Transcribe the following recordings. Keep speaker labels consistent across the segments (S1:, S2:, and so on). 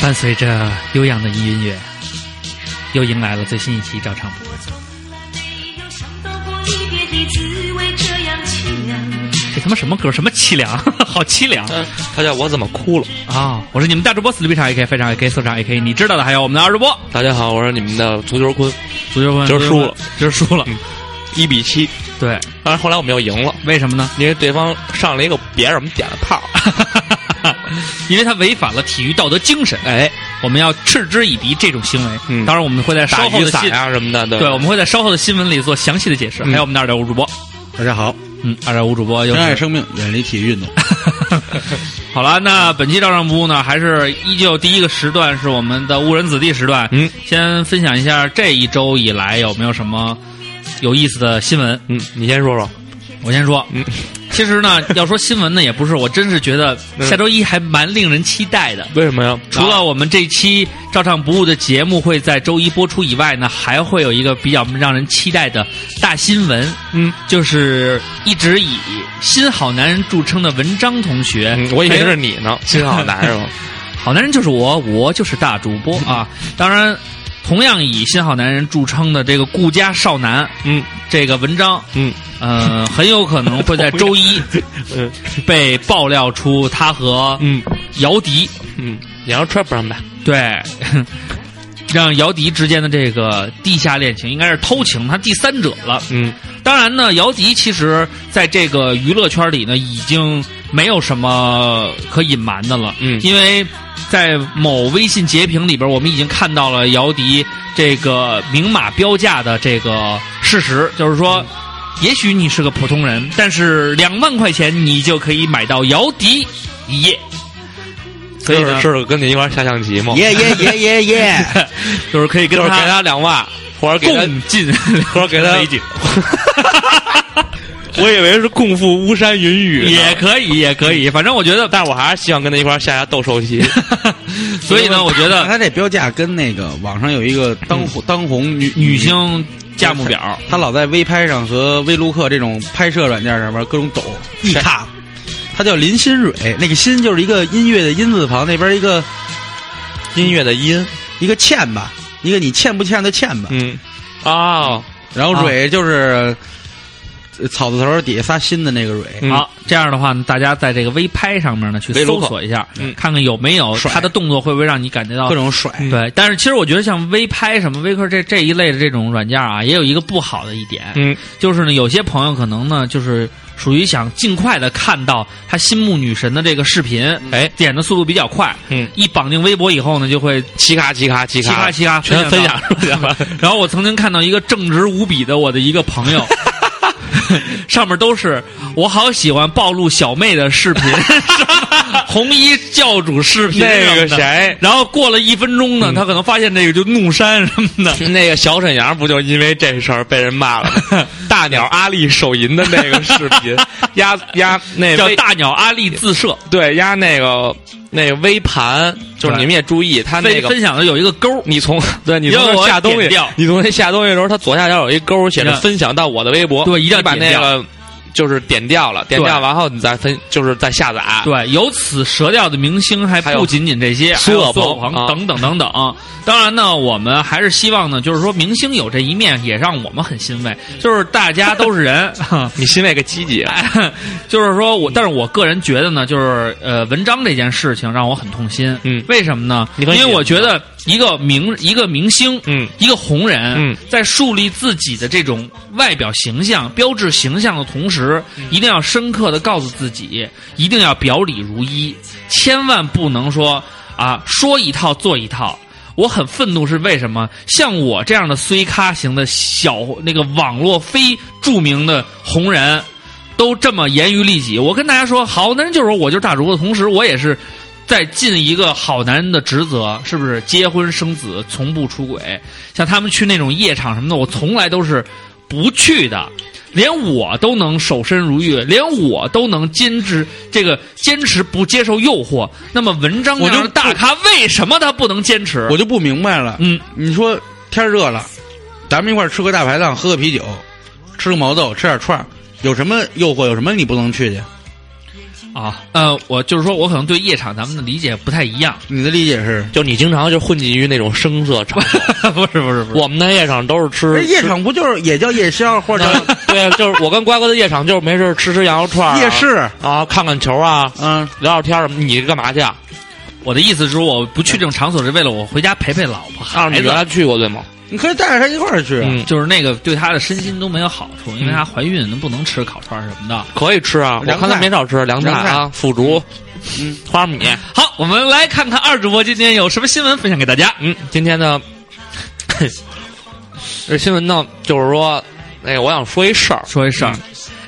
S1: 伴随着悠扬的音乐，又迎来了最新一期照唱播。
S2: 我从来没有想到过离别的滋味这样凄凉。
S1: 这他妈什么歌？什么凄凉？ 好凄凉啊、
S3: 他叫我怎么哭了？
S1: 我是你们大主播死力必场 AK 非常 AK 搜场 AK，你知道的。还有我们的二主播
S3: 大家好，我是你们的足球坤，
S1: 足球观，
S3: 今儿输了，
S1: 今儿输了。
S3: 一比七。
S1: 嗯对，
S3: 当然后来我们又赢了，
S1: 为什么呢？
S3: 因为对方上了一个别人，我们点了 炮。
S1: 因为他违反了体育道德精神，
S3: 哎，
S1: 我们要嗤之以鼻这种行为。
S3: 嗯
S1: 当然，我们会在稍
S3: 打
S1: 后
S3: 雨
S1: 的
S3: 伞
S1: 新
S3: 啊什么的，对
S1: 对，我们会在稍后的新闻里做详细的解释。
S3: 嗯
S1: 还有我们的二点五主播，
S4: 大家好，
S1: 嗯，二点五主播又
S4: 珍
S1: 是
S4: 爱生命，远离体育运动。
S1: 好了，那本期照常不误呢，还是依旧第一个时段是我们的误人子弟时段。
S3: 嗯，
S1: 先分享一下这一周以来有没有什么有意思的新闻。
S3: 嗯，你先说说。
S1: 我先说，
S3: 嗯，
S1: 其实呢，要说新闻呢，也不是，我真是觉得
S3: 嗯
S1: 下周一还蛮令人期待的。
S3: 为什么呀？
S1: 除了我们这期照常不误的节目会在周一播出以外呢，还会有一个比较让人期待的大新闻，
S3: 嗯
S1: 就是一直以新好男人著称的文章同学，
S3: 嗯，我以为
S1: 还有
S3: 是你呢，心好难是吧？
S1: 好男人就是我，我就是大主播啊！当然，同样以新好男人著称的这个顾家少男
S3: 嗯
S1: 这个文章，
S3: 嗯
S1: 呃，很有可能会在周一
S3: 嗯
S1: 被爆料出他和
S3: 嗯
S1: 姚笛
S3: 嗯，羊肉串不让卖。
S1: 对。 让姚笛之间的这个地下恋情应该是偷情，他第三者了。
S3: 嗯
S1: 当然呢，姚笛其实在这个娱乐圈里呢，已经没有什么可隐瞒的了。
S3: 嗯
S1: 因为在某微信截屏里边，我们已经看到了姚笛这个明码标价的这个事实，就是说，也许你是个普通人，但是两万块钱你就可以买到姚笛一夜。所以
S3: 就是
S1: 呢，
S3: 是跟你一块儿下象棋吗？
S4: 耶耶耶耶耶！
S1: 就是可以跟
S3: 就是给
S1: 他
S3: 他两万，或者给他，
S1: 共 进，
S3: 或者给他
S1: 杯酒。
S3: 我以为是共赴巫山云雨呢，
S1: 也可以，也可以，反正我觉得，
S3: 但我还是希望跟他一块儿下下斗兽棋。
S1: 所以呢，我觉得
S3: 嗯
S4: 他这标价跟那个网上有一个当红当红女
S1: 女，星价目表，
S4: 她老在微拍上和微录客这种拍摄软件上面各种抖一卡。她叫林心蕊，那个心就是一个音乐的音字旁，那边一个
S3: 音乐的音，
S4: 一个欠吧，一个你欠不欠的欠 吧。
S3: 嗯，啊，
S4: 然
S1: 啊
S4: 后蕊就是呃草字头底下仨心的那个蕊。
S3: 嗯
S1: 好，这样的话呢，大家在这个微拍上面呢去
S3: 微撸
S1: 搜
S3: 客
S1: 索一下，
S3: 嗯
S1: 看看有没有
S4: 甩
S1: 他的动作会不会让你感觉到
S4: 各。种甩，
S3: 嗯
S1: 对，但是其实我觉得像微拍什么微课这这一类的这种软件啊，也有一个不好的一点，
S3: 嗯
S1: 就是呢，有些朋友可能呢，就是属于想尽快的看到他心目女神的这个视频，哎，点的速度比较快，
S3: 嗯，
S1: 一绑定微博以后呢，就会
S3: 齐咔齐咔齐
S1: 齐咔
S3: 咔，
S1: 齐咔
S3: 啊全分享
S1: 到
S3: 出去了。
S1: 然后我曾经看到一个正直无比的我的一个朋 友，上面都是我好喜欢暴露小妹的视 频，红衣教主视频
S3: 那个
S1: 什么的。
S3: 谁，嗯
S1: 然后过了一分钟呢，他可能发现这个就怒删什么的。
S3: 那个小沈阳不就因为这事儿被人骂了 吗？大鸟阿丽手淫的那个视 频，压压那
S1: 叫
S3: 微
S1: 大鸟阿力自设，
S3: 对压那个那个微盘，就是
S1: 对
S3: 你们也注意，他那
S1: 分
S3: 个
S1: 分享的有一个勾，
S3: 你从对你从
S1: 因为
S3: 那
S1: 我
S3: 下东
S1: 点
S3: 西
S1: 掉，
S3: 你从那下东西的时候，它左下角有一勾写着
S1: 嗯
S3: 分享到我的微博，
S1: 对一定要
S3: 你把
S1: 点
S3: 那
S1: 掉
S3: 个就是点掉了，点
S1: 对
S3: 掉完后你再分，就是再下载。
S1: 对，由此折掉的明星还
S3: 还
S1: 不
S3: 有
S1: 仅仅这些，
S3: 苏
S1: 还有
S3: 有
S1: 苏有
S3: 朋
S1: 朋
S3: 啊
S1: 等等等等。当然呢，我们还是希望呢，就是说明星有这一面，也让我们很欣慰。
S3: 嗯
S1: 就是大家都是 人， 哈
S3: 你欣慰个鸡鸡啊，
S1: 哎就是说我，但是我个人觉得呢，就是呃，文章这件事情让我很痛心。
S3: 嗯
S1: 为什么呢？
S3: 你
S1: 因
S3: 和你
S1: 为
S3: 姐
S1: 我
S3: 夫
S1: 觉得一个明一个明星，
S3: 嗯，
S1: 一个红人，
S3: 嗯，
S1: 在树立自己的这种外表形象、标志形象的同时，
S3: 嗯
S1: 一定要深刻的告诉自己，一定要表里如一，千万不能说啊说一套做一套。我很愤怒是为什么？像我这样的虽咖型的小那个网络非著名的红人，都这么严于律己。我跟大家说，好男人就是我，我就是大主播。同时，我也是在尽一个好男人的职责，是不是？结婚生子，从不出轨。像他们去那种夜场什么的，我从来都是不去的。连我都能守身如玉，连我都能坚持这个坚持不接受诱惑。那么文章那样
S4: 我
S1: 的
S4: 就
S1: 大咖为什么他不能坚持？
S4: 我就不明白了。
S1: 嗯，
S4: 你说天儿热了，咱们一块儿吃个大排档，喝个啤酒，吃个毛豆，吃点串儿，有什么诱惑？有什么你不能去去？
S1: 啊，呃，我就是说我可能对夜场咱们的理解不太一样，
S4: 你的理解是？
S3: 就你经常就混迹于那种声色场所，
S1: 不是不是不是，
S3: 我们那夜场都是
S4: 这
S3: 吃
S4: 夜场不就是也叫夜宵或者
S3: 那 对，就是我跟瓜哥的夜场就是没事儿吃吃羊肉串、啊、
S4: 夜市？
S3: 啊，看看球啊，
S4: 嗯，
S3: 聊聊天儿什么。你干嘛去啊？
S1: 我的意思是我不去这种场所是为了我回家陪陪老婆
S3: 啊，
S1: 孩
S3: 你
S1: 子
S3: 原，来去过对吗？
S4: 你可以带着他一块儿去啊。
S3: 嗯，
S1: 就是那个对她的身心都没有好处，因为她怀孕那不能吃烤串什么的。
S3: 可以吃啊，我
S4: 凉
S3: 看他
S4: 菜
S3: 没少吃凉菜啊，腐竹，嗯，花米。
S1: 好，我们来看看二主播今天有什么新闻分享给大家。
S3: 嗯，今天呢， 这新闻呢，就是说，那个我想说一事儿，
S1: 说一声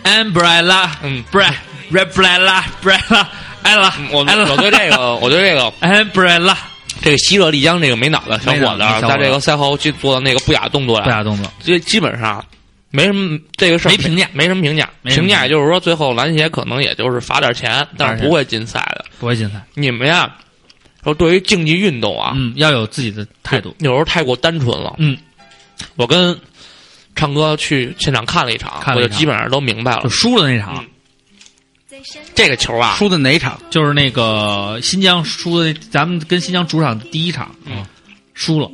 S1: ，umbrella，
S3: 嗯
S1: 不是哎 r e b r e l l a b r e l l a 艾拉
S3: 嗯， 我我对这个，我对这个
S1: umbrella
S3: 这个席热丽江这个没脑袋小
S1: 没脑
S3: 伙
S1: 子小
S3: 子，
S1: 伙
S3: 在这
S1: 子
S3: 个赛后去做的那个不雅动作
S1: 不
S3: 呀，
S1: 雅动作，
S3: 这基本上没什么这个事儿
S1: 没评价
S3: 没什么评价，
S1: 没什么
S3: 评价也就是说，最后篮协可能也就是罚点钱，但是不会禁赛的。
S1: 不会竞赛。
S3: 你们呀，说对于竞技运动啊，
S1: 嗯，要有自己的态度。
S3: 有时候太过单纯了。
S1: 嗯，
S3: 我跟唱哥去现场看了一场，
S1: 看了一
S3: 我就
S1: 场
S3: 基本上都明白了
S1: 就。输了那场，
S3: 嗯这个球啊，
S4: 输的哪场？
S1: 就是那个新疆输的，咱们跟新疆主场第一场，
S3: 嗯，
S1: 输了，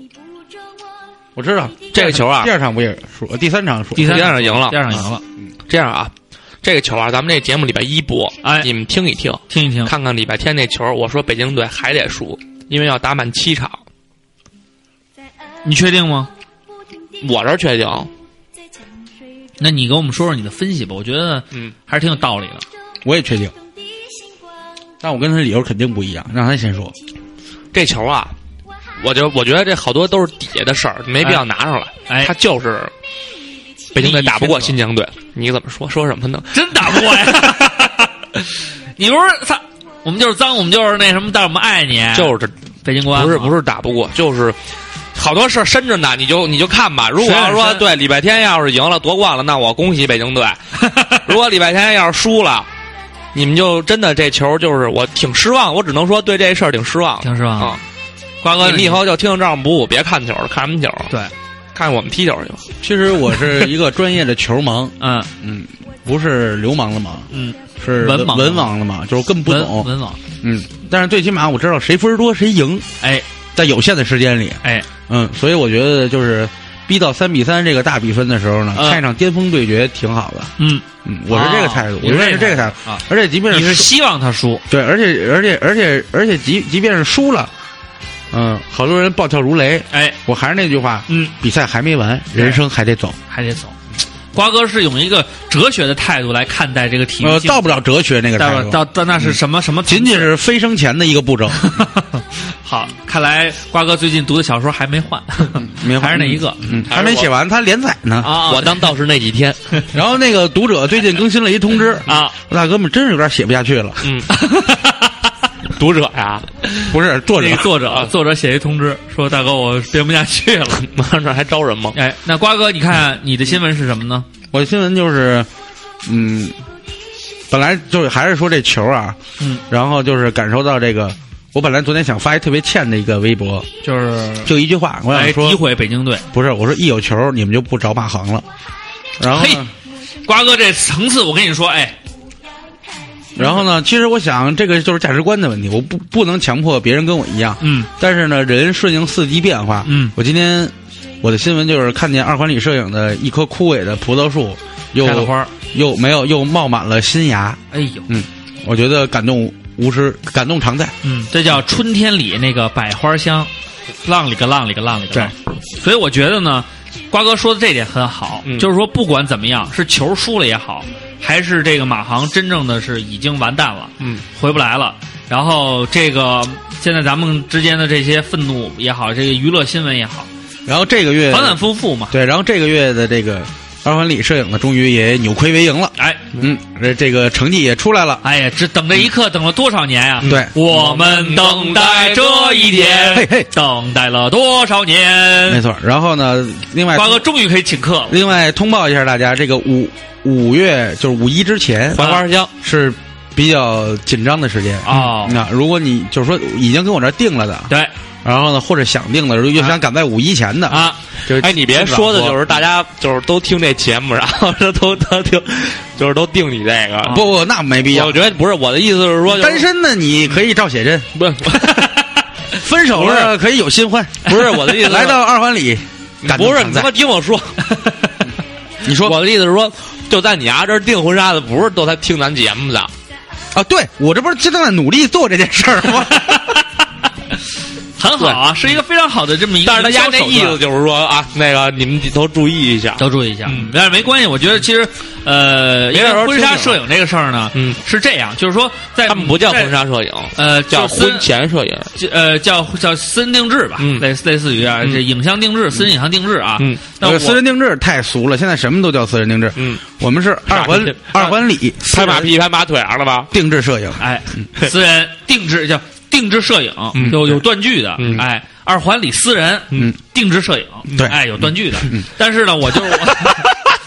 S4: 我知道，
S3: 这个球啊
S4: 第，二场不也输？呃第三场输。
S1: 第三
S3: 第二场赢了
S1: 第。二场赢了，
S3: 这样啊，这个球啊，咱们这节目礼拜一播，
S1: 哎嗯
S3: 你们听一听，
S1: 听一听，
S3: 看看礼拜天那球。我说北京队还得输，因为要打满七场。
S1: 你确定吗？嗯
S3: 我这儿确定，
S1: 那你给我们说说你的分析吧，我觉得
S3: 嗯，
S1: 还是挺有道理的。
S4: 我也确定，但我跟他理由肯定不一样，让他先说。
S3: 这球啊，我就我觉得这好多都是底下的事儿，没必要拿上来。
S1: 哎
S3: 他就是北京队打不过新疆队，你怎么说？说什么呢？
S1: 真打不过呀！ 你不是操，我们就是脏，我们就是那什么，但是我们爱你，
S3: 就是
S1: 北京国安
S3: 不是
S1: 是，
S3: 不是打不过，就是好多事儿伸着呢，你就你就看吧。如果
S1: 伸
S3: 要
S1: 着
S3: 说
S1: 伸
S3: 对礼拜天要是赢了夺冠了，那我恭喜北京 队；如果礼拜天要是输了，你们就真的这球就是我挺失望，我只能说对这事儿挺失望的。
S1: 挺失望的
S3: 啊！
S1: 瓜哥，
S3: 你们以后就听听照样不误，别看球了，看什么球？
S1: 对，
S3: 看我们 踢球去吧。
S4: 其实我是一个专业的球盲，
S1: 嗯
S4: 嗯，不是流氓的盲，
S1: 嗯，
S4: 是
S1: 文
S4: 文
S1: 盲
S4: 文盲的盲，就是更不
S1: 文
S4: 懂，
S1: 文网，
S4: 嗯。但是最起码我知道谁分儿多谁赢，
S1: 哎
S4: 在有限的时间里，
S1: 哎，
S4: 嗯，所以我觉得就是逼到三比三这个大比分的时候呢，
S1: 嗯
S4: 看一场巅峰对决挺好的，
S1: 嗯，
S4: 嗯，我是这个
S1: 哦
S4: 态度，我觉得是这个态度，
S1: 啊，
S4: 而且即便
S1: 你是
S4: 是
S1: 希望他输，
S4: 对，而且而且而且而且即即便是输了，嗯，好多人暴跳如雷，
S1: 哎，
S4: 我还是那句话，
S1: 嗯，
S4: 比赛还没完，
S1: 对
S4: 人生还得走。
S1: 还得走。瓜哥是用一个哲学的态度来看待这个体育
S4: 呃，
S1: 竞
S4: 到不了哲学那个
S1: 待会
S4: 态
S1: 儿
S4: 度，嗯
S1: 到到那是什么什么？
S4: 仅仅是飞升前的一 个步骤。
S1: 好，看来瓜哥最近读的小说还没换，
S4: 没 换
S1: 还是那一个
S4: 嗯，
S3: 还
S4: 还没
S3: 是我
S4: 写完，他连载呢。
S1: 啊。嗯
S3: 我当道士那几天，
S4: 然后那个读者最近更新了一通知
S1: 啊，
S4: 我大哥们真是有点写不下去了。
S3: 嗯，读者呀、
S4: 不是作者
S1: 那个，作
S3: 啊
S1: 者作者写一通知说：“大哥，我编不下去了。
S3: 马上这还招人吗”？
S1: 哎，那瓜哥，你看你的新闻是什么呢？
S4: 我的新闻就是，嗯，本来就是还是说这球啊，
S1: 嗯，
S4: 然后就是感受到这个，我本来昨天想发一特别欠的一个微博，
S1: 就是
S4: 就一句话，我想
S1: 来
S4: 说
S1: 诋毁北京队。
S4: 不是，我说一有球你们就不找马航了，然后
S1: 嘿
S4: 呢，
S1: 瓜哥这层次，我跟你说，哎，
S4: 然后呢，其实我想这个就是价值观的问题，我不不能强迫别人跟我一样，
S1: 嗯
S4: 但是呢，人顺应四季变化。
S1: 嗯
S4: 我今天我的新闻就是看见二环里摄影的一棵枯萎的葡萄树，又
S1: 开了花儿
S4: 又没有又冒满了新芽。
S1: 哎呦，
S4: 嗯，我觉得感动无时，感动常在。
S1: 嗯，这叫春天里那个百花香，浪里个浪里个浪里个浪。对，所以我觉得呢，瓜哥说的这点很好，
S3: 嗯
S1: 就是说不管怎么样，是球输了也好，还是这个马航真正的是已经完蛋了，
S3: 嗯，
S1: 回不来了。然后这个现在咱们之间的这些愤怒也好，这个娱乐新闻也好，
S4: 然后这个月
S1: 反反复复嘛，
S4: 对，然后这个月的这个二环里摄影呢，终于也扭亏为盈了。
S1: 哎，
S4: 嗯，这这个成绩也出来了。
S1: 哎呀，这等这一刻等了多少年呀、
S4: 嗯对
S1: 我们等待这一天，
S4: 嘿嘿
S1: 等待了多少
S4: 没
S1: 年？
S4: 错，然后呢，另外
S1: 哎瓜哥终于可以请客了。
S4: 另外通报一下大家，这个五五月就是五一之前啊
S3: 还花香，
S4: 是比较紧张的时
S3: 啊
S4: 间
S1: 哦
S4: 那如果你就是说已经跟我这儿定了的，
S1: 对
S4: 然后呢或者想定的，又想赶在五一前的，
S1: 啊，
S4: 就是
S3: 哎，你别说的就是大家就是都听这节目，然后这都都听，就是都定你这个。
S4: 不不，那没必要
S3: 啊我。觉得不是我的意思是说，就是
S4: 单身呢，你可以照写真；
S3: 不是
S4: 分手了可以有新欢。
S3: 不是我的意思是，
S4: 来到二环里，感动
S3: 不是
S4: 常
S3: 你
S4: 在
S3: 他妈听我 说，
S4: 你说
S3: 我的意思是说，就在你丫这儿订婚纱的，不是都他听咱节目的，
S4: 啊，对我这不是正在努力做这件事儿 吗？
S1: 很好啊，是一个非常好的这么一个
S3: 嗯但是
S1: 营销
S3: 他家
S1: 手段，
S3: 那
S1: 哎
S3: 意思就是说啊，那个你们都注意一下，
S1: 都注意一下。但嗯是没关系，我觉得其实呃，因
S3: 没事
S1: 为
S3: 儿
S1: 婚
S3: 听
S1: 纱
S3: 听
S1: 摄影这个事儿呢，
S3: 嗯，
S1: 是这样，就是说在
S3: 他们不叫婚，
S1: 在
S3: 纱摄影，
S1: 呃，
S3: 叫
S1: 就是
S3: 婚前摄影。
S1: 呃叫叫私人定制吧，
S3: 嗯
S1: 类似类似于啊，
S3: 嗯
S1: 这影像定制、私人影像定制啊。
S3: 嗯，
S1: 那我
S4: 私人定制太俗了，现在什么都叫私人定制。
S3: 嗯，
S4: 我们是二环
S3: 是
S4: 二环里
S3: 拍马屁拍马腿上了 吧？
S4: 定制摄影，
S1: 哎，私人定制叫定制摄影，
S3: 嗯
S1: 有有断句的，
S3: 嗯
S1: 哎，二环里私人，
S4: 嗯，
S1: 定制摄影，
S4: 对
S1: 哎，有断句的，
S3: 嗯
S1: 但是呢，我 就是我。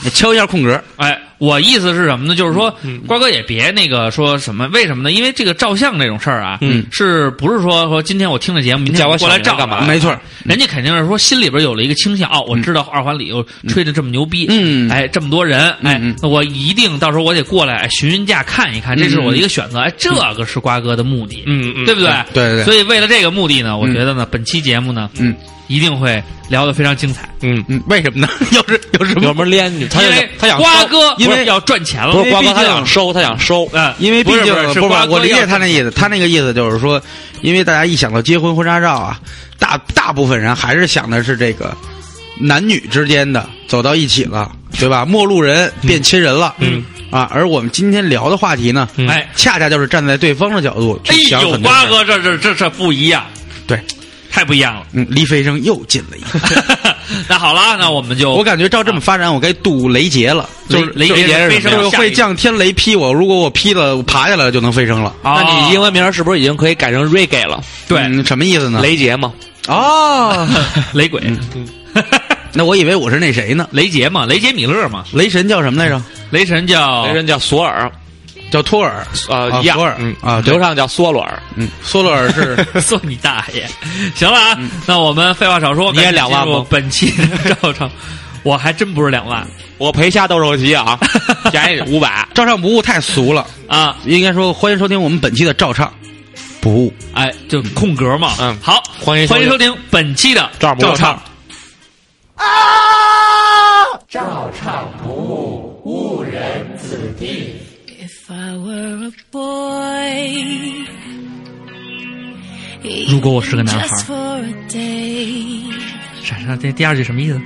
S4: 你敲一下空格。
S1: 哎，我意思是什么呢？就是说，
S3: 嗯
S1: 瓜哥也别那个说什么，为什么呢？因为这个照相这种事儿啊，
S3: 嗯
S1: 是不是说说今天我听了节目，明天
S3: 叫我
S1: 过来
S3: 小
S1: 照啊
S3: 明干嘛
S1: 了
S4: 没错儿，
S1: 人家肯定是说心里边有了一个倾向，哦，
S3: 嗯
S1: 我知道二环里又吹的这么牛逼，
S4: 嗯
S1: 哎，这么多人，哎
S4: 嗯嗯，
S1: 那我一定到时候我得过来哎询询价，看一看，这是我的一个选择，哎，这个是瓜哥的目的，
S3: 嗯嗯
S1: 对不对？
S4: 对对对
S1: 所以为了这个目的呢，我觉得呢，本期节目呢，
S4: 嗯，
S1: 一定会聊得非常精彩，
S3: 嗯，
S4: 嗯，为什么呢？有什有什
S3: 有
S4: 么？
S3: 没有连你？他
S1: 因
S3: 想
S1: 为
S3: 他想
S1: 瓜
S3: 收
S1: 哥
S4: 因为
S1: 要赚钱了，
S3: 不是瓜
S4: 因为
S3: 哥，
S4: 毕
S3: 他
S4: 竟
S3: 想收，他想收。
S1: 嗯，
S4: 因为毕竟
S1: 不是不是
S4: 不
S1: 瓜哥
S4: 我理解
S1: 要
S4: 他那意思，他那个意思就是说，因为大家一想到结婚婚纱照啊，大大部分人还是想的是这个男女之间的走到一起了，对吧？陌路人变亲人了，
S3: 嗯
S4: 啊，而我们今天聊的话题呢，
S3: 嗯
S1: 哎
S4: 恰恰就是站在对方的角度
S1: 哎
S4: 去想
S1: 呦，
S4: 很多
S1: 瓜
S4: 事儿。
S1: 哥这这这这不一样，
S4: 对，
S1: 太不一样 了。
S4: 嗯，离飞升又近了一 步。
S1: 那好了，那我们就
S4: 我感觉照这么发展，我该堵雷劫了，
S1: 雷
S4: 就是
S1: 雷
S4: 就是
S1: 劫是
S4: 就
S1: 什么呀
S4: 是会降天雷劈我。如果我劈了，我爬下来了就能飞升了。
S1: 啊，
S3: 那你英文名是不是已经可以改成 Reggae 了？
S1: 对、
S4: 嗯什么意思呢？
S3: 雷杰嘛，
S4: 哦，
S1: 雷鬼，
S3: 嗯
S4: 那我以为我是那谁呢？
S1: 雷杰嘛，雷杰米勒嘛，
S4: 雷神叫什么来着？
S1: 雷神叫
S3: 雷神叫索尔，
S4: 叫托尔，
S3: 呃，
S4: 啊
S3: 一样
S4: 索尔
S3: 嗯
S4: 啊对
S3: 刘畅叫索罗尔，
S4: 嗯，索洛尔是
S1: 算你大爷！行了啊，那我们废话少说，
S3: 嗯你也
S1: 赶紧
S3: 两万
S1: 进入
S3: 吗
S1: 本期的照常，我还真不是两万
S3: 我陪下斗兽棋 啊，便宜五百。
S4: 照唱不误太俗了，
S3: 嗯
S1: 啊！
S4: 应该说欢迎收听我们本期的照唱不误。
S1: 哎，就空格嘛。
S3: 嗯
S1: 好，
S3: 欢迎
S1: 欢迎收
S3: 收
S1: 听本期的
S3: 照常不误
S1: 常。
S2: If I were a boy,
S1: 如果我是个男孩
S2: just for a day,
S1: 闪闪，这第二句什么意思？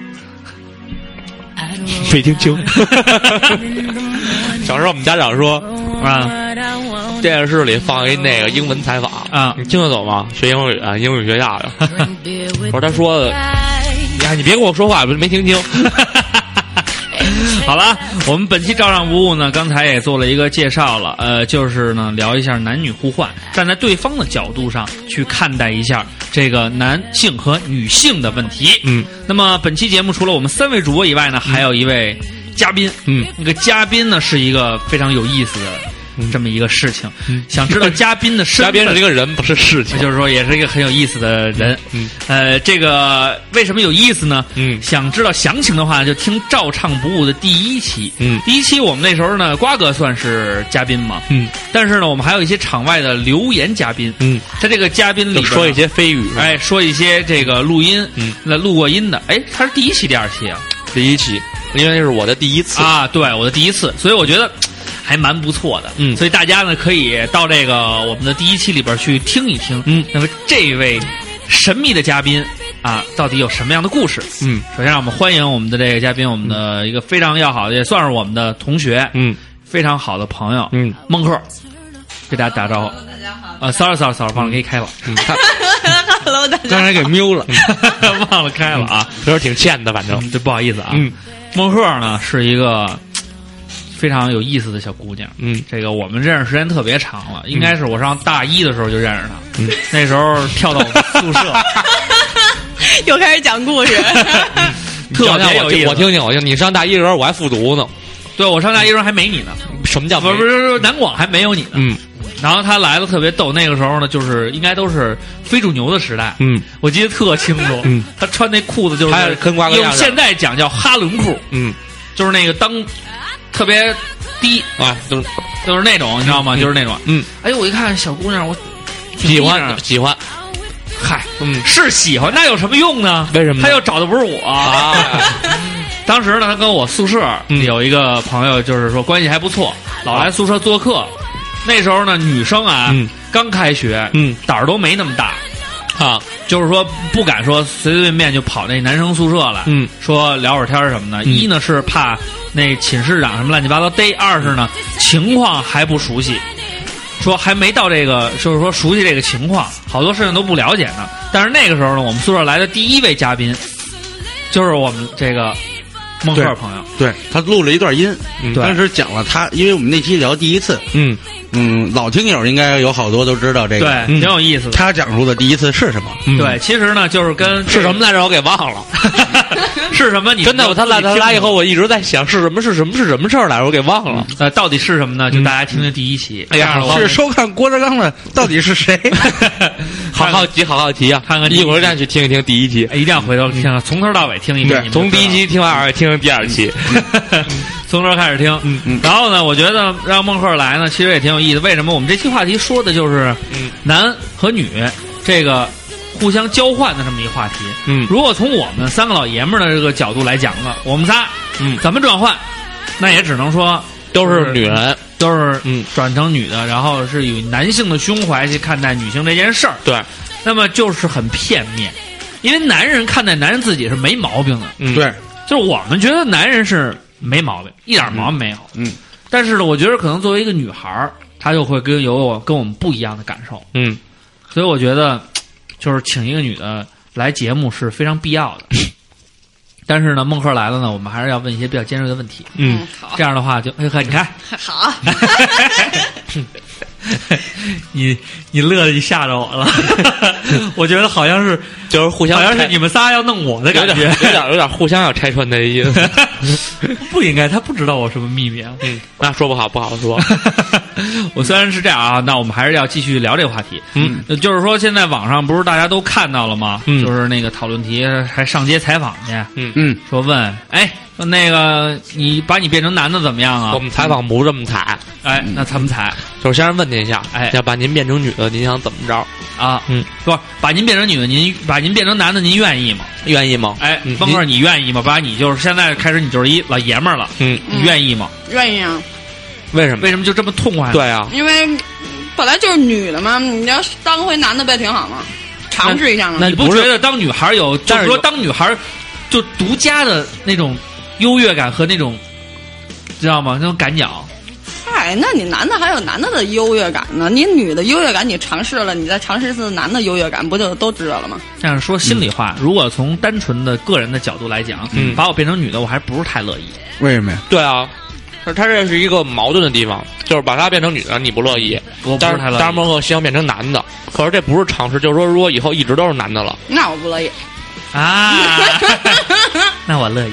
S2: I'd
S3: 没听清。
S2: roll
S3: 小时候我们家长 说，
S1: 啊
S2: what I want.
S3: 电视里放一那个英文采访
S1: 啊
S3: 你听得懂吗？学英语啊，英语学 校的。
S2: Drink beer with
S3: 我说他说的，
S2: guys.
S3: 哎呀，你别跟我说话，没听清。
S1: 好了，我们本期照上不误呢，刚才也做了一个介绍了，呃，就是呢聊一下男女互换，站在对方的角度上去看待一下这个男性和女性的问题。
S3: 嗯，
S1: 那么本期节目除了我们三位主播以外呢，还有一位嘉宾。
S3: 嗯，
S1: 那个嘉宾呢是一个非常有意思的这么一个事情，想知道嘉宾的身
S3: 嗯嘉
S1: 份
S3: 宾是一个人，不是事情。
S1: 就是说也是一个很有意思的人。
S3: 嗯，
S1: 呃，这个为什么有意思呢？
S3: 嗯
S1: 想知道详情的话，就听《照唱不误》的第一期。
S3: 嗯
S1: 第一期我们那时候呢，瓜哥算是嘉宾嘛，
S3: 嗯
S1: 但是呢，我们还有一些场外的留言嘉宾。
S3: 嗯，
S1: 在这个嘉宾里
S3: 就
S1: 边呢
S3: 说一，些非语。，
S1: 哎，说一些这个录音，
S3: 嗯，
S1: 那录过音的，哎，他是第一期、第二期啊？
S3: 第一期，因为那是我的第一次。
S1: 啊，对，我的第一次，所以我觉得。嘖还蛮不错的，
S3: 嗯
S1: 所以大家呢可以到这个我们的第一期里边去听一听，
S3: 嗯
S1: 那么这位神秘的嘉宾啊，到底有什么样的故事？
S3: 嗯
S1: 首先让我们欢迎我们的这个嘉宾，我们的一个非常要好的，也算是我们的同学，
S3: 嗯
S1: 非常好的朋友，
S3: 嗯，
S1: 孟克，给大家打招呼。大家好。啊，sorry sorry sorry，忘了给
S3: 嗯
S1: 你开了，
S4: 刚才给瞄了，
S3: 嗯
S1: 忘了开了啊，
S3: 就是挺欠的，反正。
S1: 这不好意思啊。
S3: 嗯，
S1: 莫赫呢是一个嗯非常有意思的小姑娘，
S3: 嗯，
S1: 这个我们认识时间特别长了，应该是我上大一的时候就认识
S3: 嗯
S1: 她，那时候跳到 我们宿舍，
S5: 又开始讲故事。
S1: 特别有
S3: 我
S1: 意
S3: 听
S1: 思。
S3: 我听听我听，你上大一的时候我还复读呢，
S1: 对我上大一的时候还没你呢，
S3: 什么叫
S1: 不是不是不是南广还没有你呢。
S3: 嗯
S1: 然后她来了特别逗，那个时候呢，就是应该都是非主牛的时代，
S3: 嗯
S1: 我记得特清楚。
S3: 嗯，
S1: 她穿那裤子就是
S3: 还是跟瓜哥一
S1: 用
S3: 样
S1: 现在讲叫哈伦裤，
S3: 嗯
S1: 就是那个裆特别低，
S3: 啊，就是
S1: 就是那种你知道吗？就是那种。
S3: 嗯，
S1: 哎呦，我一看小姑娘，我挺
S3: 喜
S1: 腻呢
S3: 欢喜欢，
S1: 啊嗨，
S3: 嗯
S1: 是喜欢，那有什么用呢？
S3: 为什么呢
S1: 他又找的不是我。
S3: 啊，
S1: 当时呢，他跟我宿舍
S3: 嗯啊
S1: 有一个朋友，就是说关系还不错，老来宿舍做客。那时候呢，女生啊
S3: 嗯，
S1: 刚开学，
S3: 嗯
S1: 胆儿都没那么大，
S3: 啊，
S1: 就是说不敢说随随便便就跑那男生宿舍了。
S3: 嗯
S1: 说聊会儿天儿什么的，一呢是怕那寝室长什么乱七八糟逮，二是呢情况还不熟悉，说还没到这个，就是说熟悉这个情况，好多事情都不了解呢。但是那个时候呢，我们宿舍来的第一位嘉宾，就是我们这个孟克
S4: 对
S1: 朋友，
S4: 对他录了一段音，
S3: 嗯
S4: 当时讲了他，因为我们那期聊第一次，
S3: 嗯哎
S4: 嗯，老听友应该有好多都知道这个，
S1: 对，
S4: 嗯
S1: 挺有意思的。
S4: 他讲述的第一次是什么？
S3: 嗯
S1: 对，其实呢，就是跟
S3: 是什么来着？我给忘了。
S1: 是什么？你
S3: 真的，他来
S1: 来
S3: 他来以后，我一直在想是什么是什么是什么事儿来着，我给忘了。
S1: 呃，到底是什么呢？就大家听听第一期。
S3: 嗯哎呀
S1: 这样的话
S4: 是收看郭德纲的到底是谁？
S1: 嗯
S3: 好好奇，好好奇啊！
S1: 看看第一
S3: 一会儿再去听一听第一集，
S1: 一定要回头听，啊从头到尾听一遍。你们就
S3: 从第
S1: 知
S3: 一
S1: 道
S3: 集听完，耳听第二期。
S1: 从头开始听。
S3: 嗯
S4: 嗯
S1: 然后呢，我觉得让孟鹤来呢，其实也挺有意思。为什么我们这期话题说的就是
S3: 嗯
S1: 男和女这个互相交换的这么一话题？
S3: 嗯
S1: 如果从我们三个老爷们儿的这个角度来讲呢，我们仨
S3: 嗯，
S1: 怎么转换，那也只能说
S3: 都是女人，
S1: 都是
S3: 嗯
S1: 转成女的，然后是以男性的胸怀去看待女性这件事儿。
S3: 对，
S1: 那么就是很片面，因为男人看待男人自己是没毛病的，
S3: 嗯，
S4: 对，
S1: 就是我们觉得男人是没毛病，一点毛病没有。
S4: 嗯，
S1: 但是呢，我觉得可能作为一个女孩儿，她就会跟有我跟我们不一样的感受，
S3: 嗯，
S1: 所以我觉得就是请一个女的来节目是非常必要的。但是呢，孟鹤来了呢，我们还是要问一些比较尖锐的问题。
S3: 嗯，
S5: 好
S1: 这样的话就，哎呵，你看，
S5: 好，
S1: 你你乐的吓着我了， 我觉得好像是
S3: 就是互
S1: 嗯
S3: 相
S1: 好像是
S3: 拆
S1: 你们仨要弄我的感
S3: 有点
S1: 觉，
S3: 有点有点互相要拆穿的意 思。
S1: 不应该，他不知道我什么秘密啊。
S3: 嗯，那说不好，不好说。
S1: 我虽然是这样啊，那我们还是要继续聊这个话题。
S3: 嗯
S1: 呃，就是说现在网上不是大家都看到了吗？
S3: 嗯
S1: 就是那个讨论题还上街采访去，
S4: 嗯，
S1: 说问，哎，说那个你把你变成男的怎么样啊
S3: 我？们采访不这么采，
S1: 哎，那怎么采
S3: 就是先问您一下，
S1: 哎
S3: 要把您变成女的，您想怎么着？
S1: 啊？
S3: 嗯，
S1: 不是把您变成女的，您把您变成男的，您愿意吗？
S3: 愿意吗？
S1: 哎，
S3: 嗯
S1: 孟哥，你愿意吗？把你就是现在开始，你就是一老爷们儿了，
S3: 嗯，
S1: 你愿意吗？
S5: 愿意啊，
S3: 为什么？
S1: 为什么就这么痛快呢？
S3: 对啊，
S5: 因为本来就是女的嘛，你要是当回男的不也挺好吗？尝试一下嘛
S3: 那。
S1: 你不
S3: 不是
S1: 觉得当女孩儿有，就
S3: 但
S1: 是
S3: 是
S1: 说
S3: 有
S1: 当女孩儿就独家的那种优越感和那种，知道吗？那种感脚，
S5: 嗨，那你男的还有男的的优越感呢，你女的优越感你尝试了，你再尝试一次男的优越感，不就都知道了吗？
S1: 但是说心里话，如果从单纯的个人的角度来讲，
S3: 嗯
S1: 把我变成女的，我还不是太乐意。
S4: 为什么呀？
S3: 对啊，是他这是一个矛盾的地方，就是把她变成女的，你不乐意，
S1: 我不
S3: 但
S1: 是
S3: 是
S1: 太乐
S3: 但是
S1: 意
S3: 孟鹤希望变成男的，可是这不是常识，就是说如果以后一直都是男的了，
S5: 那我不乐意。
S1: 啊， 那我乐意，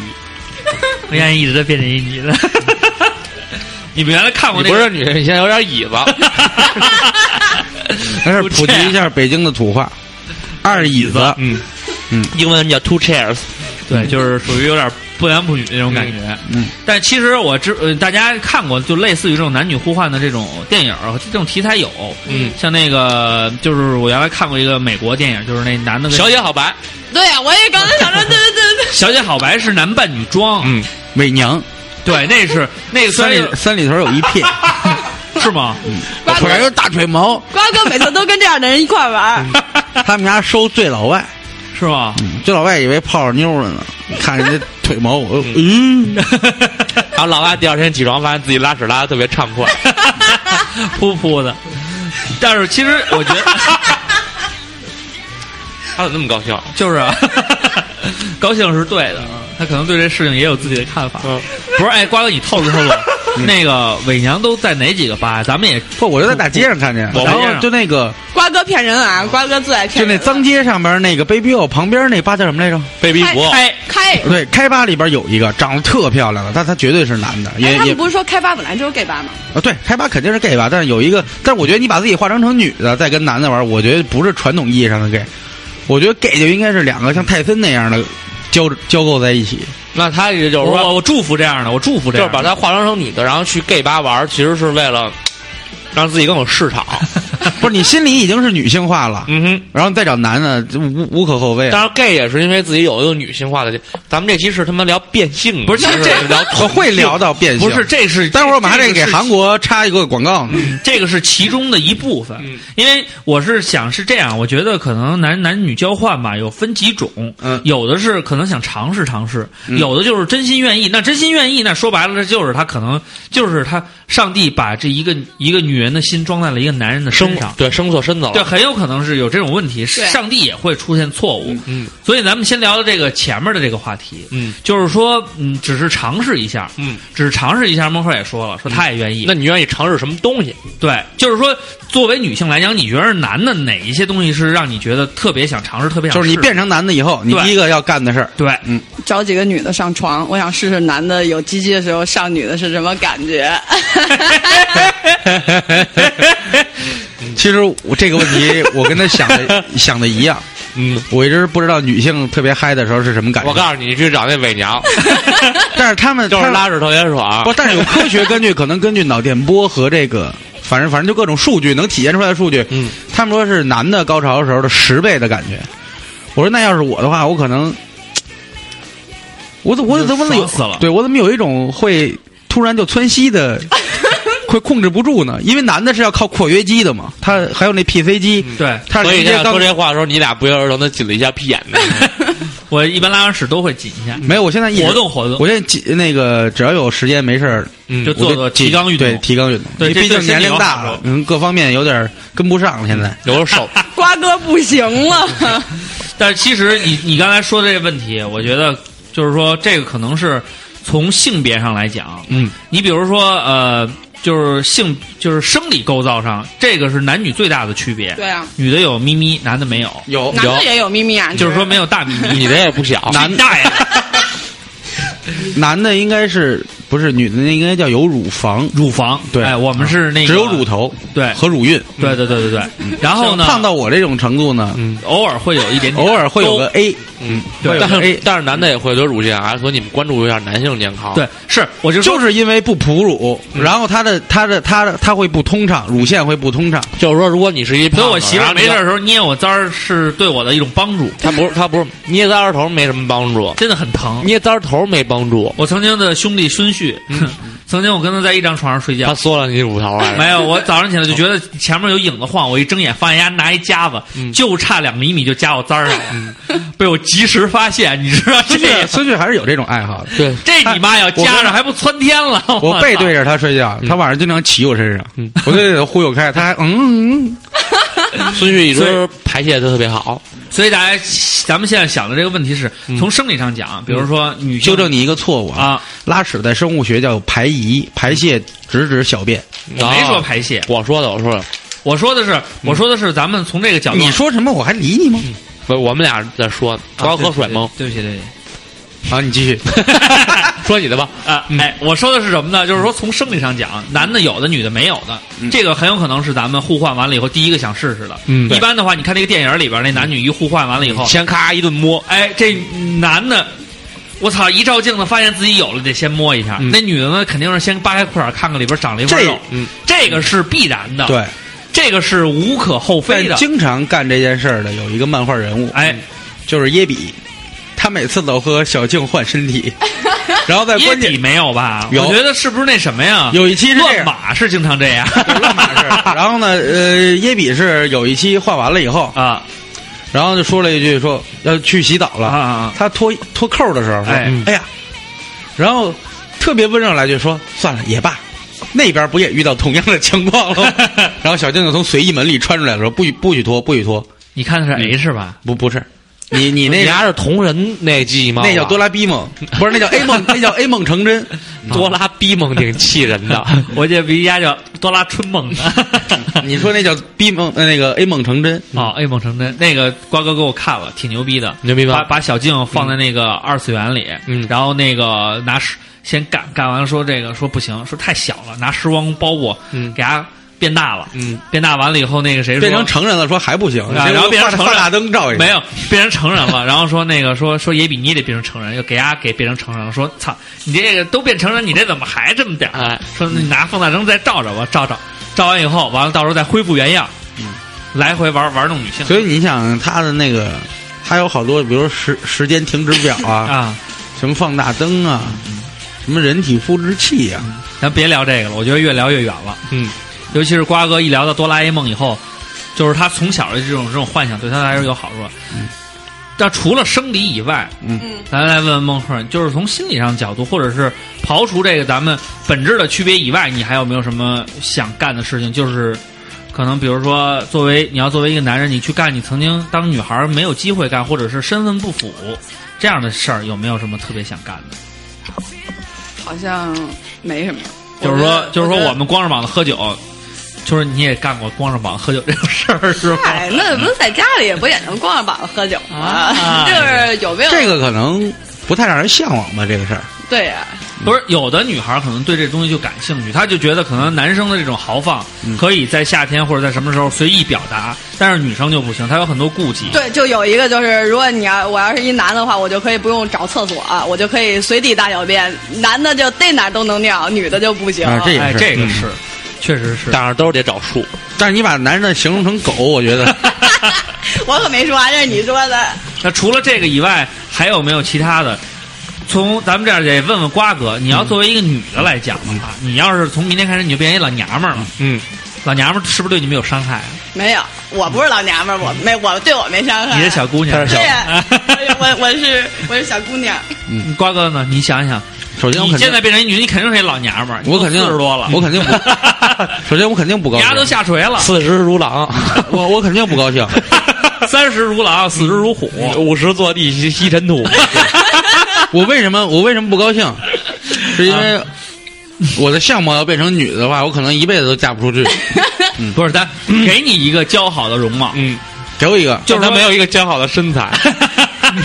S1: 我愿意一直都变成一女的。你们原来看过
S3: 你
S1: 那
S3: 不
S1: 个
S3: 是女的，你现在有点椅 子。
S4: 还是普及一下北京的土话，二椅子。
S3: 嗯
S4: 嗯，
S3: 英文叫 two chairs。
S1: 对，就是属于有点不男不女那种感觉。
S4: 嗯嗯
S1: 但其实我知、呃，大家看过，就类似于这种男女互换的这种电影儿，这种题材有。
S3: 嗯，
S1: 像那个，就是我原来看过一个美国电影，就是那男的跟
S3: 小姐好白，
S5: 对呀、我也刚才想说，对对对 对，
S1: 小姐好白是男扮女装。
S3: 嗯，
S4: 伪娘，
S1: 对，那是那个虽
S4: 三
S1: 然
S4: 里三里屯有一 撇，
S1: 有是吗？
S4: 我腿上有大腿 毛，
S5: 瓜哥每次都跟这样的人一块玩
S1: 嗯
S5: 儿，
S4: 他们家收最老外，
S1: 是吗？
S4: 嗯最老外以为泡着妞了呢，看人家腿毛， 我嗯，
S3: 然后老外第二天起床发现自己拉屎拉的特别畅 快，
S1: 啊噗噗的。但是其实我觉得
S3: 他怎么那么高兴？
S1: 就是啊， 高兴是对的，啊他可能对这事情也有自己的看法。
S3: 嗯
S1: 不是，哎，瓜哥，你透露透 露，那个伪娘都在哪几个吧？咱们也
S4: 不，我就在大街上看 见，
S1: 我
S4: 然
S1: 我
S4: 后就那个
S5: 瓜哥骗人啊，
S1: 嗯
S5: 瓜哥最爱
S4: 就
S5: 骗
S4: 那
S5: 人。
S4: 脏街上边那个 Baby O 旁边那吧叫什么来着？
S3: Baby
S5: 开
S3: Bo，
S5: 开开。
S4: 对，开吧里边有一个长得特漂亮的，但她绝对是男的，也
S5: 哎，他
S4: 也
S5: 们不是说开吧本来就是 gay 吧吗？
S4: 啊，对，开吧肯定是 gay 吧，但是有一个，但是我觉得你把自己化妆成女的再跟男的玩，我觉得不是传统意义上的 gay，我觉得 gay 就应该是两个像泰森那样的交交构在一起，
S3: 那他也就
S1: 我
S3: 是说，
S1: 我我祝福这样的，我祝福这
S3: 就
S1: 样
S3: 是
S1: 的，
S3: 把她化妆成女的，然后去 gay 吧玩，其实是为了让自己更有 市场。
S4: 不是你心里已经是女性化了，
S3: 嗯哼，
S4: 然后你再找男的这无无可厚非啊。
S3: 当然 gay 也是因为自己有一个女性化的。咱们这期是他妈聊变性的，
S1: 不是
S3: 不
S1: 这
S3: 聊同
S4: 我会聊到变性，
S1: 不是，这是
S4: 待会儿我们还得给
S1: 这个是
S3: 嗯
S4: 韩国插一个广告呢。
S1: 这个是其中的一部分
S3: 嗯，
S1: 因为我是想是这样，我觉得可能男男女交换吧，有分几种，
S4: 嗯
S1: 有的是可能想尝试尝试，
S3: 嗯
S1: 有的就是真心愿意。那真心愿意，那说白了，这就是他可能就是他上帝把这一个一个女人的心装在了一个男人的身
S3: 生
S1: 上，
S3: 对生错身子了。
S1: 这很有可能是有这种问题，
S5: 对
S1: 上帝也会出现错误。
S3: 嗯，
S1: 所以咱们先聊聊这个前面的这个话题，
S3: 嗯，
S1: 就是说，嗯，只是尝试一下，
S3: 嗯，
S1: 只是尝试一下。孟鹤也说了，说他也愿意，
S3: 那你愿意尝试什么东西？
S1: 对，就是说，作为女性来讲，你觉得男的哪一些东西是让你觉得特别想尝试、特别想
S4: 就是
S1: 试？
S4: 你变成男的以后，你
S1: 对
S4: 第一个要干的事儿，
S1: 对，
S5: 找几个女的上床，我想试试男的有鸡鸡的时候上女的是什么感觉。
S3: 嗯
S4: 其实我这个问题，我跟他 想的想的一样。
S3: 嗯，
S4: 我一直不知道女性特别嗨的时候是什么感
S3: 我
S4: 觉，
S3: 告诉你，你去找那 伪娘，
S4: 但是他们
S3: 就是
S4: 他们
S3: 拉屎特别爽
S4: 不，。但是有科学根据，可能根据脑电波和这个，反正反正就各种数据能体现出来的数据。
S3: 嗯，
S4: 他们说是男的高潮的时候的十倍的感觉。我说那要是我的话，我可能，我怎我怎么有
S1: 爽死了
S4: 对我怎么有一种会突然就窜稀的，会控制不住呢？因为男的是要靠括约肌的嘛，他还有那 PC 肌，
S1: 对
S4: 他
S3: 所
S4: 是
S3: 以
S4: 直
S3: 现
S4: 接
S3: 在
S4: 刚
S3: 说这话的时候，你俩不约而同的紧了一下屁眼子。
S1: 我一般拉完屎都会紧一下，
S4: 没有，我现在一直
S1: 活动活动，
S4: 我现在几那个只要有时间没事儿，
S3: 嗯
S1: 就做做提肛运
S4: 对
S1: 动。
S4: 提肛运动，
S1: 对
S4: 因
S1: 这
S4: 为毕
S1: 对
S4: 竟
S1: 身
S4: 年
S1: 体
S4: 龄
S1: 有
S4: 大
S1: 好
S4: 了
S1: 处，
S4: 嗯，各方面有点儿跟不上了，现在。
S3: 有时候手，
S5: 瓜哥不行了，
S1: 但是其实你你刚才说的这个问题，我觉得就是说，这个可能是从性别上来讲，
S3: 嗯，
S1: 你比如说呃，就是性就是生理构造上，这个是男女最大的区别。
S5: 对啊，
S1: 女的有咪咪，男的没哦有，
S4: 有
S5: 男的也有秘密啊，
S1: 就是说没有大咪咪。
S3: 你 的也不小，
S1: 你大爷！
S4: 男的应该是不是女的？那应该叫有乳房，
S1: 乳房，
S4: 对
S1: 哎，我们是那个
S4: 只有乳头，嗯
S1: 对
S4: 和乳晕。
S1: 对对对对对，然后呢，嗯
S4: 胖到我这种程度呢，
S1: 偶尔会有一点点，
S4: 偶尔会有个 A，
S3: 嗯，
S1: 对哎 但
S3: 但
S1: 是
S3: 是但是男的也会得乳腺癌，所以你们关注一下男性健康。，
S1: 对，是我就说嗯
S4: 就是因为不哺乳，然后他的他的他的他会不通畅，乳腺会不通畅。
S3: 就是说，如果你是一胖
S1: 所
S3: 子，
S1: 以我媳妇
S3: 然
S1: 儿
S3: 后
S1: 没
S3: 你
S1: 事的时候捏我簪儿是对我的一种帮助，
S3: 她不是她不是捏簪儿头没什么帮助，
S1: 真的很疼。
S3: 捏簪儿头没帮助，
S1: 我曾经的兄弟孙旭， 曾经我跟他在一张床上睡
S3: 他
S1: 觉，
S3: 缩了你乳头来
S1: 没有，我早上起来就觉得前面有影子晃，我一睁眼发现人家拿一夹子，就差两厘米就夹我簪儿上了， 被我及时发现，你知道这
S4: 孙旭孙旭还是有这种爱好的。
S3: 对，
S1: 这你妈要夹上还不窜天了？
S4: 我
S1: 操嗯
S4: 背对着他睡觉，他晚上经常骑我身上，我就得忽悠开，他还嗯嗯，
S3: 孙旭一
S1: 所
S3: 直排泄的特别好，
S1: 所以大家，咱们现在想的这个问题是从生理上讲，比如说女性
S4: 纠正你一个错误啊，
S1: 啊，
S4: 拉屎在生物学叫排遗，排泄直指小便。
S1: 我没说
S3: 啊
S1: 排泄，
S3: 我说的，我说的，
S1: 我说的是，我说的是咱们从这个角嗯度，
S4: 你说什么我还理你吗？
S3: 不是我们俩在说，
S1: 啊
S3: 高喝水吗？？
S1: 对对对对不 起，
S4: 好，啊你继续。
S1: 对不起。
S3: 说你的吧，
S1: 啊，哎，我说的是什么呢？就是说，从生理上讲，
S4: 嗯
S1: 男的有的，女的没有的，这个很有可能是咱们互换完了以后第一个想试试的。
S3: 嗯对
S1: 一般的话，你看那个电影里边，那男女一互换完了以后，
S3: 先咔一顿摸，
S1: 哎，这男的，我操！一照镜子，发现自己有了，得先摸一下。
S3: 嗯
S1: 那女的呢，肯定是先扒开裤衩看看里边长了一块
S4: 这
S1: 肉。
S3: 嗯
S1: 这个是必然的，，
S4: 对，
S1: 这个是无可厚非
S4: 但
S1: 的。
S4: 经嗯常干这件事儿的有一个漫画人物，
S1: 哎，
S4: 就是耶比，他每次都和小静换 身体，然后在
S1: 耶
S4: 哎关键
S1: 底没有吧？
S4: 有
S1: 我觉得是不是那什么呀？
S4: 有一期是这
S1: 乱
S4: 样，
S1: 码是经常这样，
S4: 乱码是。 然后呢，呃，耶比是有一期画完了以后，
S1: 啊
S4: 然后就说了一句说要去洗澡
S1: 啊
S4: 了，
S1: 啊！
S4: 他脱脱扣的时候说，
S1: 哎
S4: 哎呀，然后特别温柔来句说算了也罢。那边不也遇到同样的情 况了吗？然后小静就从随意门里穿出来了，说不许不许脱，不许脱，
S1: 你看的是 H 吧？
S4: 不不是，你你那
S3: 你还是同人那季吗？
S4: 那叫哆啦 B 梦，不是那叫 A 梦，那叫 A 梦 成真。
S3: 多拉逼梦挺气人的。
S1: 我这鼻家叫哆啦春梦的。
S4: 你说那叫 B 梦，呃，那个 A 梦成真，
S1: 啊、a 梦成真那个瓜哥给我看了，挺牛逼
S4: 嗯
S1: 的，
S3: 牛逼吧
S1: 把把小静放在那个二次元里，
S3: 嗯
S1: 然后那个拿石先干干完了说这个说不行，说太小了，拿时光包裹，
S3: 嗯
S1: 给它变大了，
S3: 嗯，
S1: 变大完了以后，那个谁说
S4: 变成成人了，说还不行，
S1: 啊然后变成成
S4: 发
S1: 人
S4: 大灯照一下，
S1: 没有变成成人了，然后说那个说说也比你得变成成人，又给丫给变成成人了，说操你这个都变成人，你这怎么还这么点儿？
S3: 哎，
S1: 说你拿放大镜再照照吧，照照，照完以后，完了到时候再恢复原样，嗯，来回玩玩弄女性
S4: 所以你想他的那个，他有好多，比如时时间停止表啊，
S1: 啊。
S4: 什么放大灯啊，什么人体复制器啊，
S1: 咱别聊这个了，我觉得越聊越远了。
S3: 嗯，
S1: 尤其是瓜哥一聊到哆啦 A 梦以后，就是他从小的这种这种幻想对他来说有好处。但除了生理以外，
S5: 嗯，
S1: 咱来问问孟顺，就是从心理上角度，或者是刨除这个咱们本质的区别以外，你还有没有什么想干的事情？就是可能比如说，作为你要作为一个男人，你去干你曾经当女孩没有机会干，或者是身份不符这样的事儿，有没有什么特别想干的？
S5: 好像没什么。
S1: 就是
S5: 觉
S1: 说
S5: 得，
S1: 就是说
S5: 觉，得
S1: 我们光着膀子喝酒，就是你也干过光着膀子喝酒这种事儿，是吧？
S5: 哎，那不是在家里也不也能逛着膀子喝酒吗？
S1: 啊
S5: 就是有没有
S4: 这个可能不太让人向往吧，这个事儿。
S5: 对啊呀、
S1: 不是，有的女孩可能对这东西就感兴趣，她就觉得可能男生的这种豪放可以在夏天或者在什么时候随意表达，但是女生就不行，她有很多顾忌。
S5: 对，就有一个就是，如果你要我要是一男的话，我就可以不用找厕所、我就可以随地大小便。男的就逮哪儿都能尿，女的就不行。
S4: 啊这也
S1: 哎，
S4: 是
S1: 这个是，确实是。
S3: 但是都是得找数。
S4: 但是你把男人形容成狗，我觉得
S5: 我可没说啊，这是你说的。
S1: 那除了这个以外，还有没有其他的？从咱们这儿得问问瓜哥，你要作为一个女的来讲的话，你要是从明天开始你就变一老娘们儿了，
S3: 嗯，
S1: 老娘们儿是不是对你们有伤害啊？
S5: 没有，我不是老娘们儿，我没我对我没伤 害。
S1: 你的小姑娘，
S3: 她是
S5: 对
S3: 小
S5: 呀，我我我是我是小姑娘，
S1: 嗯瓜哥呢？ 你想想，
S4: 首先我
S1: 你
S4: 肯定
S1: 现在变成一女，你肯定是一老娘们儿，
S4: 我肯定
S1: 四十多了，
S4: 我 肯定不，首先我肯定不高
S1: 牙都
S4: 兴，啊
S1: 下垂了，
S3: 四十如狼，
S4: 我我肯定不高兴。
S1: 三十如狼，四十如虎，
S3: 五十坐地吸吸 尘土。
S4: 我为什么我为什么不高兴？是因
S1: 啊
S4: 为我的相貌要变成女的话，我可能一辈子都嫁不出 去。
S1: 嗯不是，咱给你一个姣好的容貌，
S3: 嗯，
S4: 给我一个，
S1: 就是
S3: 但
S1: 说
S3: 他没有一个姣好的身材。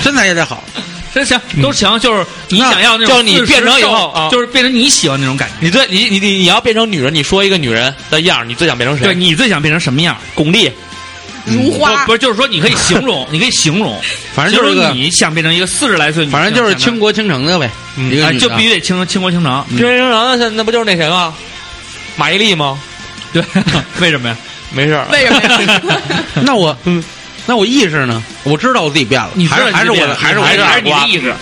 S4: 身材也得好。
S1: 真行，都行，就是你想要那种，
S3: 就是嗯你变成以后啊
S1: 就是变成你喜欢那种感觉，
S3: 你最你你你你要变成女人，你说一个女人的样儿，你最想变成谁？
S1: 对你最想变成什么样？
S3: 巩俐，
S5: 如花
S1: 不。不是，就是说你可以形容，你可以形容，
S4: 反正就是
S1: 形容
S4: 个
S1: 你想变成一个四十来岁女性，
S4: 反正就是倾
S1: 想
S4: 国倾城的呗，
S3: 嗯
S4: 一
S1: 当
S4: 个
S1: 哎
S4: 女
S1: 就
S4: 的啊
S1: 必须得倾倾国嗯倾城，
S3: 变成人了，那不就是那谁吗？马伊琍吗？
S1: 对， 为什么呀？
S3: 没事儿，
S5: 为什么呀？
S4: 那我
S3: 嗯，
S4: 那我意识呢？我知道我自己变了，
S1: 你知
S4: 还
S1: 道
S4: 是
S1: 你
S4: 还是
S1: 这
S4: 我
S1: 样
S4: 的，
S1: 你
S4: 还是我
S1: 还
S4: 的
S1: 是还是你的
S4: 瓜
S1: 意志，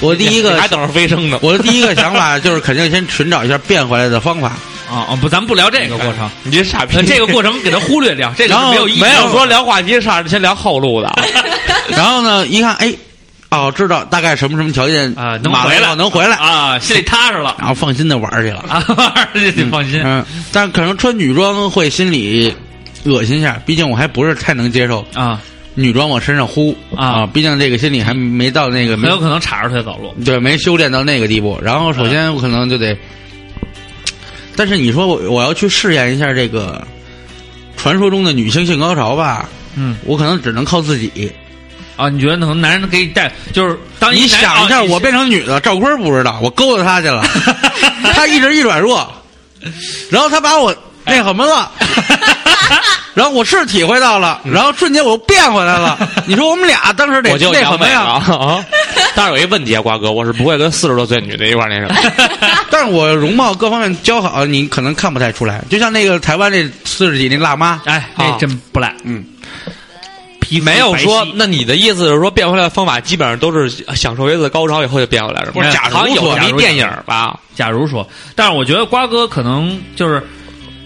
S4: 我第一
S3: 还
S4: 个，
S3: 等着飞升呢。
S4: 我的第一个想法就是肯定先寻找一下变回来的方 法。
S1: 啊啊！不，咱们不聊这个过程，
S3: 你这傻逼
S1: 呃，这个过程给它忽略掉，这个
S4: 然
S1: 是
S4: 后
S1: 没有意义的。
S3: 没有说聊话题啥，先聊后路的。
S4: 然后呢，一看，哎，哦，知道大概什么什么条件
S1: 啊，能
S4: 马
S1: 回来
S4: 能回来，
S1: 啊，心里踏实了
S4: 然后放心的玩去了。
S1: 啊， 这得放心
S4: 嗯，但可能穿女装会心里恶心一下，毕竟我还不是太能接受
S1: 啊，
S4: 女装往身上呼
S1: 啊
S4: 毕竟这个心里还没到那个没
S1: 很有可能叉着腿走路。
S4: 对，没修炼到那个地步。然后首先我可能就得，但是你说我我要去试验一下这个传说中的女性性高潮吧，
S1: 嗯
S4: 我可能只能靠自己。
S1: 啊，你觉得可能男人给你带，就是当
S4: 你
S1: 男
S4: 想一下，
S1: 啊你
S4: 我变成女的，赵坤不知道，我勾搭他去了，他一直一软弱，然后他把我那什么了。然后我是体会到了，然后瞬间我又变回来了。你说我们俩当时得
S3: 我就
S4: 那
S3: 阳
S4: 什么
S3: 痿了
S4: 呀？
S3: 啊！但是有一问题啊，瓜哥，我是不会跟四十多岁女的一块儿那什么。
S4: 但是我容貌各方面姣好，你可能看不太出来。就像那个台湾那四十几那辣妈，
S1: 哎，
S3: 啊
S1: 那真不赖，
S4: 嗯，
S1: 皮肤
S3: 没有
S1: 白皙
S3: 说，那你的意思是说变回来的方法基本上都是享受一次高潮以后就变回来了？
S1: 不是假如
S3: 好像有
S1: 说
S3: 这么
S1: 假
S3: 一
S1: 如
S3: 电影吧？
S1: 假如说，但是我觉得瓜哥可能就是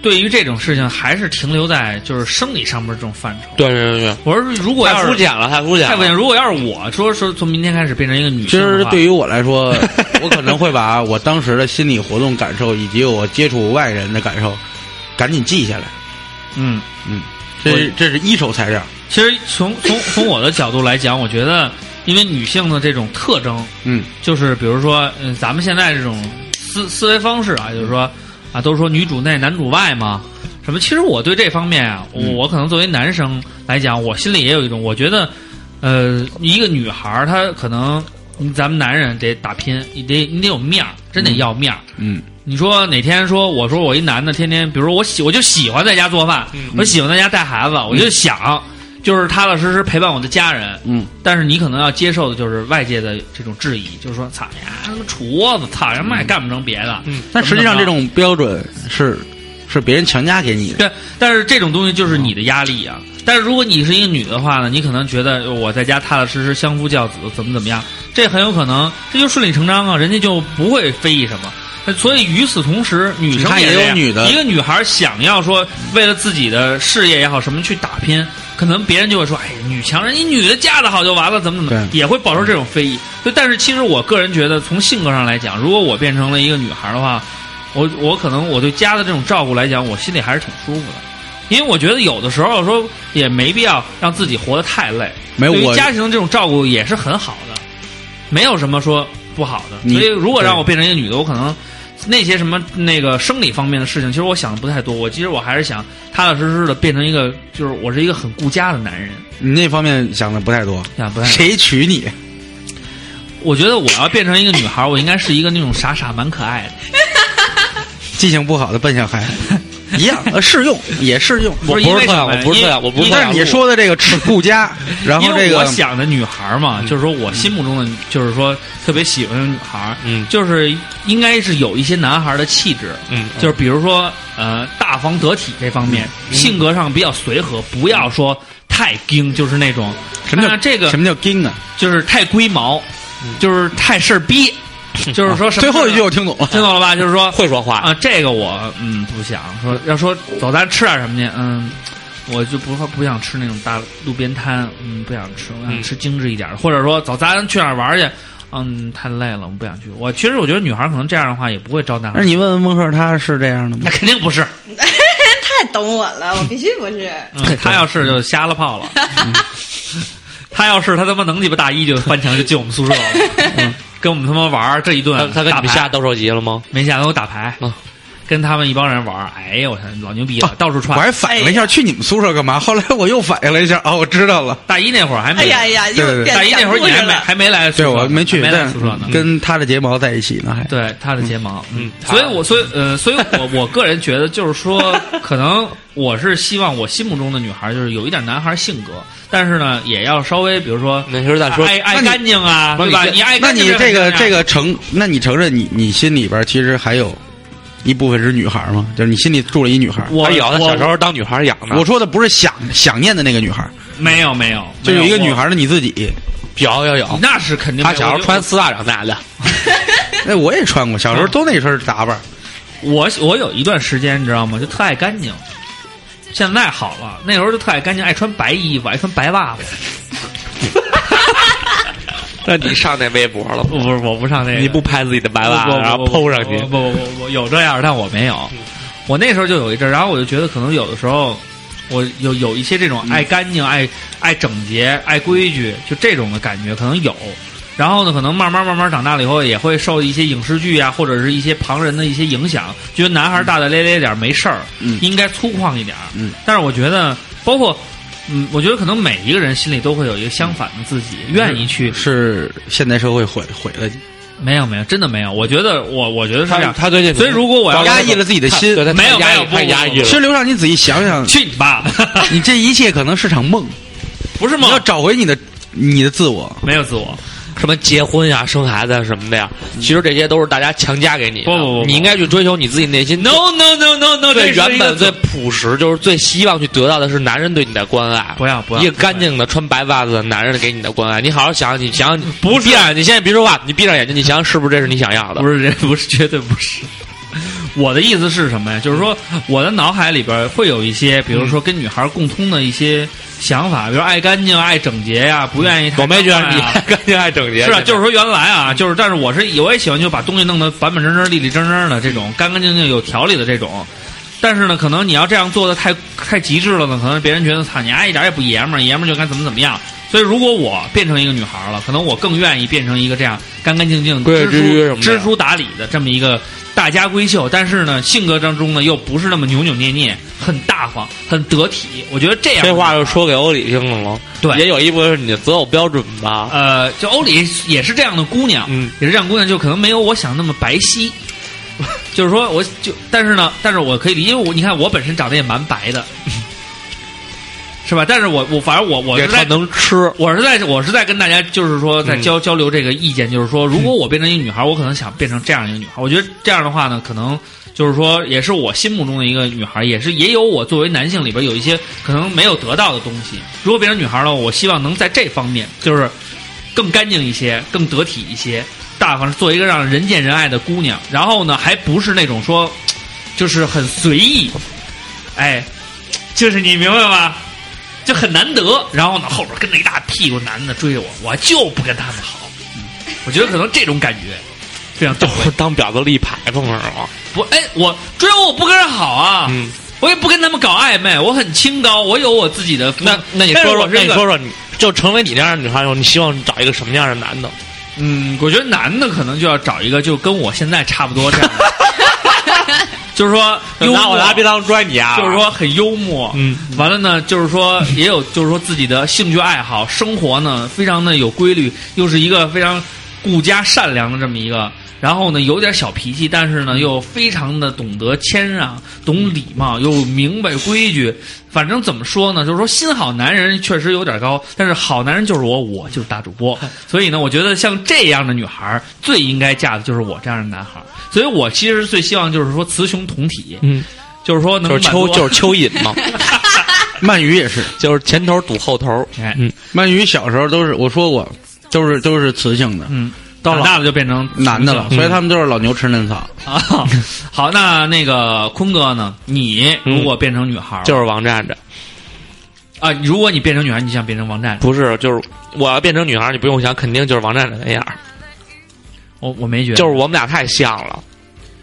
S1: 对于这种事情还是停留在就是生理上面这种范畴。
S3: 对对对
S1: 我说如
S3: 对，
S1: 果
S3: 太
S1: 要
S3: 肤
S1: 是
S3: 浅了，太肤
S4: 啊
S3: 浅
S1: 太不行，
S3: 了。
S1: 如果要是我说说从明天开始变成一个女
S4: 其
S1: 性的
S4: 实
S1: 话，
S4: 对于我来说， 我可能会把我当时的心理活动感受以及我接触外人的感受，赶紧记下来。
S1: 嗯，
S4: 嗯，这这是一手材料，
S1: 其实从从从我的角度来讲，我觉得因为女性的这种特征，
S4: 嗯
S1: 就是比如说，嗯，咱们现在这种思思维方式啊，就是说啊，都说女主内男主外嘛，什么？其实我对这方面啊，我
S4: 嗯
S1: 我可能作为男生来讲，我心里也有一种，我觉得，呃，一个女孩儿她可能，嗯咱们男人得打拼，你得你得有面儿，真得要面儿。
S4: 嗯
S1: 你说哪天说我说我一男的天天，比如说我喜我就喜欢在家做饭，我喜欢在家带孩子，我就想就是踏踏实实陪伴我的家人。
S4: 嗯，
S1: 但是你可能要接受的就是外界的这种质疑，就是说操啊呀，他妈杵窝子，操他妈也干不成别的。
S3: 嗯
S4: 但实际上这种标准是是别人强加给你的，
S1: 对，但是这种东西就是你的压力啊。但是如果你是一个女的话呢，你可能觉得我在家踏踏实实相夫教子，怎么怎么样，这很有可能这就顺理成章啊，人家就不会非议什么。那所以与此同时，女
S4: 你
S1: 生
S4: 看也
S1: 这
S4: 有
S1: 样
S4: 女的
S1: 一个女孩想要说为了自己的事业也好什么去打拼，可能别人就会说，哎，女强人，你女的嫁得好就完了，怎么怎么，
S4: 对
S1: 也会饱受这种非议。对，但是其实我个人觉得，从性格上来讲，如果我变成了一个女孩的话，我我可能我对家的这种照顾来讲，我心里还是挺舒服的，因为我觉得有的时候说也没必要让自己活得太累，
S4: 没有
S1: 对于
S4: 我
S1: 家庭的这种照顾也是很好的，没有什么说不好的。
S4: 你
S1: 所以如果让
S4: 对
S1: 我变成一个女的，我可能那些什么那个生理方面的事情，其实我想的不太多。我其实我还是想踏踏实实的变成一个，就是我是一个很顾家的男人。
S4: 你那方面想的不太多，
S1: 啊，不太。
S4: 谁娶你？
S1: 我觉得我要变成一个女孩，我应该是一个那种傻傻蛮可爱的。
S4: 记性不好的笨小孩， 一样呃适用也适用。
S3: 我
S1: 因
S3: 不
S1: 为
S3: 是特
S1: 什
S3: 想，
S1: 么
S3: 我不是特
S1: 因为
S3: 想，我不是特
S4: 但
S3: 想
S4: 是你
S3: 录
S4: 说的这个吃 顾家，然后
S1: 因
S4: 这
S1: 为我
S4: 个嗯
S1: 想的女孩嘛，就是说我心目中的，就是说特别喜欢的女孩，
S3: 嗯
S1: 就是应该是有一些男孩的气质，
S3: 嗯
S1: 就是比如说呃大方得体这方面，
S4: 嗯
S1: 性格上比较随和，不要说太精，就是那种
S4: 什么
S1: 啊
S4: 叫
S1: 这个
S4: 什么叫精啊？
S1: 就是太龟毛，就是太事儿逼，就是说什么
S4: 嗯啊最后一句
S1: 事儿
S4: 我听懂了，
S1: 听懂了吧？就是说
S3: 会说话，
S1: 啊，这个我嗯不想说，要说走，咱吃点什么去？嗯，我就不不想吃那种大路边摊，嗯，不想吃，我想
S3: 嗯
S1: 吃精致一点的，或者说走，咱去哪儿玩去？嗯，太累了，我不想去。我其实我觉得女孩可能这样的话也不会招男孩
S4: 那，你问问孟鹤，他是这样的吗
S1: 那？肯定不是，
S5: 太懂我了，我必须不是。
S1: 嗯他要是就瞎了炮了。嗯他要是他他妈能鸡巴大一就翻墙就进我们宿舍了，嗯跟我们他妈玩儿这一顿
S3: 他他跟你
S1: 打牌
S3: 们下斗兽棋了吗？
S1: 没下跟我打牌
S3: 嗯，
S1: 跟他们一帮人玩儿，哎呀，我天，老牛逼了，到处
S4: 我
S1: 串。
S4: 还反
S1: 哎
S4: 应了一下，去你们宿舍干嘛？后来我又反应了一下，哦，我知道了。
S1: 大一那会儿还没，
S5: 哎呀哎呀，
S4: 对对
S5: 又
S4: 对
S5: 变
S1: 大一那会儿
S5: 讲
S1: 你还
S5: 故事
S1: 没
S5: 了。
S1: 还没来宿
S4: 对，
S1: 舍呢，
S4: 我没去，
S1: 还没来
S4: 但
S1: 宿舍呢。
S4: 跟他的睫毛在一起呢，还
S1: 对他的睫毛，嗯
S3: 嗯，
S1: 所以我所以呃，所以我我个人觉得就是说，可能我是希望我心目中的女孩就是有一点男孩性格，但是呢，也要稍微比如说
S3: 嗯那时候在说，
S1: 爱爱
S4: 那你
S1: 干净啊，
S3: 不是
S1: 对吧？
S3: 你这
S1: 你爱
S4: 那
S1: 干净啊
S4: 你这个
S1: 很重要
S4: 这个承，那你承认你你心里边其实还有一部分是女孩吗？就是你心里住了一女孩。
S1: 我
S3: 有他小时
S1: 候
S3: 候当女孩养的，
S4: 我说的不是想想念的那个女孩，
S1: 没有没有，
S4: 就有一个女
S1: 孩，
S4: 孩的你自己。
S3: 有有有，
S1: 那是肯定没
S3: 他
S1: 有。
S3: 小时候
S1: 我
S3: 穿丝袜长大的，
S4: 哎，我也穿过，小时候都那身打扮。
S1: 我我有一段时间你知道吗？就特爱干净，现在好了，那时候就特爱干净，爱穿白衣服，爱穿白袜子。
S3: 那你上那微博了吗？
S1: 不不是，我不上那个，
S3: 你不拍自己的白
S1: 不
S3: 袜，
S1: 不
S3: 哎然后
S1: 不不
S3: 抛上去
S1: 不，
S3: 嗯
S1: 不不不，有这样，但我没有。我那时候就有一阵儿，然后我就觉得可能有的时候，我有有一些这种
S3: 嗯
S1: 爱干净、爱爱整洁、爱规矩，就这种的感觉可能有。然后呢，可能慢慢慢慢长大了以后，也会受一些影视剧啊，或者是一些旁人的一些影响，觉得男
S3: 嗯
S1: 孩大大咧咧点儿没事儿，
S4: 嗯
S1: 应该粗犷一点儿。
S4: 嗯，
S1: 但是我觉得，包括嗯，我觉得可能每一个人心里都会有一个相反的自己，愿
S3: 嗯
S1: 意去
S4: 是现代社会毁毁了你，
S1: 没有没有，真的没有。我觉得我我觉得是这
S3: 他
S1: 样。
S3: 他最近
S1: 所以如果我要
S4: 压抑了自己的心。
S3: 对他
S1: 没有
S3: 太
S1: 没
S3: 压抑
S1: 有
S3: 太
S1: 不
S3: 压抑
S1: 不
S4: 其
S3: 了
S4: 实，刘畅，你仔细想想，
S1: 去你 爸！
S4: 你这一切可能是场梦，
S1: 不是
S4: 你
S1: 梦
S4: 要，找回你的你的自我。
S1: 没有自我。
S3: 什么结婚呀、生孩子啊什么的呀，其实这些都是大家强加给你
S1: 嗯
S3: 的，
S1: 不不不不
S3: 你应该去追求你自己内心
S1: No no no no no，
S3: 最
S1: 这
S3: 原本最
S1: 的
S3: 朴实，就是最希望去得到的是男人对你的关爱。
S1: 不要不要
S3: 一个干净的穿白袜子的男人给你的关爱。你好好想想，你想想，
S1: 不是
S3: 你闭上，你现在别说话，你闭上眼睛，你想想是不是这是你想要的？
S1: 不是这不是绝对不是。我的意思是什么呀？就是说，我的脑海里边会有一些，比如说
S3: 嗯
S1: 跟女孩共通的一些想法，比如爱干净、爱整洁呀、不愿意。
S3: 我没觉得你
S1: 啊
S3: 干净爱整洁，
S1: 是啊，就是说原来
S3: 嗯
S1: 啊，就是，但是我是我也喜欢就把东西弄得板板正正、立立正正的这种，干干净净、有条理的这种。但是呢，可能你要这样做的太太极致了呢，可能别人觉得操你啊一点也不爷们儿，爷们儿就该怎么怎么样。所以如果我变成一个女孩儿了，可能我更愿意变成一个这样干干净净、
S3: 规规
S1: 知
S3: 矩矩什
S1: 书
S3: 么的
S1: 知书达理的这么一个大家闺秀。但是呢，性格当中呢又不是那么扭扭捏捏，很大方，很得体。我觉得这样
S3: 这话就说给欧里听了吗？
S1: 对
S3: 也有一部分是你的择偶标准吧。
S1: 呃，就欧里也是这样的姑娘，
S3: 嗯，
S1: 也是这样的姑娘，就可能没有我想那么白皙。就是说，我就但是呢，但是我可以理解，因为我你看我本身长得也蛮白的， 是吧？但是我我反正我我
S3: 也
S1: 是
S3: 太
S1: 在
S3: 能吃，
S1: 我是在我是在跟大家就是说在交、交流这个意见，就是说，如果我变成一个女孩，我可能想变成这样一个女孩。我觉得这样的话呢，可能就是说，也是我心目中的一个女孩，也是也有我作为男性里边有一些可能没有得到的东西。如果变成女孩呢，我希望能在这方面就是更干净一些，更得体一些，大方，做一个让人见人爱的姑娘。然后呢，还不是那种说就是很随意，哎，就是你明白吗？就很难得。然后呢，后边跟着一大屁股男的追我，我就不跟他们好。我觉得可能这种感觉非常到位。
S3: 当婊子立牌
S1: 嗯
S3: 坊是吗？
S1: 不，哎，我追我我不跟人好啊，
S3: 嗯
S1: 我也不跟他们搞暧昧，我很清高，我有我自己的。
S3: 嗯那那你说说，
S1: 但是我是
S3: 那
S1: 一
S3: 你
S1: 个
S3: 说说，你就成为你这样的女孩以后，你希望找一个什么样的男的？
S1: 嗯，我觉得男的可能就要找一个就跟我现在差不多这样的， 就是说幽
S3: 拿我
S1: 默
S3: 拿槟榔拽你啊！
S1: 就是，说很幽默，
S3: 嗯，
S1: 完了呢，就是说也有，就是说自己的兴趣爱好，生活呢非常的有规律，又是一个非常顾家善良的这么一个，然后呢有点小脾气，但是呢又非常的懂得谦让，懂礼貌，又明白规矩，反正怎么说呢，就是说心好男人确实有点高，但是好男人就是我，我就是大主 播，所以呢，我觉得像这样的女孩儿最应该嫁的就是我这样的男孩儿，所以我其实最希望就是说雌雄同体，
S3: 嗯，
S1: 就是说能
S3: 就是
S1: 满
S3: 蚯
S1: 足
S3: 就是蚯蚓 嘛，
S4: 鳗鱼也是，
S3: 就是前头堵后头。
S1: 哎
S3: 嗯，
S4: 鳗鱼小时候都是我说过，都是都是雌性的，
S1: 嗯，到
S4: 老
S1: 大了就变成
S4: 男的了，
S1: 嗯
S4: 所以他们都是老牛吃嫩草。
S1: 啊。好，那那个坤哥呢？你如果变成女孩儿，
S3: 嗯就是王站着，
S1: 啊，如果你变成女孩儿，你想变成王站？
S3: 不是，就是我要变成女孩，你不用想，肯定就是王站着那样儿。
S1: 我我没觉得，
S3: 就是我嗯们俩太像了，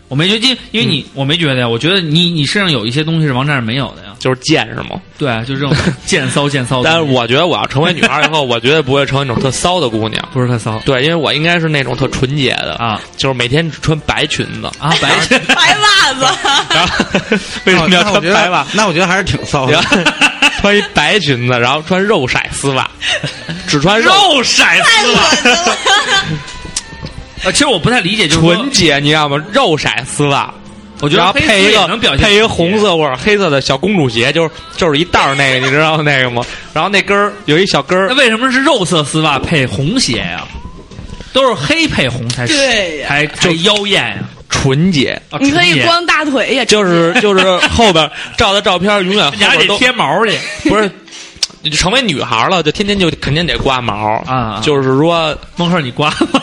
S1: 我没觉得，因因为你、我没觉得呀。我觉得你你身上有一些东西是王站着没有的呀。
S3: 就是贱是吗？
S1: 对啊，就 这种贱骚贱骚的
S3: 但是
S1: 东西，
S3: 我觉得我要成为女孩以后，我绝对不会成为那种特骚的姑娘。
S1: 不是特骚
S3: 对，因为我应该是那种特纯洁的，
S1: 啊
S3: 就是每天只穿白裙子。
S1: 啊，白 痴
S5: 白袜子，
S1: 啊
S3: 然后 为什么要
S4: 那我
S3: 穿
S4: 觉得
S3: 白袜？
S4: 那我觉得还是挺 骚的
S3: 然。后穿一白裙子，然后穿肉色丝袜，只穿肉
S1: 肉色丝袜。呃，其实我不太理解，就是说
S3: 纯，洁，你知道吗？肉色丝袜，
S1: 我觉
S3: 然
S1: 得
S3: 后
S1: 黑
S3: 配
S1: 丝
S3: 一
S1: 也
S3: 个
S1: 能表现
S3: 配一个
S1: 自己
S3: 红色或者黑色的小公主鞋，就是就是一道儿那个，你知道那个吗？然后那根儿有一小根
S1: 那
S3: 儿，
S1: 为什么是肉色丝袜配红鞋呀、都是黑配红才是
S5: 对呀
S1: 才才妖艳呀、
S3: 纯洁，
S1: 啊！
S5: 你可
S1: 纯
S5: 以
S1: 洁，
S5: 光大腿也
S3: 就是就是后边照的照片永远后
S1: 你还
S3: 边
S1: 得
S3: 都
S1: 贴毛去。
S3: 不是。你成为女孩了，就天天就肯定得刮毛
S1: 啊
S3: 就是说，
S1: 孟鹤，你刮吗？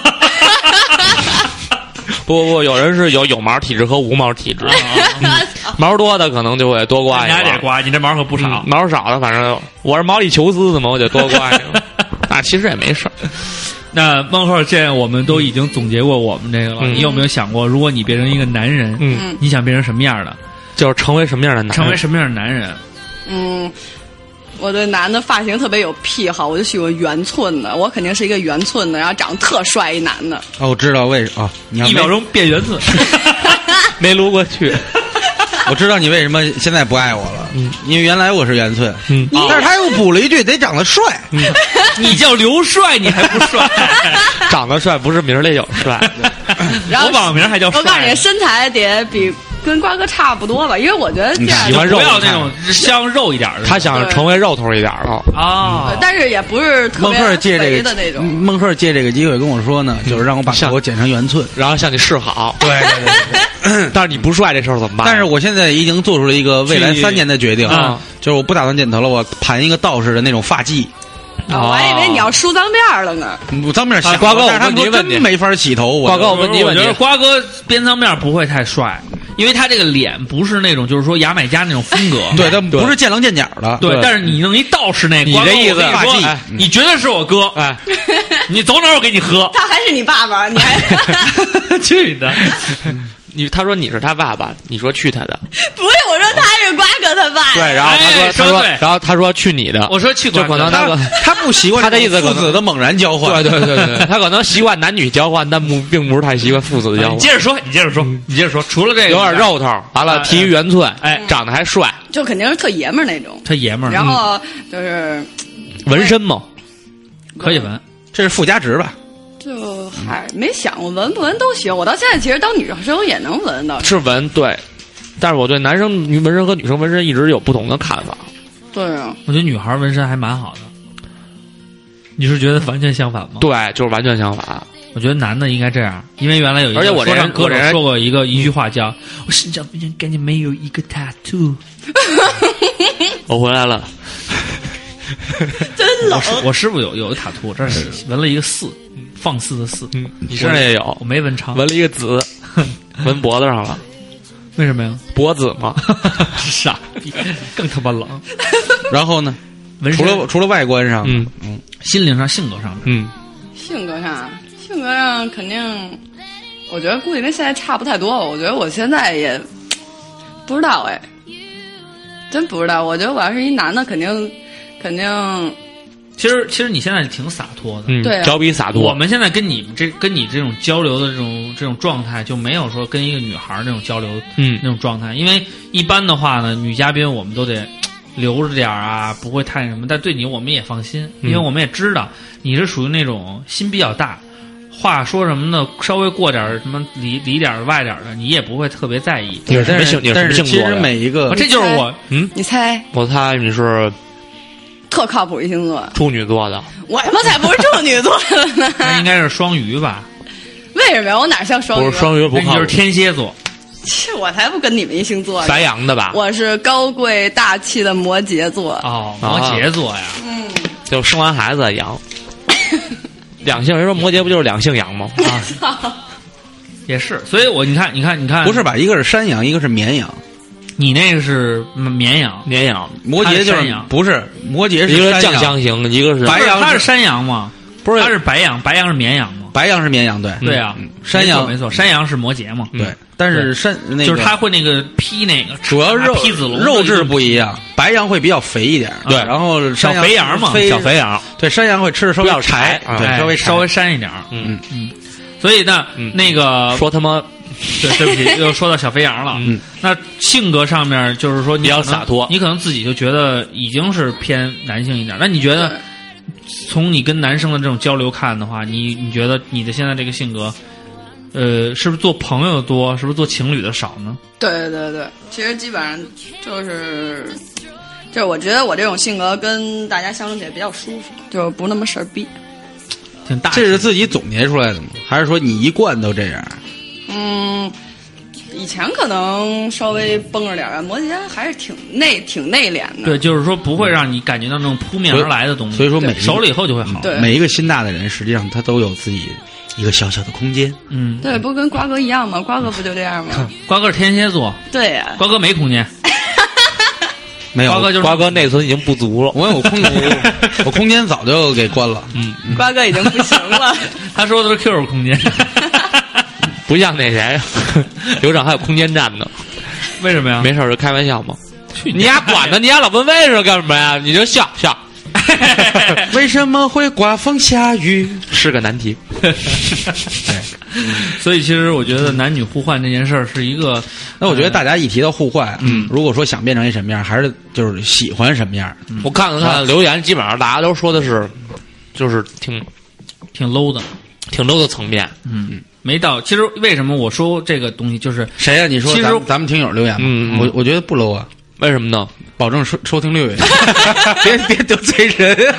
S3: 不不，有人是有有毛体质和无毛体质，
S1: 啊
S3: 嗯毛多的可能就会多刮一
S1: 哎你还
S3: 刮
S1: 得，刮，你这毛可不少
S3: 哎嗯。毛少的反正我是毛里求斯的嘛，我得多刮一刮。 啊，其实也没事儿，
S1: 那孟鹤，现在我们都已经总结过我们这个了，
S3: 嗯
S1: 你有没有想过，如果你变成一个男人，
S3: 嗯，
S1: 你想变成什么样的？
S3: 就是成为什么样的男人？
S1: 成为什么样的男人？
S3: 啊
S5: 嗯，我对男的发型特别有癖好，我就喜欢圆寸的，我肯定是一个圆寸的，然后长得特帅一男的。
S4: 哦，我知道为什么哦，你要
S1: 一秒钟变原子。
S3: 没 撸过去，
S4: 我知道你为什么现在不爱我了，因为原来我是圆寸，
S3: 嗯
S4: 但是他又补了一句得长得帅，
S1: 你叫刘帅，你还不帅？
S3: 长得帅不是名儿里有 帅，
S5: 然后
S1: 我网名还叫
S5: 我
S1: 帅。
S5: 告诉你，身材得比跟瓜哥差不多吧，因为我觉得这样
S3: 喜欢肉
S1: 不要
S3: 你
S1: 那
S3: 看
S1: 种像肉一点的。
S3: 他嗯想成为肉头一点儿了。
S1: 啊，
S5: 但是也不是特
S4: 孟
S5: 别
S4: 鹤借这个嗯
S5: 肥的那种。
S4: 孟鹤借这个机会跟我说呢，就是让我把
S3: 像
S4: 头剪成圆寸。
S3: 然后向你示好，对 但是你不帅这事儿怎么办？啊
S4: 但是我现在已经做出了一个未来
S3: 去
S4: 三年的决定，
S3: 啊
S4: 就是我不打算剪头了，我盘一个道士的那种发髻。
S5: 啊我还以为你要梳脏辫儿了呢。，
S4: 我当面想
S3: 啊
S4: 过，
S3: 瓜哥
S4: 但是他
S3: 我
S4: 嗯们
S3: 问
S4: 说
S3: 你
S4: 真没法洗头。我
S3: 瓜哥，我
S1: 我
S3: 问你一
S1: 我
S3: 问
S1: 觉
S3: 题
S1: 得，瓜哥边脏面不会太帅，因为他这个脸不是那种就是说牙买加那种风格。
S4: 对，他
S3: 对
S4: 不是见棱见角的。
S1: 对，但是你弄一道士那，
S3: 你
S1: 瓜哥
S3: 这意思
S1: 我跟你说
S3: 哎
S1: 你绝对是我哥，
S3: 哎，
S1: 你走哪儿我给你喝
S5: 他还是你爸爸，你还
S1: 去你的！
S3: 你他说你是他爸爸，你说去他的，
S5: 不是，我说他是瓜哥他爸。
S3: 对，然后他说、
S1: 哎
S3: 他
S1: 说
S3: 说
S1: 对，
S3: 然后他说去你的，
S1: 我说去
S3: 就
S1: 管
S3: 可能
S1: 他
S3: 他
S4: 他他不习惯
S3: 他的意思可
S4: 父
S3: 能
S4: 子的猛然交换，
S3: 对对对 对，他可能习惯男女交换，但不并不是太习惯父子的
S1: 你
S3: 交换，
S1: 接着说，你接着说，
S3: 嗯
S1: 你接着说。除了这个，
S3: 有点，肉头，完了
S1: 哎
S3: 体育圆寸，
S1: 哎
S3: 长得还帅，
S5: 就肯定是特爷们儿那种。
S1: 他爷们儿，
S5: 然后就是
S3: 纹身吗？
S1: 嗯可以纹，
S4: 这是附加值吧？
S5: 就还没想过纹不纹都行。我到现在其实当女生也能纹的。
S3: 是纹对，但是我对男生纹身和女生纹身一直有不同的看法。
S5: 对啊，
S1: 我觉得女孩纹身还蛮好的。你是觉得完全相反吗？，
S3: 对，就是完全相反。
S1: 我觉得男的应该这样，因为原来有一个
S3: 而且我这
S1: 说
S3: 人
S1: 唱歌
S3: 我这
S1: 手
S3: 人
S1: 说过一个一句话叫“我心脏非常干净，没有一个 tattoo”。
S3: 我回来了，
S5: 真
S1: 我
S5: 冷
S1: 师。我师傅有有个塔图，这儿纹了一个四，放肆的四。
S3: 嗯，你身上也有
S1: 我 没纹长，
S3: 纹了一个紫，纹脖子上了，
S1: 为什么呀？
S3: 脖子嘛。
S1: 傻逼，更他妈冷。
S4: 然后呢？
S1: 纹
S4: 除
S1: 身
S4: 了除了外观 上，
S3: 嗯
S1: 心灵上、性格上，
S3: 嗯，
S5: 性格上，性格上肯定，我觉得估计跟现在差不太多。我觉得我现在也不知道哎，真不知道。我觉得我要是一男的，肯定肯定
S1: 其实其实你现在挺洒脱的。
S3: 嗯
S5: 对啊
S3: 脚比洒
S1: 我
S3: 脱。
S1: 们现在跟你这跟你这种交流的这种这种状态，就没有说跟一个女孩儿那种交流
S3: 嗯
S1: 那，种状态，因为一般的话呢，女嘉宾我们都得嘖留着点儿啊，不会太什么。但对你，我们也放心，因为
S3: 嗯
S1: 我们也知道你是属于那种心比较大，话说什么呢，稍微过点儿什么里里点儿外点儿的，你也不会特别在意。
S3: 你是什
S4: 但
S3: 么性？你是什
S4: 是但
S3: 么
S4: 是
S3: 星
S4: 其
S3: 座
S4: 实
S3: 呀？
S4: 每一个
S1: 啊这就是我，
S5: 你猜
S3: 我猜你是
S5: 特靠谱一星座，
S3: 处女座的，
S5: 我他妈才不是处女座呢！
S1: 那应该是双鱼 吧？
S5: 为什么呀？我哪像双
S3: 不
S5: 鱼？
S3: 是双鱼不
S1: 那你
S3: 靠
S1: 就是
S3: 谱，
S1: 天蝎座，
S5: 切，我才不跟你们一星座呢。
S3: 白羊的吧？
S5: 我是高贵大气的摩羯座，嗯
S1: 哦，
S3: 啊
S1: 摩羯座呀，
S3: 就生完孩子 羊，两性人说摩羯不就是两性羊吗？啊
S1: 也是。所以我你看，你看，你看，
S4: 不是吧？一个是山羊，一个是绵羊。
S1: 你那个是绵羊，
S3: 绵羊，
S4: 摩
S1: 它
S4: 羯
S1: 是
S4: 就
S1: 山
S4: 是
S1: 羊
S4: 不是摩羯
S3: 一
S4: 是
S3: 个是
S4: 山
S3: 酱
S4: 羊，
S3: 香型，一个是
S4: 白羊
S1: 它是
S4: 是
S1: 山羊吗？
S4: 不是
S1: 它是白羊，白羊是绵羊吗？
S4: 白羊是绵羊，对
S1: 对呀、啊
S4: 嗯山羊
S1: 没错，没错山羊是摩羯嘛，
S4: 对。但是山那个
S1: 就是它会那个劈那个，
S4: 主要肉
S1: 劈子龙
S4: 肉质不一样，白羊会比较肥一点，
S1: 对
S4: 然后
S1: 小
S4: 山羊
S1: 肥羊嘛
S4: 非
S1: 小肥
S3: 羊，
S4: 对山羊会吃的稍
S3: 比较
S4: 微柴
S3: 柴，
S4: 对
S1: 哎
S4: 稍微柴
S1: 稍微膻一点儿。
S3: 嗯
S1: 嗯，所以呢，
S3: 嗯
S1: 那个
S3: 说他妈
S1: 对，对不起，又说到小肥羊了。
S3: 嗯，
S1: 那性格上面就是说你
S3: 比较
S1: 可能
S3: 洒脱
S1: 你可能自己就觉得已经是偏男性一点儿。那你觉得从你跟男生的这种交流看的话，你你觉得你的现在这个性格，呃，是不是做朋友的多，是不是做情侣的少呢？
S5: 对对对对，其实基本上就是，就是我觉得我这种性格跟大家相处起来比较舒服，就是不那么事儿逼。
S1: 挺大气
S4: 这
S1: 的，
S4: 是自己总结出来的吗？还是说你一贯都这样？
S5: 嗯，以前可能稍微绷着点儿吧，摩羯还是挺内挺内敛的。
S1: 对，就是说不会让你感觉到那种扑面而来的东西。
S4: 所以说每一个
S1: 熟了以后就会好。
S5: 对
S4: 每一个心大的人，实际上他都有自己一个小小的空间。
S1: 嗯，
S5: 对，不跟瓜哥一样吗？瓜哥不就这 样吗？
S1: 瓜哥是天蝎座，
S5: 对 呀、
S1: 瓜哥没空间，
S4: 没有，
S1: 瓜哥就是
S3: 瓜哥内存已经不足了。
S4: 我有空间，我空间早就给关了。
S1: 嗯
S5: 瓜哥已经不行了。
S1: 他说的是 QQ 空间。
S3: 不像那谁，刘掌还有空间站呢。
S1: 为什么呀？
S3: 没事儿就开玩笑嘛。
S1: 去
S3: 啊你丫管他，你丫老问为什么干什么呀？你就笑 笑，
S4: 为什么会刮风下雨？
S3: 是个难题。
S1: 所以其实我觉得男女互换这件事儿是一个，
S4: 那我觉得大家一提到互换，嗯，如果说想变成一什么样，还是就是喜欢什么样。
S3: 我看了看留言，基本上大家都说的是，就是挺
S1: 挺 low 的，
S3: 挺 low 的层面。
S1: 嗯，没到。其实为什么我说这个东西，就是
S4: 谁呀、你说
S1: 其实
S4: 咱们咱们听友留言吧，
S3: 嗯嗯
S4: 我我觉得不 low 啊，
S3: 为什么呢？
S4: 保证收收听率， 别别得罪人。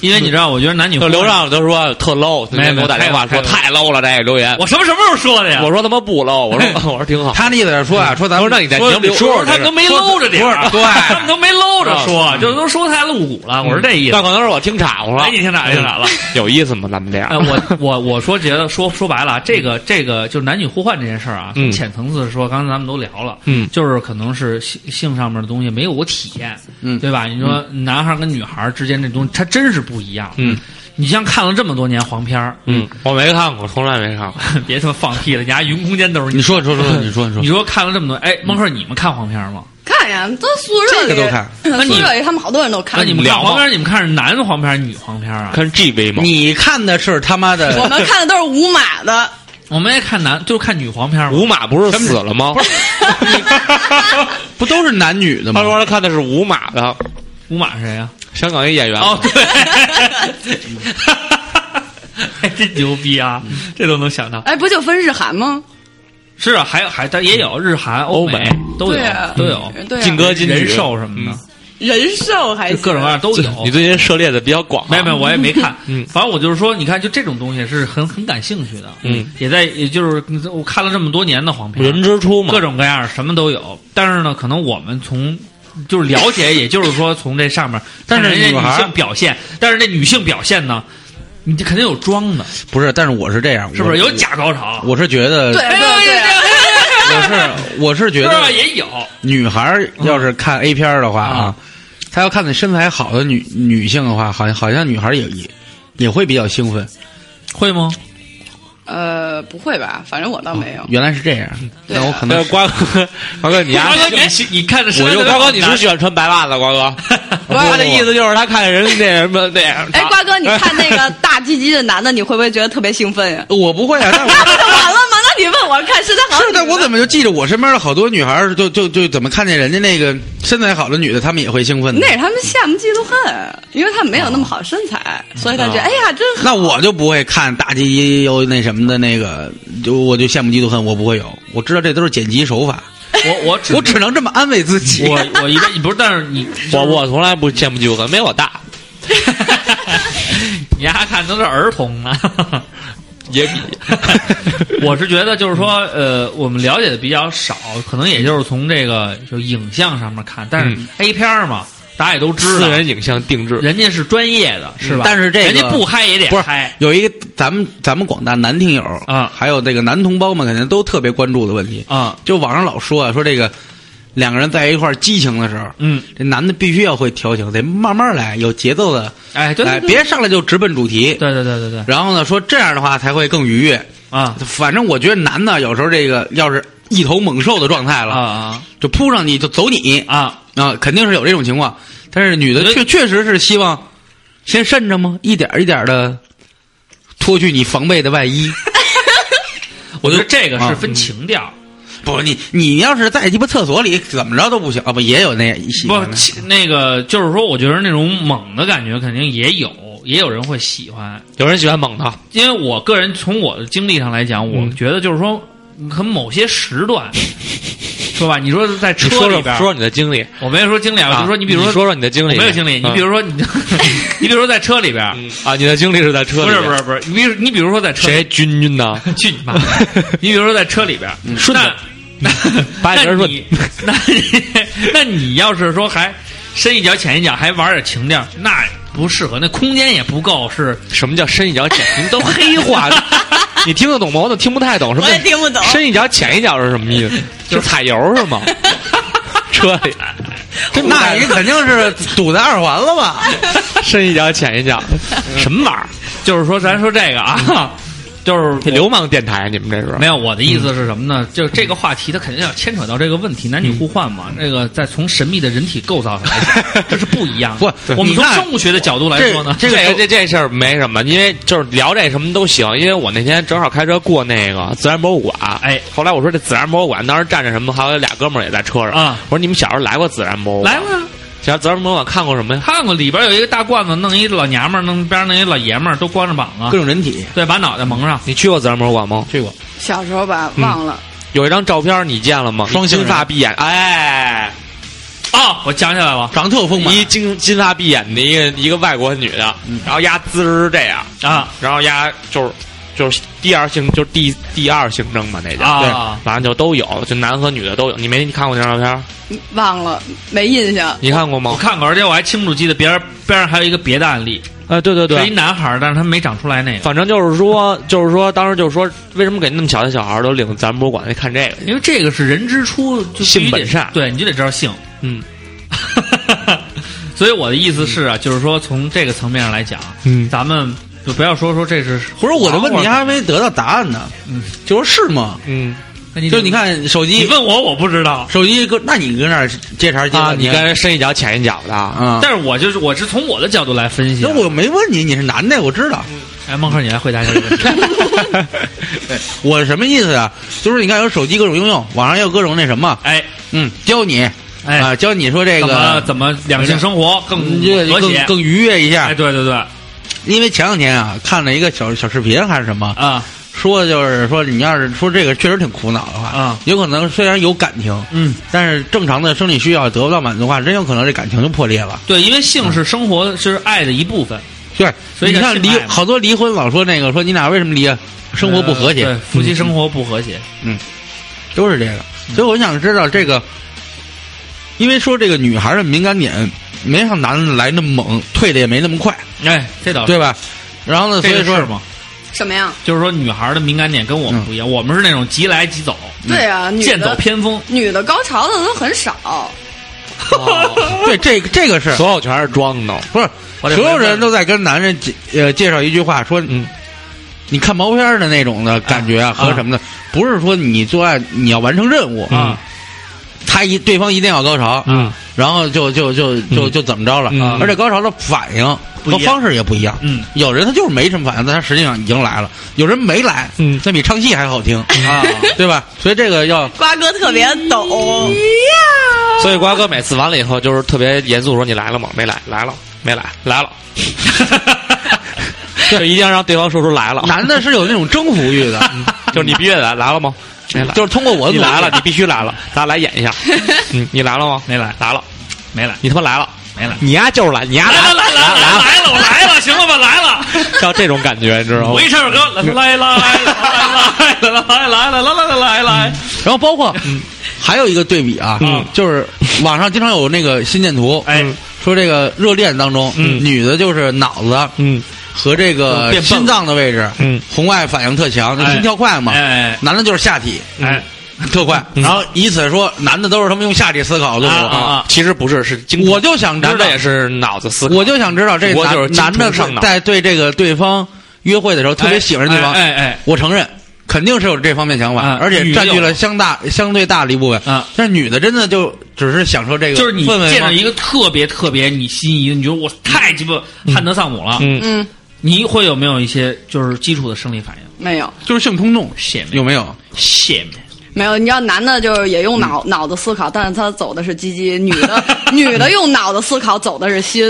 S1: 因为你知道，我觉得男女互
S3: 就
S1: 换
S3: 刘，尚都说特 low，
S1: 没有
S3: 给我打电话
S1: 没
S3: 说
S1: 有
S3: 太 low 了，这个留言。
S1: 我什么什么时候说的呀？
S3: 我说他妈不 low，我说 我说挺好。
S4: 他那意思是说啊，说咱
S3: 我
S4: 们
S3: 说那你在节目里
S4: 说
S3: 说说
S1: 他们
S3: 这
S1: 都
S3: 个
S1: 没搂着点儿，
S4: 对
S1: 他们 都没搂着说，
S3: 啊
S1: 就都说太露骨了。我是这意思
S3: 那。可能是我听嗯岔乎了。
S1: 哎你听岔听岔了，
S3: 有意思吗？咱们这样
S1: 哎，，我我我说觉得说说白了啊，这个这个就是男女互换这件事儿啊，从
S3: 嗯
S1: 浅层次说，刚才咱们都聊了，
S3: 嗯
S1: 就是可能是性性上面的东西没有我体验，
S4: 嗯
S1: 对吧？你说男孩儿跟女孩儿之间这东西，它真是不一样。
S3: 嗯，
S1: 你像看了这么多年黄片儿，
S3: 嗯，我没看过，从来没看过。
S1: 别他妈放屁了，你家云空间都是
S4: 你说说说，你说你
S1: 你
S4: 说，
S1: 说看了这么多，哎，孟克，你们看黄片儿吗？
S5: 看呀，都宿舍
S4: 这
S5: 里
S4: 个都看，
S5: 宿
S1: 你
S5: 舍里他们好多人都看。
S1: 那你们
S3: 聊
S1: 看
S3: 吗
S1: 黄片儿，你们看是男黄片儿、女黄片儿啊？
S3: 看 GV 吗？
S4: 你看的是他妈的
S5: 我们看的都是无码的，
S1: 我们也看男，就看女黄片儿嘛。
S3: 五马不是死了吗？
S4: 不都是男女的吗
S3: 他？说他看的是五马的，
S1: 五马是谁呀、
S3: 香港一演员。
S1: 哦，对， 哎，真牛逼啊！
S3: 嗯
S1: 这都能想到。
S5: 哎，不就分日韩吗？
S1: 是啊，还有还但也有日韩、欧
S3: 嗯欧美
S1: 都有
S5: 对啊
S1: 都有，
S5: 对啊
S3: 劲歌金曲
S1: 人兽什么的，
S5: 人兽还行
S1: 各种各样都
S3: 最
S1: 有
S3: 你。最近涉猎的比较广啊，
S1: 没有没有，我也没看。
S3: 嗯
S1: 反正我就是说，你看，就这种东西是很很感兴趣的。
S3: 嗯，
S1: 也在，也就是我看了这么多年的黄片，
S3: 人之初嘛
S1: 各，种各样什么都有。但是呢，可能我们从就是了解，也就是说从这上面，但是人家
S4: 看着
S1: 女
S4: 女孩
S1: 性表现，但是那女性表现呢，你这肯定有装的，
S4: 不是，但是我是这样，
S1: 是不是有？
S4: 我
S1: 假高潮？
S4: 我是觉得，
S5: 对对对 啊，
S4: 我是我是觉
S1: 是吧？
S4: 得，
S1: 也有，
S4: 女孩儿要是看 A 片儿的话啊，她要看那身材好的女女性的话，好像好像女孩儿也也也会比较兴奋。
S1: 会吗？
S5: 呃，不会吧？反正我倒没有。
S4: 原来是这样，
S5: 对啊
S4: 但我可能？
S3: 那瓜哥，瓜哥你呀
S1: 瓜，哥，你是你看着身
S3: 我
S1: 材
S3: 就
S1: 特别
S3: 瓜
S1: 好
S3: 哥你是喜欢穿白袜子，瓜哥。他的意思就是他看见人那什么那。
S5: 哎，瓜哥，你看那个大鸡鸡的男的，你会不会觉得特别兴奋呀
S4: 我不会啊，但我
S5: 那不就完了吗？ 那你问我看身材好，
S4: 是，但我怎么就记着我身边的好多女孩儿，就就就怎么看见人家那个身材好的女的，她们也会兴奋的
S5: 那。是他们羡慕嫉妒恨，因为他们没有那么好身材，所以他觉得哎呀真好。
S4: 那我就不会看大鸡又那什么的那个，就我就羡慕嫉妒恨，我不会有。我知道这都是剪辑手法，
S1: 我我只
S4: 我只能这么安慰自己。
S1: 我我一般不是，但是你
S3: 我我从来不羡慕嫉妒恨，没我大，
S1: 你丫看都是儿童啊呢。
S3: 也比
S1: 我是觉得就是说，呃，我们了解的比较少，可能也就是从这个就影像上面看，但是
S3: 嗯
S1: A 片儿嘛，大家也都知
S3: 私
S1: 道，
S3: 人影像定制。
S1: 啊人家是专业的，是吧？
S4: 但是这个
S1: 人家不嗨也得
S4: 不是
S1: 嗨，
S4: 有一个咱们咱们广大男听友
S1: 啊
S4: 还有这个男同胞们肯定都特别关注的问题，
S1: 啊，
S4: 就网上老说啊，说这个两个人在一块儿激情的时候，
S1: 嗯，
S4: 这男的必须要会调情，得慢慢来，有节奏的，
S1: 哎，对
S4: 哎，
S1: 对对，
S4: 别上来就直奔主题。
S1: 对对对对对
S4: 然后呢，说这样的话才会更愉悦。
S1: 啊
S4: 反正我觉得男的有时候这个要是一头猛兽的状态
S1: 啊
S4: 了，
S1: 啊
S4: 就扑上你就走你
S1: 啊！
S4: 啊，肯定是有这种情况。但是女
S1: 我觉
S4: 的
S1: 得
S4: 确确实是希望先慎着吗？一点儿一点的脱去你防备的外衣。
S1: 我觉得这个
S4: 啊
S1: 是分情调，
S4: 不，你你要是在鸡巴厕所里怎么着都不行啊！不，也有那喜欢
S1: 不
S4: 的
S1: 其那个就是说，我觉得那种猛的感觉肯定也有，也有人会喜欢。
S3: 有人喜欢猛的，
S1: 因为我个人从我的经历上来讲，我
S3: 嗯
S1: 觉得就是说，可能某些时 段，说吧，你说在车
S3: 你说
S1: 里
S3: 说
S1: 边
S3: 说
S1: 儿，
S3: 说你的经历，
S1: 我没有说经历啊，我
S3: 啊
S1: 就说你比如
S3: 说
S1: 说
S3: 说你的经
S1: 我
S3: 历，
S1: 没有经历，你
S3: 嗯
S1: 比如说你， 你比如说在车里边儿，
S3: 嗯啊，你的经历是在车
S1: 不
S3: 里，
S1: 是不是不是，你比如你比如说在车里，
S3: 谁君君呢？
S1: 去你妈！ 你比如说在车里边儿，
S3: 顺
S1: 那
S3: 着嗯 八
S1: 那
S3: 节顺
S1: 你那你 那你要是说还深一脚浅一脚，还玩点情调，那不适合，那空间也不够，是
S3: 什么叫深一脚浅？你们都 黑话，你听得懂吗？我怎么听不太懂？什么
S5: 我也听不 懂
S3: 深一脚浅一脚是什么 意思？就是踩油是吗？车里
S4: 那你肯定是堵在二环了 吧？
S3: 深一脚浅一 脚，什么玩意儿？嗯
S1: 就是说咱说这个啊，就是
S3: 这嗯流氓电台，啊你们这是
S1: 没有，我的意思是什么呢？就是这个话题，它肯定要牵扯到这个问题，男女互换
S3: 嗯
S1: 嘛。这个再从神秘的人体构造上来 讲，这是不一样的。
S4: 不
S1: 我们
S4: 你
S1: 从
S4: 看
S1: 生物学的角度来说呢，
S3: 这
S1: 个
S3: 这这事儿没什么，因为就是聊这什么都行。因为我那天正好开车过那个自然博物馆，
S1: 哎
S3: 后来我说这自然博物馆当时站着什么，还有俩哥们儿也在车上
S1: 啊
S3: 我说你们小时候来过自然博物馆？
S1: 来吧，
S3: 小时候自然博物馆看过什么呀？
S1: 看过里边有一个大罐子，弄一老娘们儿，弄边上弄一老爷们儿，都光着膀
S4: 各
S1: 子，
S4: 种人体，
S1: 对，把脑袋蒙上。
S3: 你去过自然博物馆吗？
S4: 去过
S5: 小时候吧，忘了，
S3: 有一张照片你见了吗？
S4: 双性
S3: 金
S4: 人
S3: 发碧眼，哎，
S1: 哦，我想起来了
S4: 长特丰满
S3: 一金金发碧眼的一个一个外国女的，然后丫姿势是这样，
S1: 啊
S3: 然后丫就是就是第二性就是第第二性征嘛，那叫、
S1: 啊
S3: 对，反正就都有，就男和女的都有。你没你看过那张照片？
S5: 忘了，没印象。
S3: 你看过
S1: 我
S3: 吗？
S1: 看过，而且我还清楚记得别人边上还有一个别的案例，
S3: 呃，对对
S1: 是一，男孩儿，但是他没长出来那个，
S3: 反正就是说，就是说，当时就是说，为什么给那么小的小孩都领咱博物馆去看这个去？
S1: 因为这个是人之初就必须
S3: 性
S1: 得
S3: 本善
S4: 嗯
S1: 对，你就得知道性。
S3: 嗯，
S1: 所以我的意思是啊，就是说从这个层面上来讲，
S3: 嗯
S1: 咱们就不要说说这是
S4: 不是我的问题啊还没得到答案呢，
S1: 嗯
S4: 就说是吗？
S3: 嗯
S1: 那你
S4: 就你，看手
S1: 你
S4: 机，
S1: 问我我不知道，
S4: 手机搁，那你搁那儿接茬接
S3: 啊，
S4: 半
S3: 你
S4: 天
S3: 跟人深一脚浅一脚的啊，
S4: 啊？
S1: 但是我就是我是从我的角度来分析
S4: 那
S1: 啊。
S4: 我没问你，你是男的，我知道。
S1: 哎，孟鹤，你来回答一下这个问题。
S4: 对，我什么意思啊？就是你看有手机各种应用，网上有各种那什么，
S1: 哎
S4: 嗯，教你
S1: 哎，
S4: 啊，教你说这
S1: 怎么
S4: 个
S1: 怎么两性生活更
S4: 嗯这
S1: 和谐
S4: 更？更愉悦一
S1: 哎，
S4: 下。
S1: 对对对，
S4: 因为前两天啊，看了一个小小视频还是什么，
S1: 啊，
S4: 说的就是说你要是说这个确实挺苦恼的话
S1: 啊，
S4: 有可能虽然有感情，
S1: 嗯，
S4: 但是正常的生理需要得不到满足的话，真有可能这感情就破裂了。
S1: 对，因为性是生活是爱的一部分，
S4: 对，
S1: 所以
S4: 你
S1: 叫
S4: 看
S1: 性
S4: 离
S1: 爱嘛
S4: 好多离婚老说那个说你俩为什么离啊？生活不和谐，嗯
S1: 呃对，夫妻生活不和谐。
S4: 都是这个。
S1: 嗯
S4: 所以我想知道这个，因为说这个女孩的敏感点没像男的来那么猛，退的也没那么快，
S1: 哎，这倒是，
S4: 对吧？然后呢，所
S1: 这
S4: 以
S1: 个
S4: 说
S1: 是吗？
S5: 什么呀？
S1: 就是说女孩的敏感点跟我们不一样，我们是那种即来即走，
S5: 对啊，女
S1: 剑走
S5: 的
S1: 偏锋。
S5: 女的高潮的都很少，
S4: 对这个这 个是
S3: 哦所有全 是装的，
S4: 不是
S1: 我得
S4: 所有
S1: 回
S4: 人
S1: 问
S4: 都在跟男人介呃介绍一句话说，
S3: 嗯
S4: 你看毛片儿的那种的感觉啊
S1: 啊
S4: 和什么的，不是说你做爱你要完成任务，
S3: 嗯
S1: 啊
S4: 他一对方一定要高潮，
S1: 啊，
S4: 然后就就就就就怎么着了，
S3: 嗯
S4: 而且高潮的反应
S1: 不一
S4: 和
S1: 样
S4: 方式也不一样。
S1: 嗯
S4: 有人他就是没什么反应，但他实际上已经来了；有人没来，
S3: 嗯
S4: 那比唱戏还 好听，
S1: 啊，
S4: 对吧？所以这个要
S5: 瓜哥特别抖。
S3: 所以瓜哥每次完了以后就是特别严肃说你来了吗？没来，来了，没来，来了，就一定要让对方说出来了，
S4: 男的是有那种征服欲的，
S3: 就是你必须得来，来了吗？没来，
S4: 就是通过我
S3: 嗯
S4: 的
S3: 你
S4: 努力
S3: 来了，你必须来了，咱来演一 下，嗯，你来了吗？
S1: 没来
S3: 来了，
S1: 没来
S3: 你他妈来了，
S1: 没来。
S3: 你丫就是来，你丫
S1: 来
S3: 来
S1: 了来了来了来了，我来了，行了吧，来了，
S3: 像这种感觉，你知道吗
S1: 我一？唱首歌，来来来来来来来来来来来来，
S4: 然后包括还有一个对比啊
S1: 嗯，
S4: 就是网上经常有那个心电图，
S1: 哎，
S4: 说这个热恋当中，
S1: 嗯
S4: 女的就是脑子
S3: 嗯
S4: 和这个
S1: 嗯变笨了
S4: 心脏的位置，
S3: 嗯，
S4: 红外反应特强，就心跳快嘛。
S1: 哎
S4: 男的就是下体
S3: 嗯
S1: 哎
S4: 特快，然后以此说男的都是他们用下体思考的。
S1: 啊啊
S3: 其实不是，是经
S4: 我就想知
S3: 男
S4: 道
S3: 的，也是脑子思考，
S4: 我就想知道这
S3: 我
S4: 男
S3: 就是精
S4: 男的
S3: 虫上脑
S4: 在对这个对方约会的时候特别喜欢对方，
S1: 哎哎
S4: 我承认。肯定是有这方面想法
S1: 啊，
S4: 而且占据
S1: 女的
S4: 了
S1: 有
S4: 相大相对大的一部分。
S1: 啊，
S4: 但是女的真的就只是享受这个
S1: 就是你
S4: 氛围
S1: 见
S4: 吗
S1: 着？一个特别特别你心仪的，你觉得我太鸡巴汉德萨姆了，
S3: 嗯
S5: 嗯，
S1: 你会有没有一些就是基础的生理反应？
S5: 没有
S4: 就是性冲动，
S1: 谢没
S4: 有没有？
S1: 谢没
S5: 没有，你知道男的就是也用
S1: 嗯
S5: 脑、脑子思考，但是他走的是鸡鸡；女 的女的用脑子思考，走的是心。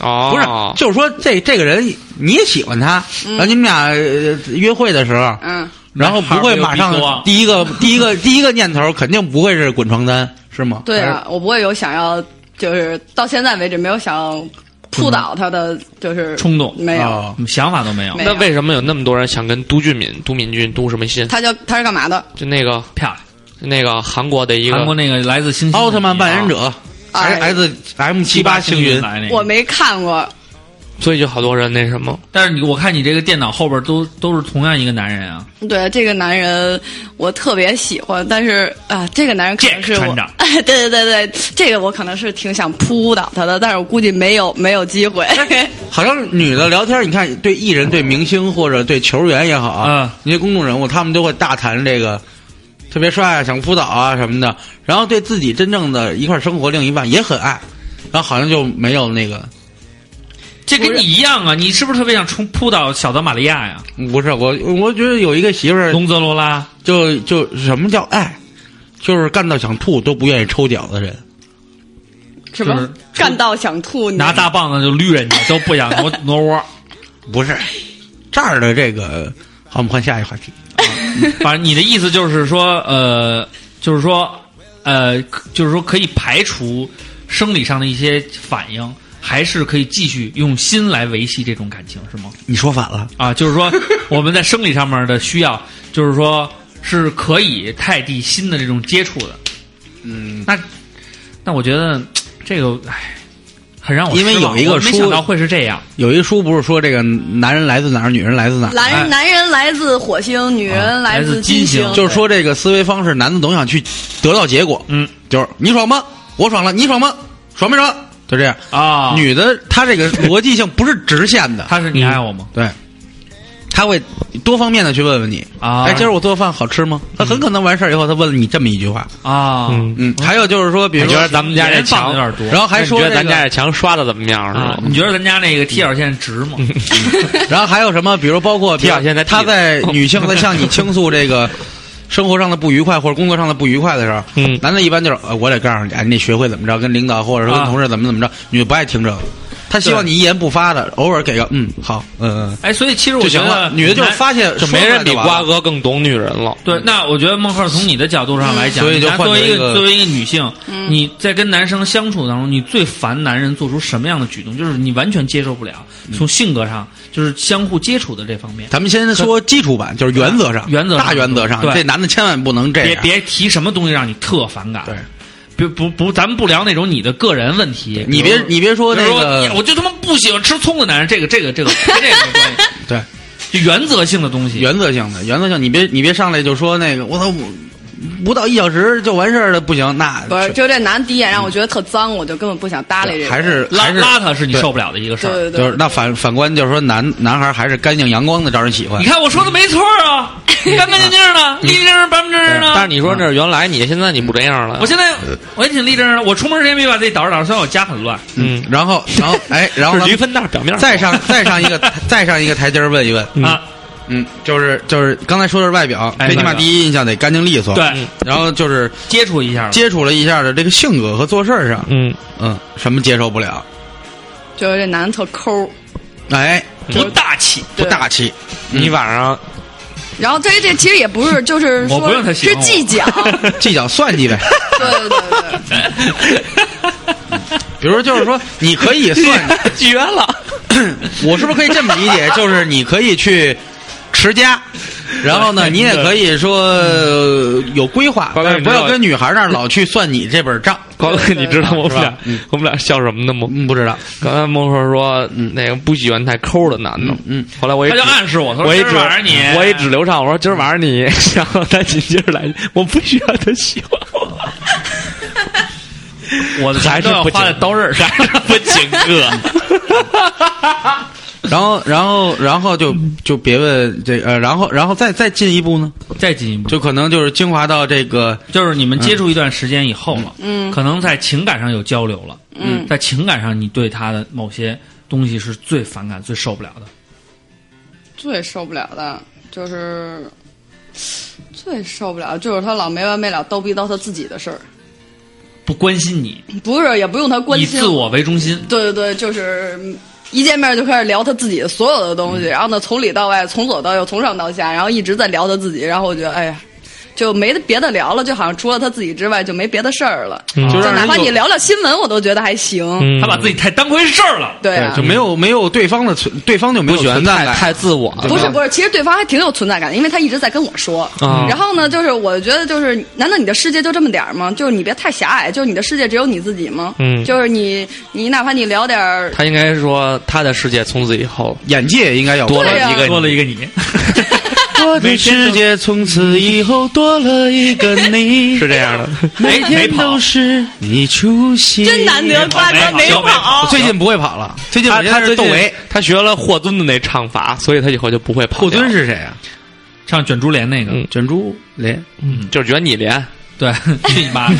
S3: 哦，
S4: 不是，就是说这这个人你也喜欢他，然后你们俩呃约会的时候，
S5: 嗯，
S4: 然后不会马
S1: 男孩儿没有逼啊多
S4: 上第一个第一个第一个念头肯定不会是滚床单，是吗？
S5: 对
S1: 哎
S5: 啊，我不会有想要，就是到现在为止没有想要扑倒他的，就是
S1: 冲动啊
S5: 没有。
S4: 哦
S1: 想法都没有
S5: 没，
S3: 那为什么有那么多人想跟都俊敏、都敏俊、都什么新？
S5: 他叫他是干嘛的
S3: 就那个
S1: 漂亮。
S3: 那个韩国的一个
S1: 韩国那个来自星星
S4: 奥特曼扮演者
S5: 哎
S4: S M 七
S1: 七
S4: 八
S1: 八
S4: 星
S1: 星
S4: 云
S1: 云，来那个，
S5: 我没看过，
S3: 所以就好多人那什么，
S1: 但是你我看你这个电脑后边都都是同样一个男人啊，
S5: 对这个男人我特别喜欢，但是啊，这个男人可能
S1: Jack
S5: 是我
S1: 船长，
S5: 哎， 对对对对，这个我可能是挺想扑倒他的，但是我估计没有没有机会。
S1: 哎
S4: 好像女的聊天，你看对艺人、对明星或者对球员也好
S1: 嗯
S4: 啊，那些公众人物，他们都会大谈这个特别帅啊，想扑倒啊什么的，然后对自己真正的一块生活另一半也很爱，然后好像就没有那个，
S1: 这跟你一样啊，你是不是特别想冲扑倒小德玛利亚呀、
S4: 不是我，我觉得有一个媳妇儿
S1: 龙泽罗拉？
S4: 就就什么叫爱，就是干到想吐都不愿意抽脚的人。
S5: 什么、
S1: 就是
S5: 干到想吐你
S1: 拿大棒子就捋人家，都不想 挪挪窝。
S4: 不是，这儿的这个，好，我们换下一个话题。
S1: 反正你的意思就是说，呃，就是说，呃，就是说可以排除生理上的一些反应，还是可以继续用心来维系这种感情，是吗？
S4: 你说反了，
S1: 啊，就是说我们在生理上面的需要，就是说是可以泰地新的这种接触的。
S4: 嗯，
S1: 那那我觉得这个，唉，很让我
S4: 因为
S1: 失望
S4: 有一个
S1: 我没
S4: 书
S1: 想到会是这样。
S4: 有一书不是说这个男人来自哪儿，女人来自哪儿，
S5: 男
S1: 哎啊
S5: 人男人来自火星，女人
S1: 来自
S5: 自
S1: 金
S5: 金
S1: 星就
S4: 就是说这个思维方式，男的总想去得到结果，
S1: 嗯，
S4: 就是你爽吗？我爽了，你爽吗？爽没爽？就这样。
S1: 啊，
S4: 女的她这个逻辑性不是直线的，
S1: 他是你爱我吗？
S4: 对，她会多方面的去问问你。
S1: 啊，
S4: 哎，今儿我做的饭好吃吗？她很可能完事儿以后，她问了你这么一句话。
S1: 啊，
S3: 嗯，
S4: 嗯，还有就是说，比
S3: 你
S4: 如
S3: 觉得
S4: 说，
S3: 咱们家这
S1: 盐放
S3: 墙
S1: 的有点多。
S4: 然后还说
S3: 你觉得咱
S4: 这个
S3: 家这墙刷的怎么样？是
S1: 啊
S3: 吗？
S1: 你觉得咱家那个踢脚线值吗？
S4: 嗯然后还有什么？比如包括， 比
S3: 踢
S4: 如
S1: 啊
S3: 脚线在地
S4: 她在女性在向你倾诉这个生活上的不愉快或者工作上的不愉快的时候，
S3: 嗯
S4: 男的一般就是，呃我得告诉你，哎，你得学会怎么着，跟领导或者说跟
S1: 啊
S4: 同事怎么怎么着，女的不爱听这个，她希望你一言不发的，偶尔给个嗯好，嗯
S1: 哎，所以其实
S4: 嗯
S1: 我
S4: 就
S1: 觉
S4: 行
S1: 得
S4: 了。女的就是
S1: 男
S4: 发现
S3: 就没人比瓜
S4: 哥，
S3: 哥更懂女人了。嗯
S1: 对，那我觉得孟鹤从你的角度上来讲，
S4: 嗯所以就
S1: 你
S4: 换
S1: 作为
S4: 成
S1: 一
S4: 一个
S1: 作为一个女性，你在跟男生相处当中，你最烦男人做出什么样的举动？就是你完全接受不了，
S4: 嗯
S1: 从性格上就是相互接触的这方面，
S4: 咱们先说基础版，就是原则上，
S1: 啊原则上
S4: 大原则上，
S1: 对
S4: 这男的千万不能这
S1: 别
S4: 样。
S1: 别啊提什么东西让你特反感。
S4: 对，
S1: 别不不，咱们不聊那种你的个人问题，
S4: 你
S1: 比如
S4: 别你别说
S1: 比
S4: 那
S1: 如
S4: 个
S1: 说，我就他妈不喜欢吃葱的男人，这个这个这个跟这个 没关系，
S4: 对
S1: 就原则性的东西。
S4: 原则性的原则性，你别你别上来就说那个我操我不到一小时就完事儿了，不行，那
S5: 不是，就这男的第一眼让
S1: 嗯
S5: 我觉得特脏，我就根本不想搭理这个人。
S4: 还是
S1: 邋
S4: 还是
S1: 邋遢是你
S4: 对
S1: 受不了的一个事
S5: 对
S1: 儿。
S5: 对对，
S4: 就是那反反观就是说男男孩还是干净阳光的招人喜欢
S1: 你。看我说的没错啊，干干净净的，立正儿白正儿呢。
S3: 但是你说那是原来你，现在你不这样了
S1: 我。现在
S3: 呃
S1: 我也挺立正儿的，我出门之前没把自己捯饬捯饬，虽然我家很乱。
S3: 嗯，
S4: 然后然后哎，然后
S3: 是
S4: 咱
S3: 驴
S4: 们
S3: 分蛋表面。
S4: 再 上再上一个再上一个台阶儿问一问，
S3: 嗯
S1: 啊，
S4: 嗯，就是就是刚才说的是外表，
S1: 哎
S4: 最起码
S1: 外表
S4: 第一印象得干净利
S3: 嗯
S4: 索。
S1: 对，，
S4: 然后就是
S1: 接触一下，
S4: 接触了一下的这个性格和做事儿上，
S3: 嗯，
S4: 嗯，什么接受不了，
S5: 就是这男的特抠。
S4: 哎，
S1: 不大气。
S4: 不大气，
S3: 你晚上
S5: 然后这这其实也不是，就是
S1: 我不用
S5: 说
S1: 他喜
S5: 是
S1: 欢我
S5: 计 较，
S4: 计较算计呗。
S5: 对对对对。
S4: 比如说就是说，你可以算 计，
S3: 绝了。
S4: 我是不是可以这么理解？就是你可以去持家，然后呢，你也可以说呃有规划，
S3: 乖乖
S4: 但是
S3: 你
S4: 不
S3: 知道
S4: 要跟女孩那儿老去算你这本账。
S3: 高哥，你知道我们俩
S4: 嗯
S3: 我们俩笑什么呢吗？
S4: 嗯，不知道，
S3: 刚才孟硕说那个不喜欢太抠的男的，
S4: 嗯，
S3: 后来我一
S1: 他就暗示我，他说
S3: 我一
S1: 今儿晚上你，
S3: 我一指刘畅，我说今儿晚上你， 然后他紧接着来，我不需要他喜欢我，
S1: 我的
S3: 还
S1: 钱
S3: 是
S1: 都要
S3: 不
S1: 花在
S3: 紧
S1: 刀刃上，
S3: 不请客。
S4: 然后，然后，然后就就别问这呃，然后，然后再再进一步呢，
S1: 再进一步，
S4: 就可能就是精华到这个
S1: 就是你们接触一段时间以后了，嗯，可能在情感上有交流了，
S5: 嗯
S1: 在情感上你对他的某些东西是最反感、最受不了的。
S5: 最受不了的就是最受不了，就是他老没完没了叨逼叨他自己的事儿，
S1: 不关心你，
S5: 不是也不用他关
S1: 以
S5: 心
S1: 自。我为中心，
S5: 对对对，就是嗯一见面就开始聊他自己的所有的东西，然后呢从里到外，从左到右，从上到下，然后一直在聊他自己，然后我觉得哎呀。就没得别的聊了，就好像除了他自己之外就没别的事儿了。
S3: 嗯
S4: 就
S5: 就
S4: 让人
S5: 哪怕
S4: 有
S5: 你聊聊新闻，我都觉得还行。
S1: 他把自己太当回事儿了。
S5: 对啊，
S4: 就没有没有对方的存，对方就没有存在感。
S3: 自我了
S5: 不是不是，其实对方还挺有存在感的，因为他一直在跟我说。
S3: 嗯啊
S5: 然后呢，就是我觉得就是，难道你的世界就这么点儿吗？就是你别太狭隘，就是你的世界只有你自己吗？
S3: 嗯
S5: 就是你你哪怕你聊点儿，
S3: 他应该说他的世界从此以后
S4: 眼界应该要
S3: 多
S4: 高
S3: 了
S5: 对啊呀
S3: 一个
S1: 多了
S3: 你
S1: 一个你，
S4: 我的世界从此以后多了一个 你，
S3: 是这样的。
S4: 每
S1: 没
S4: 天
S1: 跑
S4: 都是你出现。
S5: 真难得瓜哥
S1: 没啊跑没
S5: 跑
S4: 我。最近不会跑了，最近我
S3: 他
S4: 现
S3: 他
S4: 在是
S3: 最
S4: 窦
S3: 近
S4: 唯。
S3: 他学了霍尊的那唱法，所以他以后就不会跑掉。
S4: 霍尊是谁啊？
S1: 像卷珠帘那个，
S3: 嗯
S4: 卷珠帘。
S1: 嗯，
S3: 就是卷你连，
S1: 对， 去你妈！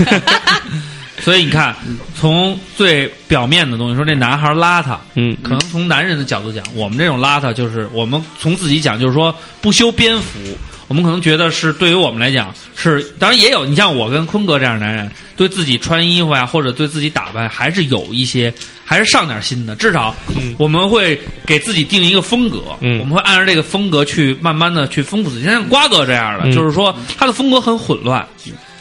S1: 所以你看，
S3: 嗯
S1: 从最表面的东西说，这男孩邋遢，
S3: 嗯，
S1: 可能从男人的角度讲，我们这种邋遢就是我们从自己讲，就是说不修边幅。我们可能觉得是对于我们来讲是，当然也有你像我跟坤哥这样的男人，对自己穿衣服啊，或者对自己打扮，还是有一些，还是上点心的。至少
S3: 嗯
S1: 我们会给自己定一个风格，
S3: 嗯
S1: 我们会按照这个风格去慢慢的去丰富自己。像瓜哥这样的，
S3: 嗯
S1: 就是说他的风格很混乱，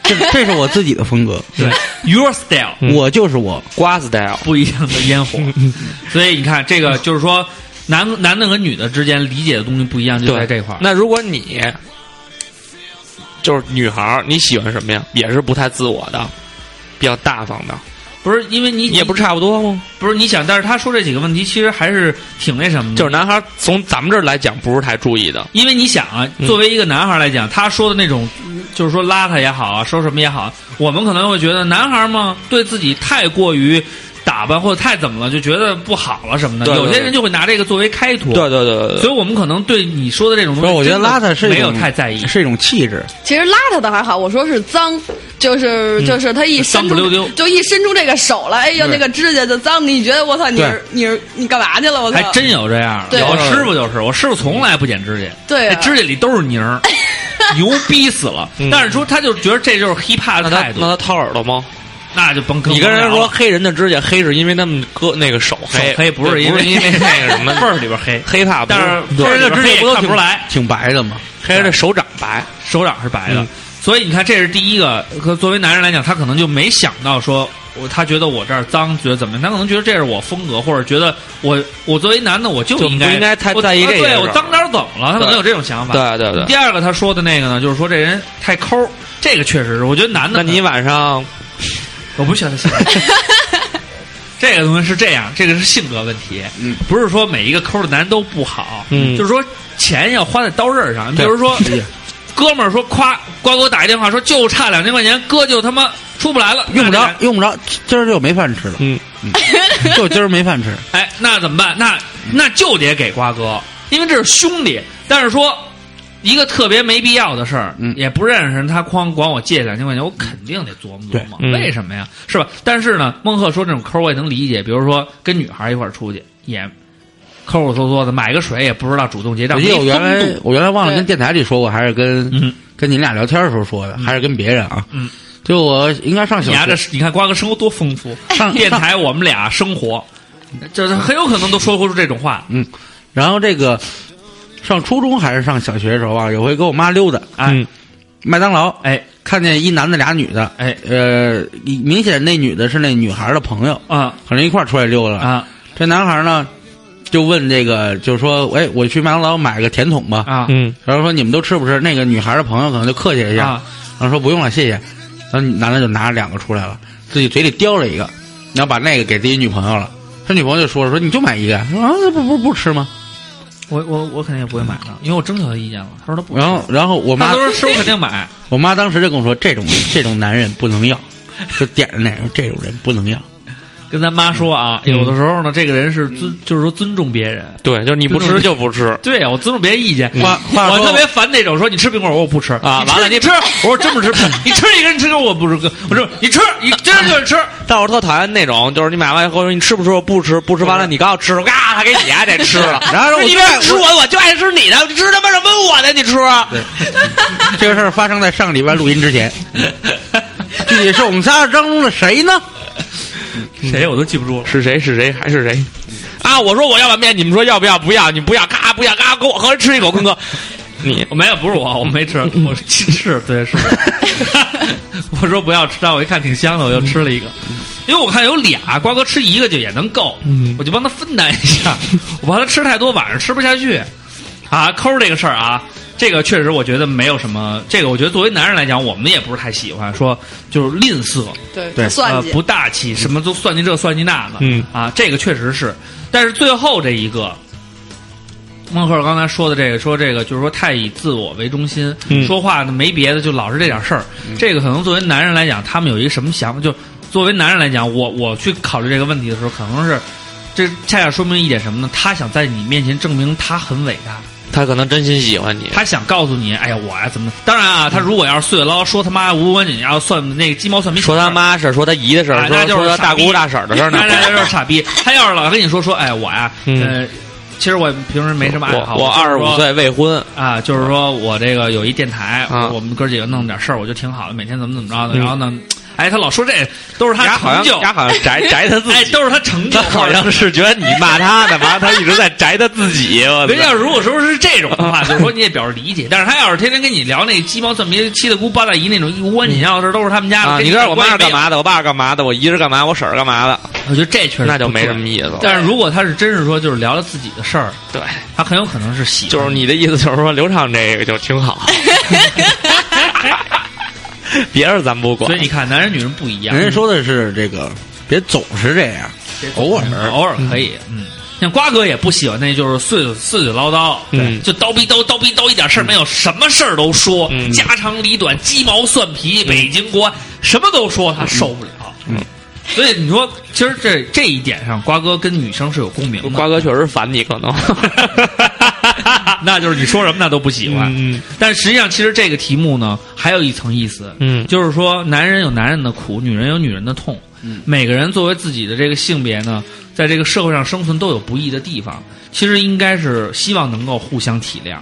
S4: 这 这是我自己的风格，
S1: 对，your style
S3: 嗯
S4: 我就是我。
S3: 瓜 style。
S1: 不一样的烟 火，所以你看，这个就是说，男男的和女的之间理解的东西不一样，就在这块儿。
S3: 那如果你就是女孩儿，你喜欢什么呀？也是不太自我的，比较大方的，
S1: 不是因为你
S3: 也不是差不多吗？
S1: 不是你想，但是他说这几个问题其实还是挺那什么的，
S3: 就是男孩儿从咱们这儿来讲，不是太注意的。
S1: 因为你想啊，
S3: 嗯
S1: 作为一个男孩来讲，他说的那种，就是说邋遢也好啊，说什么也好，我们可能会觉得男孩嘛，对自己太过于打扮或者太怎么了，就觉得不好啊了什么的。
S3: 对对
S1: 有些
S3: 对
S1: 人就会拿这个作为开脱。
S3: 对对对
S1: 所
S3: 对对，
S1: 以我们可能对你说的这种东
S4: 不
S1: 西，
S4: 是，我觉得邋遢是一
S1: 没有
S4: 种
S1: 太在意。
S4: 是一种气质。
S5: 其实邋遢的还好，我说是脏，就是、就是他一伸
S1: 嗯脏
S5: 出
S1: 不溜丢
S5: 就一伸出这个手来，哎呦
S4: 对
S5: 那个指甲就脏，你觉得我操你是
S4: 对
S5: 你是你干嘛去了？我操
S1: 还，真有这样的，
S5: 对
S1: 我师傅就是，我师傅从来不剪指甲，
S5: 对
S1: 那
S5: 啊
S1: 指甲里都是泥 儿，牛逼死了。
S3: 嗯
S1: 但是说他就觉得这就是 hiphop 的
S3: 那他
S1: 态
S3: 那
S1: 度，
S3: 他掏耳朵吗？
S1: 那就甭
S3: 你跟人
S1: 甭聊
S3: 说
S1: 了
S3: 黑人的指甲黑是因为他们割那个手
S1: 手
S3: 黑，
S1: 黑不是
S3: 对
S1: 因
S3: 不
S1: 为
S3: 是 因为那个什么
S1: 辈儿里边黑，
S3: 黑怕，
S1: 但是
S3: 黑人的指甲
S1: 也
S3: 不都
S1: 看
S3: 挺
S1: 不出，来，
S4: 挺白的嘛，
S3: 黑人的手掌白，
S1: 手掌是白的
S3: 嗯。
S1: 所以你看，这是第一个。可作为男人来讲，他可能就没想到说，我他觉得我这儿脏，觉得怎么样？他可能觉得这是我风格，或者觉得我我作为男的，我就
S3: 就
S1: 应该
S3: 不应该太
S1: 我呃
S3: 在意这
S1: 对
S3: 件
S1: 我
S3: 事儿
S1: 脏点儿怎么了？他可能有这种想法。
S3: 对对对。
S1: 第二个他说的那个呢，就是说这人太抠儿，这个确实是，我觉得男的可
S3: 那
S1: 能，
S3: 你晚上
S1: 我不喜欢他性 格。这个东西是这样，这个是性格问题，
S4: 嗯，
S1: 不是说每一个抠儿的男人都不好，
S3: 嗯
S1: 就是说钱要花在刀刃上。你比
S3: 对
S1: 如说
S4: 哎呀，
S1: 哥们儿说夸瓜给我打一电话说就差两千块钱，哥就他妈出不来了，
S4: 用不
S1: 那
S4: 着
S1: 这，
S4: 用不着，今儿就没饭吃了，
S3: 嗯，
S4: 就今儿没饭吃。
S1: 哎，那怎么办？那那就得给瓜哥，因为这是兄弟。但是说一个特别没必要的事儿，
S4: 嗯
S1: 也不认识人，他哐管我借两千块钱，我肯定得琢磨琢磨，
S3: 对嗯
S1: 为什么呀？是吧？但是呢，孟鹤说这种抠我也能理解，比如说跟女孩一块儿出去也。抠抠搜搜的，买个水也不知道主动结账，哎
S4: 我
S1: 没
S4: 记得我原
S1: 风
S4: 来
S1: 度。
S4: 我原来忘了跟电台里说过，还是跟、
S1: 嗯
S4: 跟你俩聊天的时候说的，还是跟别人啊。
S1: 嗯，
S4: 就我应该上小
S1: 你看
S4: 学
S1: 这，，你看瓜哥生活多丰 富，
S4: 上
S1: 电台我们俩生活，就是很有可能都说不出这种话。
S4: 然后这个上初中还是上小学的时候啊，有回跟我妈溜达啊
S1: 哎
S3: 嗯
S4: 麦当劳，
S1: 哎
S4: 看见一男的俩女的，
S1: 哎
S4: 呃，明显那女的是那女孩的朋友，
S1: 啊
S4: 可能一块儿出来溜达了。
S1: 啊
S4: 这男孩呢，就问这个，就说：“哎，我去麦当劳买个甜筒吧。
S1: 啊
S3: 嗯，
S4: 然后说：“你们都吃不吃？”那个女孩的朋友可能就客气了一下，
S1: 啊！
S4: 然后说：“不用了，谢谢。”然后男的就拿了两个出来了，自己嘴里叼了一个，然后把那个给自己女朋友了。他女朋友就说了：“说你就买一个啊，不不不吃吗
S1: 我我我肯定也不会买的，因为我征求他意见了，他说他？”不吃，
S4: 然后然后我
S1: 他
S4: 妈
S1: 都说吃我肯定买，
S4: 我妈当时就跟我说：“这种这种男人不能要。”就点着那个，这种人不能要。
S1: 跟咱妈说啊，
S3: 嗯
S1: 有的时候呢，这个人是尊，就是说尊重别人。
S3: 对，就是你不吃就不吃
S1: 对啊呀，我尊重别人意见。
S4: 话话
S1: 我
S4: 说。
S1: 特别烦那嗯种说你吃冰棍儿，我说我不吃
S3: 啊，
S1: 完
S3: 完了你吃，
S1: 我说真不吃， 你吃一个人吃个我不吃，我说你吃，你真的 就是吃，
S3: 但我特讨厌那种，就是你买完以后你吃不吃？我不吃，不吃完了你告诉我吃，我
S1: 啊
S3: 嘎，他给你家这 吃了
S4: 然后我
S3: 你
S4: 就
S3: 别吃我，我就爱吃你的，你吃他妈什么我的？你吃啊？
S4: 这个事儿发生在上个礼拜录音之前，具体是我们仨当中的谁呢？
S1: 谁我都记不住了。
S3: 是谁？是谁？还是谁？啊！我说我要碗面，你们说要不要？不要，你不要，嘎不要，嘎给我喝，吃一口，坤哥，你
S1: 我没有，不是我，我没吃，我是是，对， 是我。我说不要吃，但我一看挺香的，我又吃了一个。嗯因为我看有俩，瓜哥吃一个就也能够，我就帮他分担一下。 我怕他吃太多，晚上吃不下去。啊，抠这个事儿啊，这个确实我觉得没有什么。这个我觉得作为男人来讲，我们也不是太喜欢说就是吝啬，
S5: 对
S4: 对
S5: 算计
S1: 呃、不大气，什么都算计这算计那的，
S3: 嗯
S1: 啊，这个确实是。但是最后这一个，孟鹤刚才说的这个，说这个就是说太以自我为中心，
S3: 嗯
S1: 说话呢没别的，就老是这点事儿。这个可能作为男人来讲，他们有一个什么想法？就作为男人来讲，我我去考虑这个问题的时候，可能是这恰恰说明一点什么呢？他想在你面前证明他很伟大，
S3: 他可能真心喜欢你，
S1: 他想告诉你，哎呀，我呀怎么？当然啊，他如果要是碎了唠，说他妈无关紧要，算那个鸡毛蒜皮小
S3: 说
S1: 事儿，
S3: 他妈事儿，说他姨的事
S1: 哎
S3: 儿，
S1: 那
S3: 说
S1: 就是
S3: 说
S1: 傻
S3: 他大
S1: 逼
S3: 姑大婶儿的事儿呢嗯
S1: 那？那 就是傻逼。他要是老跟你说说，哎，我呀，呃，其实我平时没什么爱好，
S3: 我我
S1: 就
S3: 二
S1: 是
S3: 十
S1: 说
S3: 五岁未婚，
S1: 啊，就是说我这个有一电台，
S3: 啊
S1: 我们哥几个弄点事儿，我就挺好的，每天怎么怎么着的。
S3: 嗯
S1: 然后呢，哎，他老说这都是他
S3: 丫好
S1: 成就
S3: 像， 丫好像宅宅他自己，
S1: 哎，都是他成就
S3: 他， 好像是觉得你骂他呢，完了他一直在宅他自 己。我操
S1: 人家如果说是这种的 话，就是说你也表示理解。但是他要是天天跟你聊那鸡毛蒜皮、七大姑八大姨那种一无关紧要的事儿，都是他们家的。
S3: 嗯啊，
S1: 跟
S3: 你知道我妈是
S1: 关
S3: 干
S1: 系没有？
S3: 嘛的，我爸是干嘛的，我姨是干嘛，我婶儿干嘛的，
S1: 我觉得这确实
S3: 那就
S1: 不
S3: 没
S1: 对
S3: 什么意思了。
S1: 但是如果他是真是说就是聊聊自己的事儿，
S3: 对，
S1: 他很有可能是喜欢
S3: 就是你的意思就是说刘畅这个就挺好，别人咱不管
S1: 所以。你看，男人女人不一样，
S4: 人家说的是这个，别总是这样，偶尔
S1: 嗯偶尔可以，嗯。像瓜哥也不喜欢那，就是碎碎嘴唠叨，
S3: 嗯
S1: 就叨逼叨叨逼叨，一点事儿没有，什么事儿都说，
S3: 嗯嗯
S1: 家长里短、鸡毛蒜皮、北京国，什么都说，他受不了。嗯所以你说，其实这这一点上，瓜哥跟女生是有共鸣的。
S3: 瓜 哥确实烦你，可能。
S1: 那就是你说什么他都不喜欢。
S3: 嗯
S1: 但实际上，其实这个题目呢，还有一层意思，
S3: 嗯
S1: 就是说，男人有男人的苦，女人有女人的痛。
S4: 嗯
S1: 每个人作为自己的这个性别呢，在这个社会上生存都有不易的地方。其实应该是希望能够互相体谅，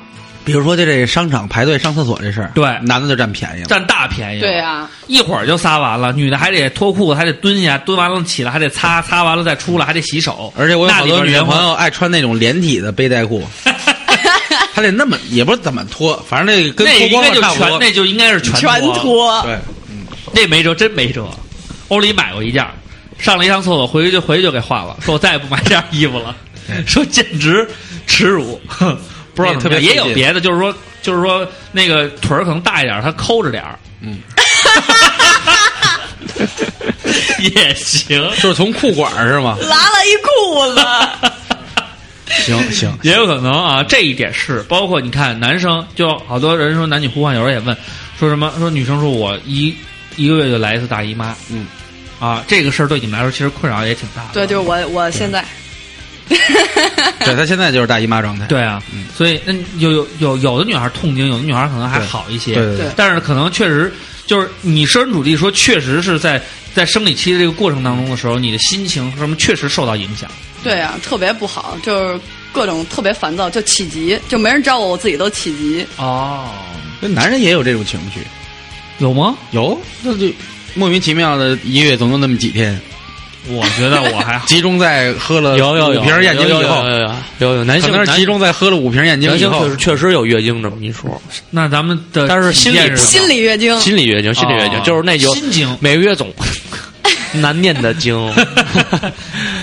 S4: 比如说就这商场排队上厕所这事儿，
S1: 对
S4: 男的就占便宜了。
S1: 占大便宜了。
S5: 对啊，
S1: 一会儿就撒完了，女的还得脱裤子，还得蹲下，蹲完了起来还得擦，擦完了再出来还得洗手。
S4: 而且我有好多
S1: 那里
S4: 女
S1: 边人
S4: 朋友爱穿那种连体的背 带裤，她得那么也不是怎么脱，反正那个跟
S1: 那
S4: 脱
S1: 应
S4: 光
S1: 该
S4: 了
S1: 就
S4: 差不
S1: 全，
S4: 多。
S1: 那就应该是全
S5: 全脱。
S4: 对，
S1: 这没辙，真没辙。欧里买过一件儿，上了一趟厕所，回去就回去就给换了，说我再也不买这件衣服了，说简直耻辱。哼不知道
S4: 嗯那
S1: 怎
S4: 特
S1: 么
S4: 别
S1: 样，也
S4: 费
S1: 有
S4: 劲
S1: 别的，就是说，就是说那个腿儿可能大一点儿，他抠着点儿，
S4: 嗯，
S1: 也行，
S4: 就是从裤管儿是吗？
S5: 拉了一裤子，
S4: 行行，
S1: 也有可能啊。这一点是，包括你看男生，就好多人说男女互换，有人也问，说什么说女生说我一一个月就来一次大姨妈，
S4: 嗯，
S1: 啊，这个事儿对你们来说其实困扰也挺大的，
S5: 对，就是我我现在，
S4: 对她现在就是大姨妈状态。
S1: 对啊，
S4: 嗯
S1: 所以那有有有有的女孩痛经，有的女孩可能还
S4: 对
S1: 好一些，
S4: 对对对
S5: 对
S1: 但是可能确实就是你设身处地说，确实是在在生理期的这个过程当中的时候，你的心情什么确实受到影响。
S5: 对啊，特别不好，就是各种特别烦躁，就起急，就没人招我，我自己都起急。
S1: 哦，
S4: 那男人也有这种情绪，
S1: 有吗？
S4: 有那就莫名其妙的一个月总有那么几天，。
S1: 我觉得我还好
S4: 集中在喝了
S3: 有有有，
S4: 五瓶燕京
S3: 有
S4: 以后
S3: 有，有有有有男
S4: 可
S3: 性
S4: 能是
S3: 男
S4: 集中在喝了五瓶燕京
S3: 男
S4: 以
S3: 性
S4: 后
S3: 确实，确实有月经这么一说，
S1: 那咱们的
S3: 但是心理
S1: 体验
S3: 不
S1: 是
S5: 心理月经，
S3: 嗯心理月经，心理月经
S1: 哦
S3: 就是那有
S1: 心 经
S3: 每个月总难念的 经，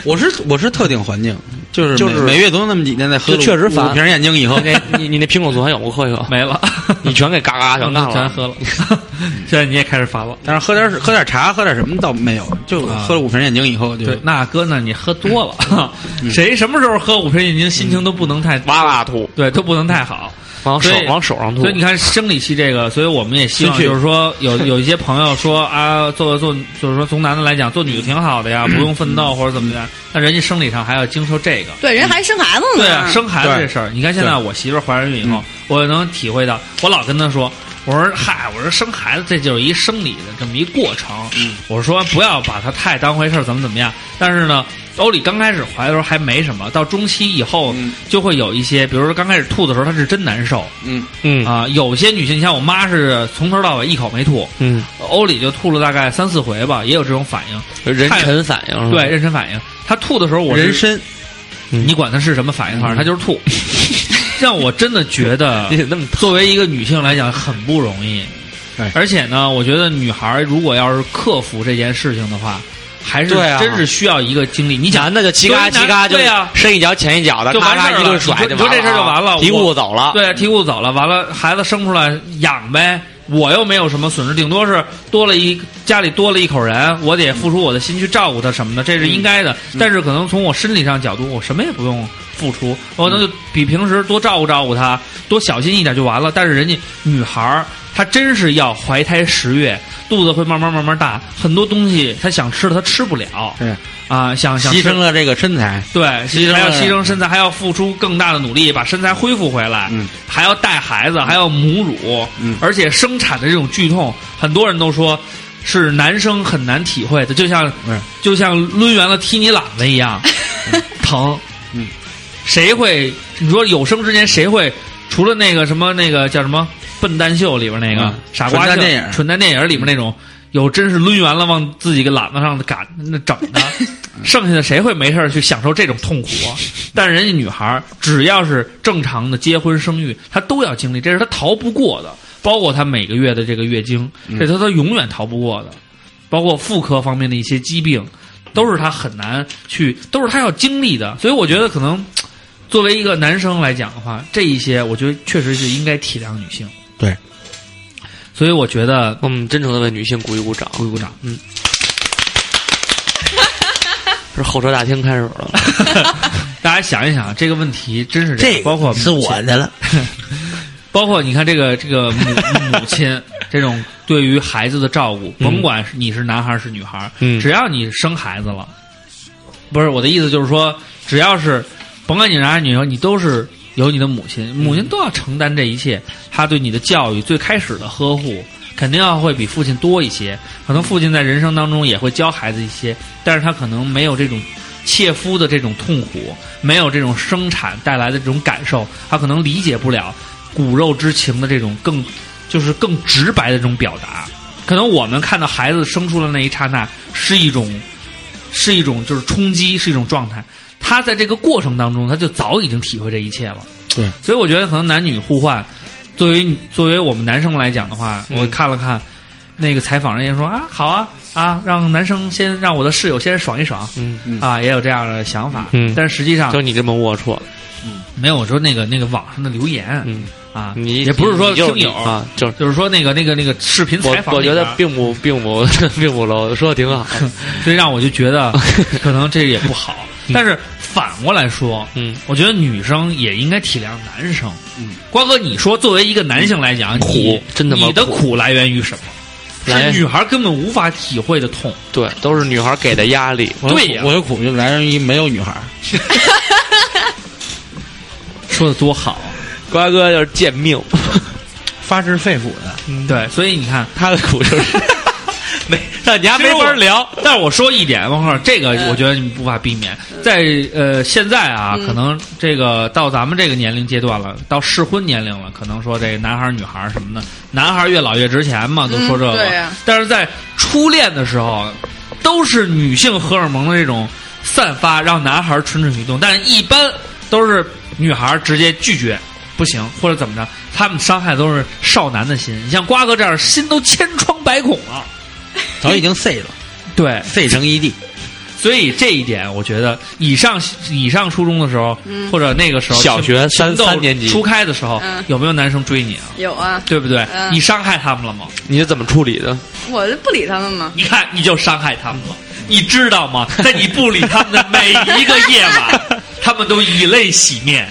S4: 我是我是特定环境，就是
S3: 就
S4: 每
S3: 是
S4: 每月总有那么几天在喝了
S3: 就确实
S4: 五
S3: 烦
S4: 五瓶燕京以后
S3: 你，那你你那苹果醋还有吗？喝一个，
S1: 没 了，
S3: 你全给嘎嘎全干
S1: 全
S3: 了。
S1: 喝了。现在你也开始烦了。
S4: 但是喝点喝点茶喝点什么倒没有，就
S1: 啊
S4: 喝了五瓶燕京以
S3: 嗯
S4: 后就
S1: 对，那哥呢？你喝多了，谁什么时候喝五瓶饮精，心情都不能太
S3: 哇哇吐，
S1: 对，都不能太好。
S3: 往手
S1: 所以
S3: 往手上吐
S1: 所以。你看生理期这个，所以我们也希
S3: 嗯
S1: 望
S4: 失去
S1: 就是说，有有一些朋友说啊，做做就是说从男的来讲，做女的挺好的
S3: 嗯
S1: 呀，不用奋斗或者怎么样，但人家生理上还要经受这个。
S5: 对，人还生孩子呢。
S1: 对啊，生孩子
S4: 嗯对
S1: 这事儿，你看现在我媳妇儿怀上孕以后，我能体会到，我老跟她说，我说嗨，我说生孩子这就是一生理的这么一过程，
S4: 嗯
S1: 我说不要把它太当回事儿，怎么怎么样。但是呢，欧里刚开始怀的时候还没什么，到中期以后
S4: 嗯
S1: 就会有一些，比如说刚开始吐的时候，她是真难受，
S4: 嗯
S3: 嗯
S1: 啊、有些女性，你像我妈是从头到尾一口没吐，
S3: 嗯，
S1: 欧里就吐了大概三四回吧，也有这种反应，
S3: 人
S1: 太
S3: 臣反
S4: 嗯
S3: 应是吧
S1: 对，妊娠反应。她吐的时候我，
S4: 人，参
S3: 嗯
S1: 你管她是什么反应，反正她就是 吐，让我真的觉得
S3: 你得那么
S1: 作为一个女性来讲很不容易
S4: 哎。
S1: 而且呢，我觉得女孩儿如果要是克服这件事情的话，还是
S3: 对啊
S1: 真是需要一个经历。你想
S3: 男啊的就叽嘎叽嘎就
S1: 对呀
S3: 深一脚浅一脚的，
S1: 就
S3: 咔
S1: 完事
S3: 咔
S1: 儿
S3: 一
S1: 了
S3: 顿甩
S1: 你
S3: 就
S1: 说
S3: 啊
S1: 你说这事儿就完了
S3: 提
S1: 我
S3: 裤走
S4: 啊
S3: 了，
S1: 对，提裤走了，完了孩子生出来养呗，我又没有什么损失，顶多是多了一家里多了一口人，我得付出我的心去照顾他什么的，这是应该的。
S4: 嗯
S1: 但是可能从我生理上角度，我什么也不用付出，我可
S4: 嗯
S1: 能就比平时多照顾照顾他，多小心一点就完了。但是人家女孩儿。她真是要怀胎十月，肚子会慢慢慢慢大，很多东西她想吃的她吃不了，
S4: 对
S1: 啊，想想
S4: 牺
S1: 吃
S4: 牲了这个身材，
S1: 对，
S4: 牺牲
S1: 还要
S4: 了
S1: 牺牲身材，还要付出更大的努力把身材恢复回来，
S4: 嗯
S1: 还要带孩子，还要母乳，
S4: 嗯
S1: 而且生产的这种剧痛，很多人都说是男生很难体会的，就像
S4: 嗯
S1: 就像抡圆了踢你喇叭一样、疼，
S4: 嗯，
S1: 谁会？你说有生之年谁会？除了那个什么那个叫什么笨蛋秀里边那个、
S4: 嗯
S1: 傻瓜秀
S4: 蠢蛋电影
S1: 蠢蛋电影里面那种。有真是抡圆了往自己个喇叭上赶那整 的，剩下的谁会没事儿去享受这种痛苦啊？但是人家女孩儿只要是正常的结婚生育，她都要经历，这是她逃不过的，包括她每个月的这个月经，
S4: 嗯
S1: 这她都永远逃不过的，包括妇科方面的一些疾病，都是她很难去，都是她要经历的。所以我觉得可能。作为一个男生来讲的话，这一些我觉得确实是应该体谅女性。
S4: 对，
S1: 所以我觉得
S3: 我们真诚的为女性鼓一鼓掌。
S1: 鼓一鼓掌。
S3: 是候车大厅开始了，
S1: 大家想一想，啊这个问题真是样
S4: 这
S1: 包括
S4: 是我的了，
S1: 包括你看这个这个母母亲，这种对于孩子的照顾，
S4: 嗯
S1: 甭管是你是男孩儿是女孩儿，
S3: 嗯
S1: 只要你生孩子了，不是我的意思，就是说，只要是甭管你男孩儿女孩儿，你都是有你的母亲，母亲都要承担这一切，她对你的教育，最开始的呵护。肯定要会比父亲多一些，可能父亲在人生当中也会教孩子一些，但是他可能没有这种切肤的这种痛苦，没有这种生产带来的这种感受，他可能理解不了骨肉之情的这种更就是更直白的这种表达。可能我们看到孩子生出来那一刹那，是一种是一种就是冲击，是一种状态。他在这个过程当中，他就早已经体会这一切了。
S4: 对，
S1: 所以我觉得可能男女互换，作为作为我们男生来讲的话，
S3: 嗯
S1: 我看了看那个采访，人家说啊，好啊啊，让男生先让我的室友先爽一爽
S3: 嗯，
S4: 嗯
S1: 啊，也有这样的想法。
S3: 嗯
S1: 但是实际上
S3: 就你这么龌龊了，
S1: 没有我说那个那个网上的留言、
S3: 嗯，
S1: 啊，
S3: 你
S1: 也不是说
S3: 你就
S1: 听友，
S3: 啊，就是
S1: 就是说那个那个那个视频
S3: 我
S1: 采访啊
S3: 我
S1: 里边
S3: 觉
S1: 儿，
S3: 得并不并不并不 low，说的挺 好，
S1: 所以让我就觉得可能这也不好。但是反过来说，
S3: 嗯，
S1: 我觉得女生也应该体谅男生。
S4: 嗯，
S1: 瓜哥，你说作为一个男性来讲，
S3: 苦
S1: 你
S3: 真他妈
S1: 你的
S3: 苦
S1: 苦来源于什么？是
S3: 来源
S1: 女孩根本无法体会的痛。
S3: 对，都是女孩给的压力，
S1: 对呀
S4: 我的苦就来源于没有女孩儿。
S1: 说的多好，
S3: 瓜哥就是贱命，
S4: 发自肺腑 的，
S1: 对，所以你看，
S3: 他的苦就是 没让你家
S1: 其
S3: 没
S1: 实我
S3: 法聊，
S1: 但是我说一点，王浩，这个我觉得你们无法避免。
S3: 嗯
S1: 在呃现在啊，
S5: 嗯
S1: 可能这个到咱们这个年龄阶段了，到适婚年龄了，可能说这男孩儿女孩儿什么的，男孩儿越老越值钱嘛，都说这个。
S5: 嗯对呀
S1: 但是在初恋的时候，都是女性荷尔蒙的这种散发，让男孩儿蠢蠢欲动，但一般都是女孩儿直接拒绝。不行，或者怎么着，他们伤害都是少男的心。你像瓜哥这样，心都千疮百孔了。
S4: 早已经碎了，
S1: 对，
S4: 碎成一地。
S1: 所以这一点，我觉得以上以上初中的时候，
S5: 嗯
S1: 或者那个时候
S3: 小学
S1: 情
S3: 三
S1: 情
S3: 三年级
S1: 斗初开的时候，
S5: 嗯
S1: 有没有男生追你啊？
S5: 有啊，
S1: 对不对？
S5: 嗯
S1: 你伤害他们了吗？
S3: 你是怎么处理的？
S5: 我就不理他们嘛。
S1: 你看，你就伤害他们了，你知道吗？在你不理他们的每一个夜 晚，他们都以泪洗面，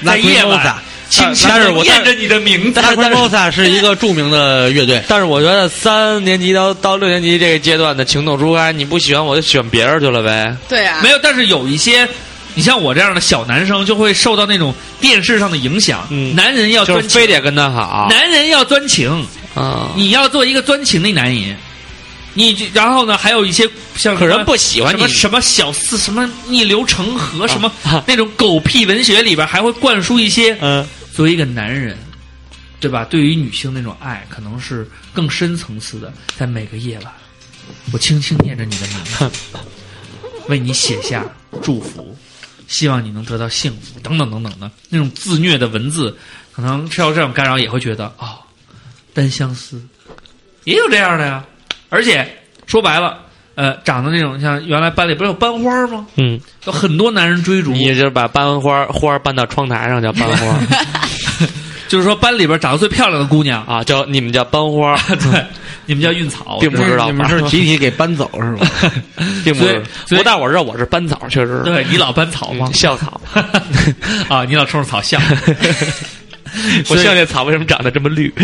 S4: 那
S1: 在夜晚
S4: Cremosa，
S1: 轻轻
S3: 但是
S1: 的
S3: 我
S1: 念着你的名字。
S4: 但是 m o s a 是一个著名的乐队，
S3: 但是我觉得三年级到到六年级这个阶段的情窦初开，你不喜欢我就选别人去了呗。
S5: 对啊，
S1: 没有，但是有一些，你像我这样的小男生，就会受到那种电视上的影响。
S3: 嗯
S1: 男人要
S3: 就是
S1: 专情
S3: 非，得跟他好
S1: 男人要专情。
S3: 啊。
S1: 你要做一个专情的男人，你这然后呢，还有一些像
S3: 可
S1: 什
S3: 人
S1: 么
S3: 不喜欢
S1: 什
S3: 你
S1: 么，什么小四什么逆流成河什么、
S3: 啊
S1: 那 种狗屁文学里边还会灌输一些
S3: 嗯，
S1: 作为一个男人，对吧？对于女性那种爱，可能是更深层次的，在每个夜晚，我轻轻念着你的名 字，为你写下祝福，希望你能得到幸福，等等等等的那种自虐的文字，可能受到这种干扰也会觉得哦，单相思，也有这样的呀。而且说白了，呃，长得那种像原来班里不是有班花吗？
S3: 嗯，
S1: 有很多男人追逐，
S3: 你就把班花花搬到窗台上叫班 花
S1: 就是说班里边长得最漂亮的姑娘啊。
S3: 啊，叫你们叫班花，
S1: 对，你们叫运草，
S3: 并不知道
S4: 你们是集体给搬走是吧？
S3: 并不
S1: 所以。
S3: 是
S1: 所以
S3: 不但我知道我是班草，确实是
S1: 啊对你老班草吗
S3: 嗯？校 草。嗯
S1: 啊，你老冲着草笑。
S3: 我
S1: 所以
S3: 校这草为什么长得这么 绿？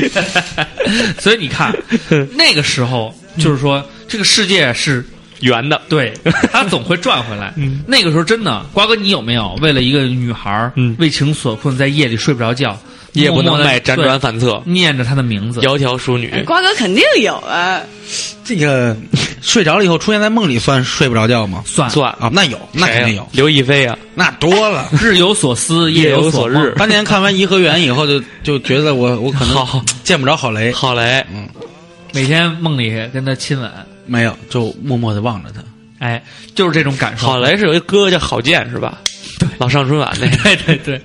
S1: 所以你看，那个时候就是说，这个世界是
S3: 圆的，
S1: 对，它总会转回来。那个时候真的，瓜哥，你有没有为了一个女孩儿
S3: 嗯
S1: 为情所困，在夜里睡不着觉，
S3: 夜不能寐，
S1: 默
S3: 辗
S1: 默地
S3: 转反侧
S1: 对，念着她的名字？
S3: 窈窕淑女。
S5: 瓜哥肯定有啊，
S4: 这个睡着了以后出现在梦里算睡不着觉吗？
S1: 算
S3: 算，
S4: 啊，那有，那肯定有，
S3: 刘亦菲啊，
S4: 那多了。
S1: 日有所思，
S3: 夜
S1: 有
S3: 有所
S1: 梦
S3: 日。
S4: 当年看完《颐和园》以后就，就觉得我我可
S3: 好
S4: 能见不着郝雷，
S3: 郝蕾，
S1: 每天梦里跟她亲吻，
S4: 没有，就默默的望着他。
S1: 哎，就是这种感受。
S3: 郝蕾是有一哥哥叫郝建是吧？对，老上春晚那个。
S1: 对对对。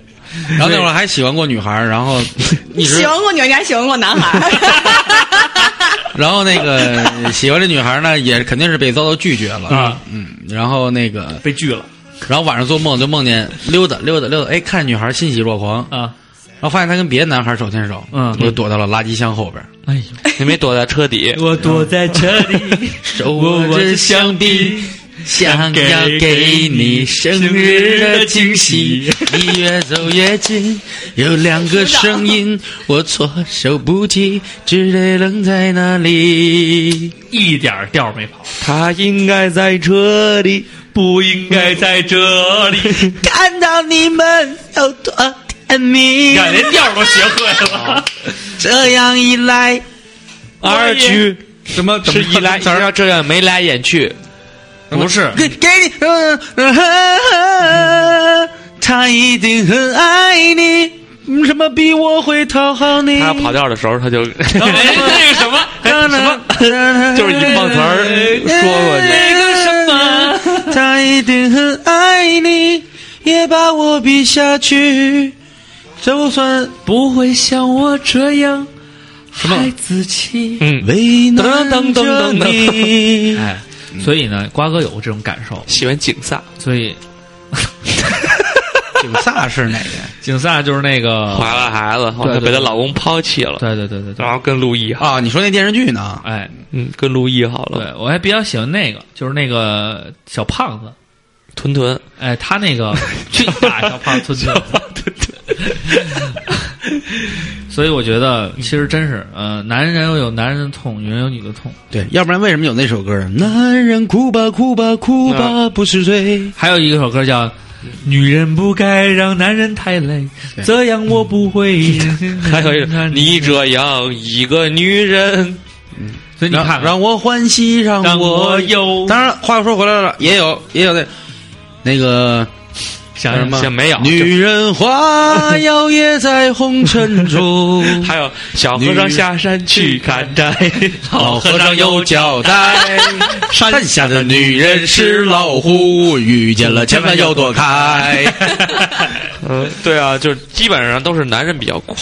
S4: 然后那会儿还喜欢过女孩儿，然后一
S5: 你
S4: 直
S5: 喜，欢过女孩，你还喜欢过男孩。
S4: 然后那个 喜欢这女孩儿呢，也肯定是被遭到拒绝了
S1: 啊
S4: 嗯，然后那个，
S1: 被拒了
S4: 然后晚上做梦就梦见溜达溜达溜达，哎，看女孩儿欣喜若狂，
S1: 啊！
S4: 然后发现她跟别的男孩儿手牵手，
S1: 嗯
S4: 我就躲到了垃圾箱后边儿。
S1: 哎呦，
S3: 你没躲在车底，
S1: 我躲在这里，
S4: 手握着香槟，想要给你生日的惊喜，你越走越近，有两个声音我措 手不及，只得愣在那里。
S1: 一点儿调儿没跑。
S3: 他应该在这里，
S1: 不应该在这 里，
S4: 看到你们有多甜蜜，啊
S1: 看连调儿都学会了。
S4: 这样一来，
S3: 二去
S4: 什么
S3: 是一来，
S4: 词儿
S3: 要这样眉来眼去，
S1: 不是，
S4: 给给你，呃呃他一定很爱你，嗯什么比我会讨好你？
S3: 他跑调的时候他就
S1: 哎，那个什么，哎什
S4: 什
S1: 么，
S4: 么
S3: 就是引棒词儿说过去
S4: 那个什么，他一定很爱你，也把我比下去，就算
S3: 不会像我这样孩
S4: 自己
S3: 嗯，
S4: 为
S3: 难
S4: 难
S3: 着
S4: 着你。
S1: 哎，所以呢，瓜哥有过这种感受，
S3: 喜欢景萨
S1: 所以
S4: 警萨是哪个
S1: 景萨就是那个，
S3: 怀了孩子，后
S1: 对
S3: 来
S1: 对
S3: 被她
S1: 对
S3: 老公抛弃了，
S1: 对对对对对
S3: 然，后跟陆毅哈，
S4: 啊？你说那电视剧呢？
S1: 哎，
S3: 嗯，跟陆毅好了，
S1: 对我还比较喜欢那个，就是那个小胖子，
S3: 屯屯，
S1: 哎，他那 个去打小胖子去。所以我觉得，其实真是，呃，男人有男人的痛，女人有女的痛。
S4: 对，要不然为什么有那首歌呢？男人哭吧哭吧哭吧，不是罪。
S1: 还有一首歌叫《女人不该让男人太累》，这样我不会。
S4: 哎
S3: 还有一个你这样一个女人，
S1: 所以你
S4: 让
S1: 看看，
S4: 让我欢喜，让
S1: 让
S4: 我
S1: 我有
S4: 当然，话又说回来了，也有也有那那个
S1: 想
S4: 什么
S3: 想没有，
S4: 女人花摇曳在红尘中，
S3: 还有小和尚下山去看斋，
S4: 老和尚有交 代，山下的女人是老虎，遇见了千万要躲开。
S3: 嗯，对啊，就是基本上都是男人比较酷，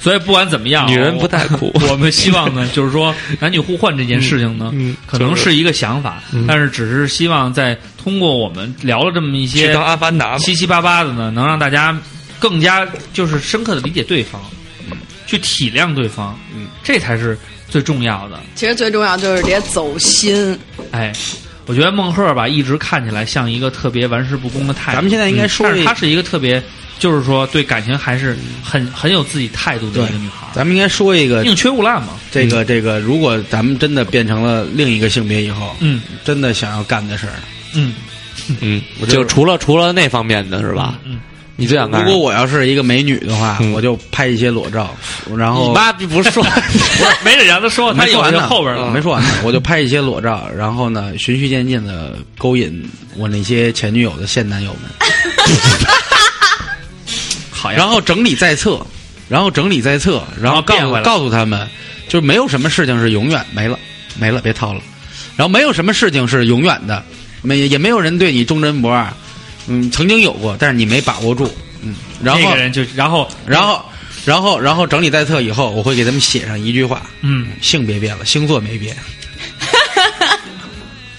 S1: 所以不管怎么
S4: 哦
S1: 样，
S3: 女人
S1: 我
S3: 不太酷
S1: 我们希望呢，就是说男女互换这件事情呢，
S3: 嗯嗯
S1: 可能是一个想法，但是只是希望在通过我们聊了这么一
S3: 去
S1: 些
S3: 当阿凡达嘛。
S1: 七七八八的呢，能让大家更加就是深刻的理解对方，
S4: 嗯
S1: 去体谅对方，嗯，这才是最重要的。
S5: 其实最重要就是得走心。
S1: 哎，我觉得孟鹤吧，一直看起来像一个特别玩世不恭的态度。嗯
S4: 咱们现在应该说嗯
S1: 但
S4: 这
S1: 是她是一个特别，就是说对感情还是很很有自己态度的一个女孩儿，
S4: 咱们应该说一个
S1: 宁缺毋滥嘛。
S4: 这个这个，如果咱们真的变成了另一个性别以后，
S1: 嗯
S4: 真的想要干的事儿，
S1: 嗯
S3: 嗯
S4: 我，就
S3: 就除了除了那方面的是吧？
S1: 嗯，
S3: 你最想干
S4: 如
S3: 什么？
S4: 果我要是一个美女的话，
S3: 嗯
S4: 我就拍一些裸照，然后
S3: 你妈逼不是说
S1: 没得让她 说，她
S4: 没说
S1: 有
S4: 完
S1: 就
S4: 呢，
S1: 后边了。
S4: 没说完呢， 我就拍一些裸照，然后呢，循序渐进的勾引我那些前女友的现男友们，
S1: 好呀，
S4: 然后整理在册，然后整理在册，然后告
S1: 变
S4: 诉
S1: 回来
S4: 告诉他们，就没有什么事情是永远没了，没了，别套了，然后没有什么事情是永远的，没也没有人对你忠贞不二，嗯，曾经有过，但是你没把握住，嗯，然后
S1: 那个人就然后
S4: 然后然后然后整理在册以后，我会给他们写上一句话，
S1: 嗯，
S4: 性别变了，星座没变。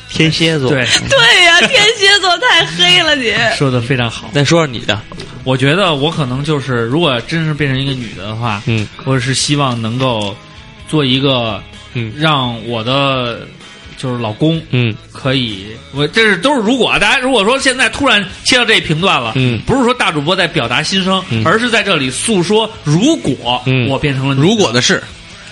S3: 天蝎座
S1: 对，
S5: 对呀、天蝎座太黑了你。
S1: 说的非常好。
S3: 再说说你的，
S1: 我觉得我可能就是，如果真是变成一个女的的话，
S3: 嗯
S1: 我是希望能够做一个
S3: 嗯
S1: 让我的就是老公
S3: 嗯
S1: 可以，我这是都是如果啊大家如果说现在突然切到这评段了，
S3: 嗯
S1: 不是说大主播在表达心声，
S3: 嗯
S1: 而是在这里诉说，如果
S3: 嗯
S1: 我变成了女的
S4: 如果的事，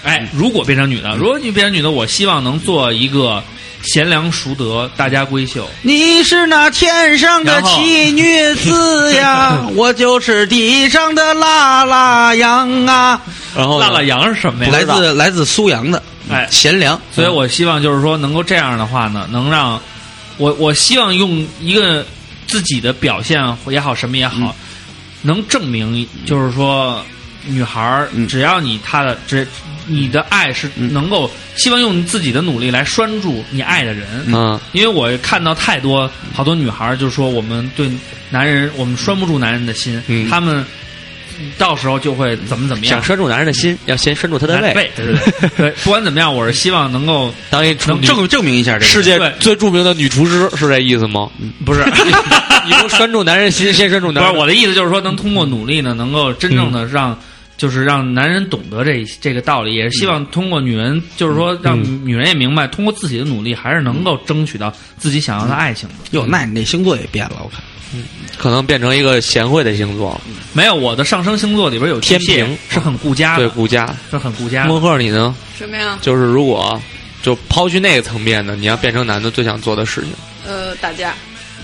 S1: 哎，如果变成女的，如果你变成女的，我希望能做一个贤良淑德、大家闺秀，
S4: 你是那天上的
S1: 然后
S4: 奇女子呀，我就是地上的拉拉羊啊。
S3: 然后呢
S1: 辣辣羊是什么呀？
S4: 来自来自苏阳的，
S1: 哎
S4: 贤良。
S1: 所以我希望就是说，能够这样的话呢，能让我我希望用一个自己的表现也好，什么也
S3: 嗯
S1: 好，能证明就是说，女孩儿
S4: 嗯
S1: 只要你她的只你的爱是
S4: 嗯
S1: 能够，希望用你自己的努力来拴住你爱的人。
S3: 嗯
S1: 因为我看到太多好多女孩儿就说我们对男人我们拴不住男人的心，
S3: 嗯
S1: 他们到时候就会怎么怎
S4: 嗯
S1: 么样
S3: 想。拴住男人的心，要先拴住他的
S1: 对
S3: 胃。
S1: 对对对，不管怎么样，我是希望能够
S3: 当一厨
S1: 能
S3: 女
S4: 证证明一下这个
S3: 世界
S1: 对
S3: 最著名的女厨师是这意思吗？
S1: 不是，
S3: 你不拴住男人心，先拴住
S1: 不
S3: 男
S1: 是
S3: 人。
S1: 我的意思，就是说能通过努力呢，能够真正的让就是让男人懂得这这个道理，也是希望通过女人，就是说让女人也明白，通过自己的努力，还是能够争取到自己想要的爱情的。
S4: 哟，那你那星座也变了，我看。
S3: 可能变成一个贤惠的星座了，
S1: 嗯没有我的上升星座里边有巨蟹
S3: 天平
S1: 是很顾家
S3: 对
S1: 的，
S3: 顾家。
S1: 是很顾家的。
S3: 孟鹤，你呢？
S5: 什么呀？
S3: 就是如果就抛去那个层面的，你要变成男的最想做的事情，
S5: 呃，打架，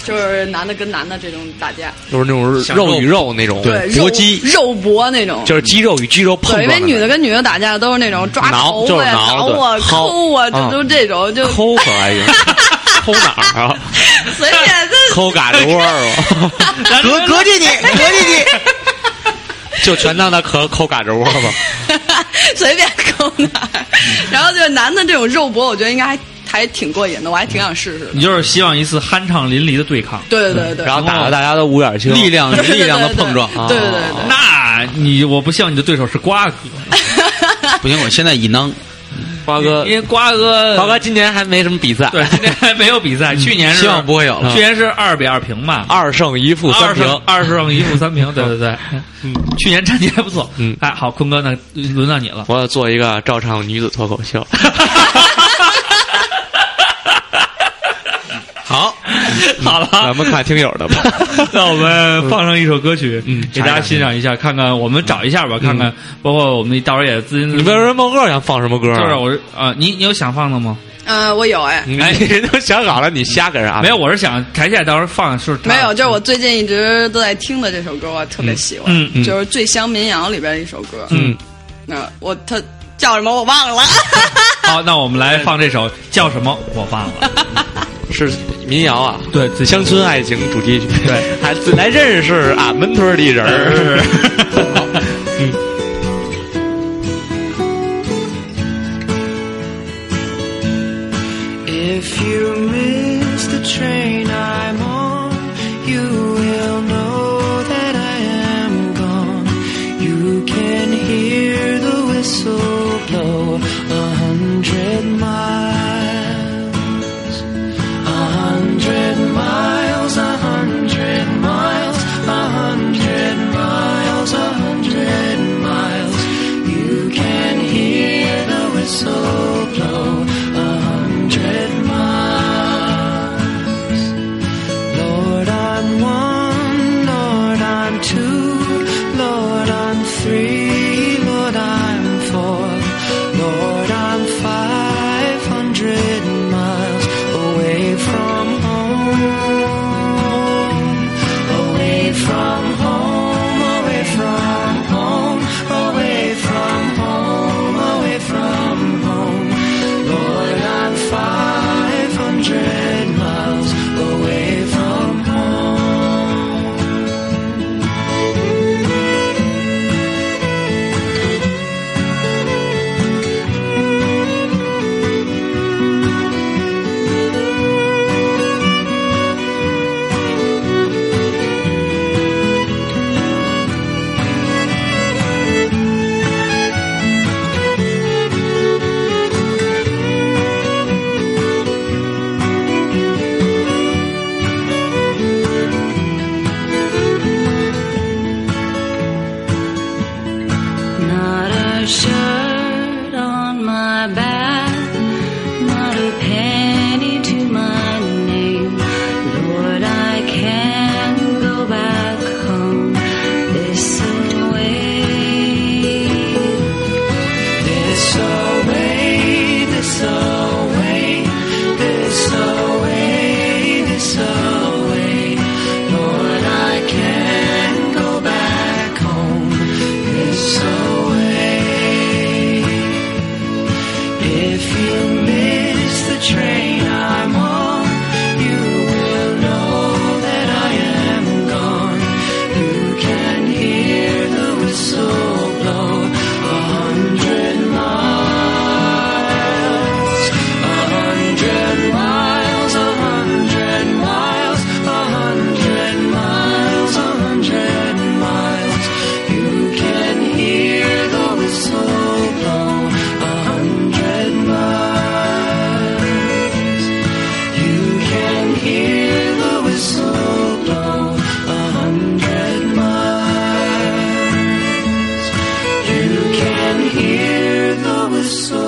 S5: 就是男的跟男的这种打架，
S3: 就是那种
S1: 享受
S3: 肉与肉那种
S5: 对，
S3: 搏
S5: 肉
S3: 击，
S5: 肉搏那种。
S3: 就是肌肉与肌肉碰
S5: 对，
S3: 撞
S5: 因
S3: 的那
S5: 为
S3: 种。
S5: 女的跟女的打架都是那种抓
S3: 挠
S5: 头
S3: 就是
S5: 发呀、
S3: 挠
S5: 挠
S3: 对
S5: 啊、
S3: 薅
S5: 抠啊，
S3: 啊
S5: 这都这种就
S3: 抠可还行， 抠哪儿啊？
S5: 随便这
S3: 抠嘎着 窝儿哦吧，
S4: 隔隔着你，隔着你。
S3: 哎就全当他抠抠嘎着窝儿吧。
S5: 随便抠哪儿。然后就是男的这种肉搏，我觉得应该还还挺过瘾的，我还挺想试试的。
S1: 你就是希望一次酣畅淋漓的对抗。
S5: 对对
S3: 嗯
S5: 对，
S3: 然后打得大家都五眼青，
S4: 力 量
S5: 对对对
S4: 力量的
S5: 对
S4: 碰撞啊
S5: 对对对
S1: 嗯
S5: 对。
S1: 那你我不希望你的对手是瓜哥，
S4: 不行，我现在 已囊。
S3: 瓜哥
S1: 因，为呃瓜哥嗯
S3: 瓜哥今年还没什么比赛，
S1: 对今天还没有比赛，去年是
S4: 希望不会有了
S1: 去年是二比二平吧，
S3: 二胜一负三
S1: 二
S3: 平
S1: 胜，二胜一负三平，对对对，嗯，去年战绩还不错，
S3: 嗯
S1: 哎，好，坤哥，那轮到你了，
S3: 我要做一个照唱女子脱口秀。
S4: 好，
S1: 好了
S3: 嗯咱。们看听友 的吧。
S1: 那我们放上一首歌曲，嗯给大家欣赏一下，看看我们找一下吧，看看，包括我们到时候也咨询。
S3: 你别说孟鹤想放什么歌啊，
S1: 就是我是啊，你你有想放的吗？
S5: 嗯，我有哎，
S3: 你人都想好了，你瞎给人安排
S1: 没有，，我是想台下到时候放是他
S5: 没有，就是我最近一直都在听的这首歌，我特别喜欢，
S1: 嗯嗯嗯
S5: 就是《醉乡民谣》里边的一首歌。
S1: 嗯，
S5: 那我它叫什么我忘了。
S1: 好，那我们来放这首叫什么？我忘了。
S3: 是民谣啊，
S1: 对，最
S3: 乡村爱情 主题曲。
S1: 对，
S3: 还自来认识俺们村儿的 人儿。
S6: If you miss the train I'm on, you will know that I am gone. You can hear the whistle blow a hundred miles. A hundred miles, a hundred miles, a hundred miles, a hundred miles. You can hear the whistle blow a hundred miles. Lord, I'm one, Lord, I'm two, Lord, I'm three, Lord, I'm four, Lord, I'm five hundred miles away from home, away from home, away from home, away from home, away from home, Lord, I'm five hundred miles away from home.
S2: Not a shirt on my back, not a penny to my name. Lord, I can go back home this way.
S6: This away, this away, this away, this away. Lord, I can go back home this away. can hear the whistle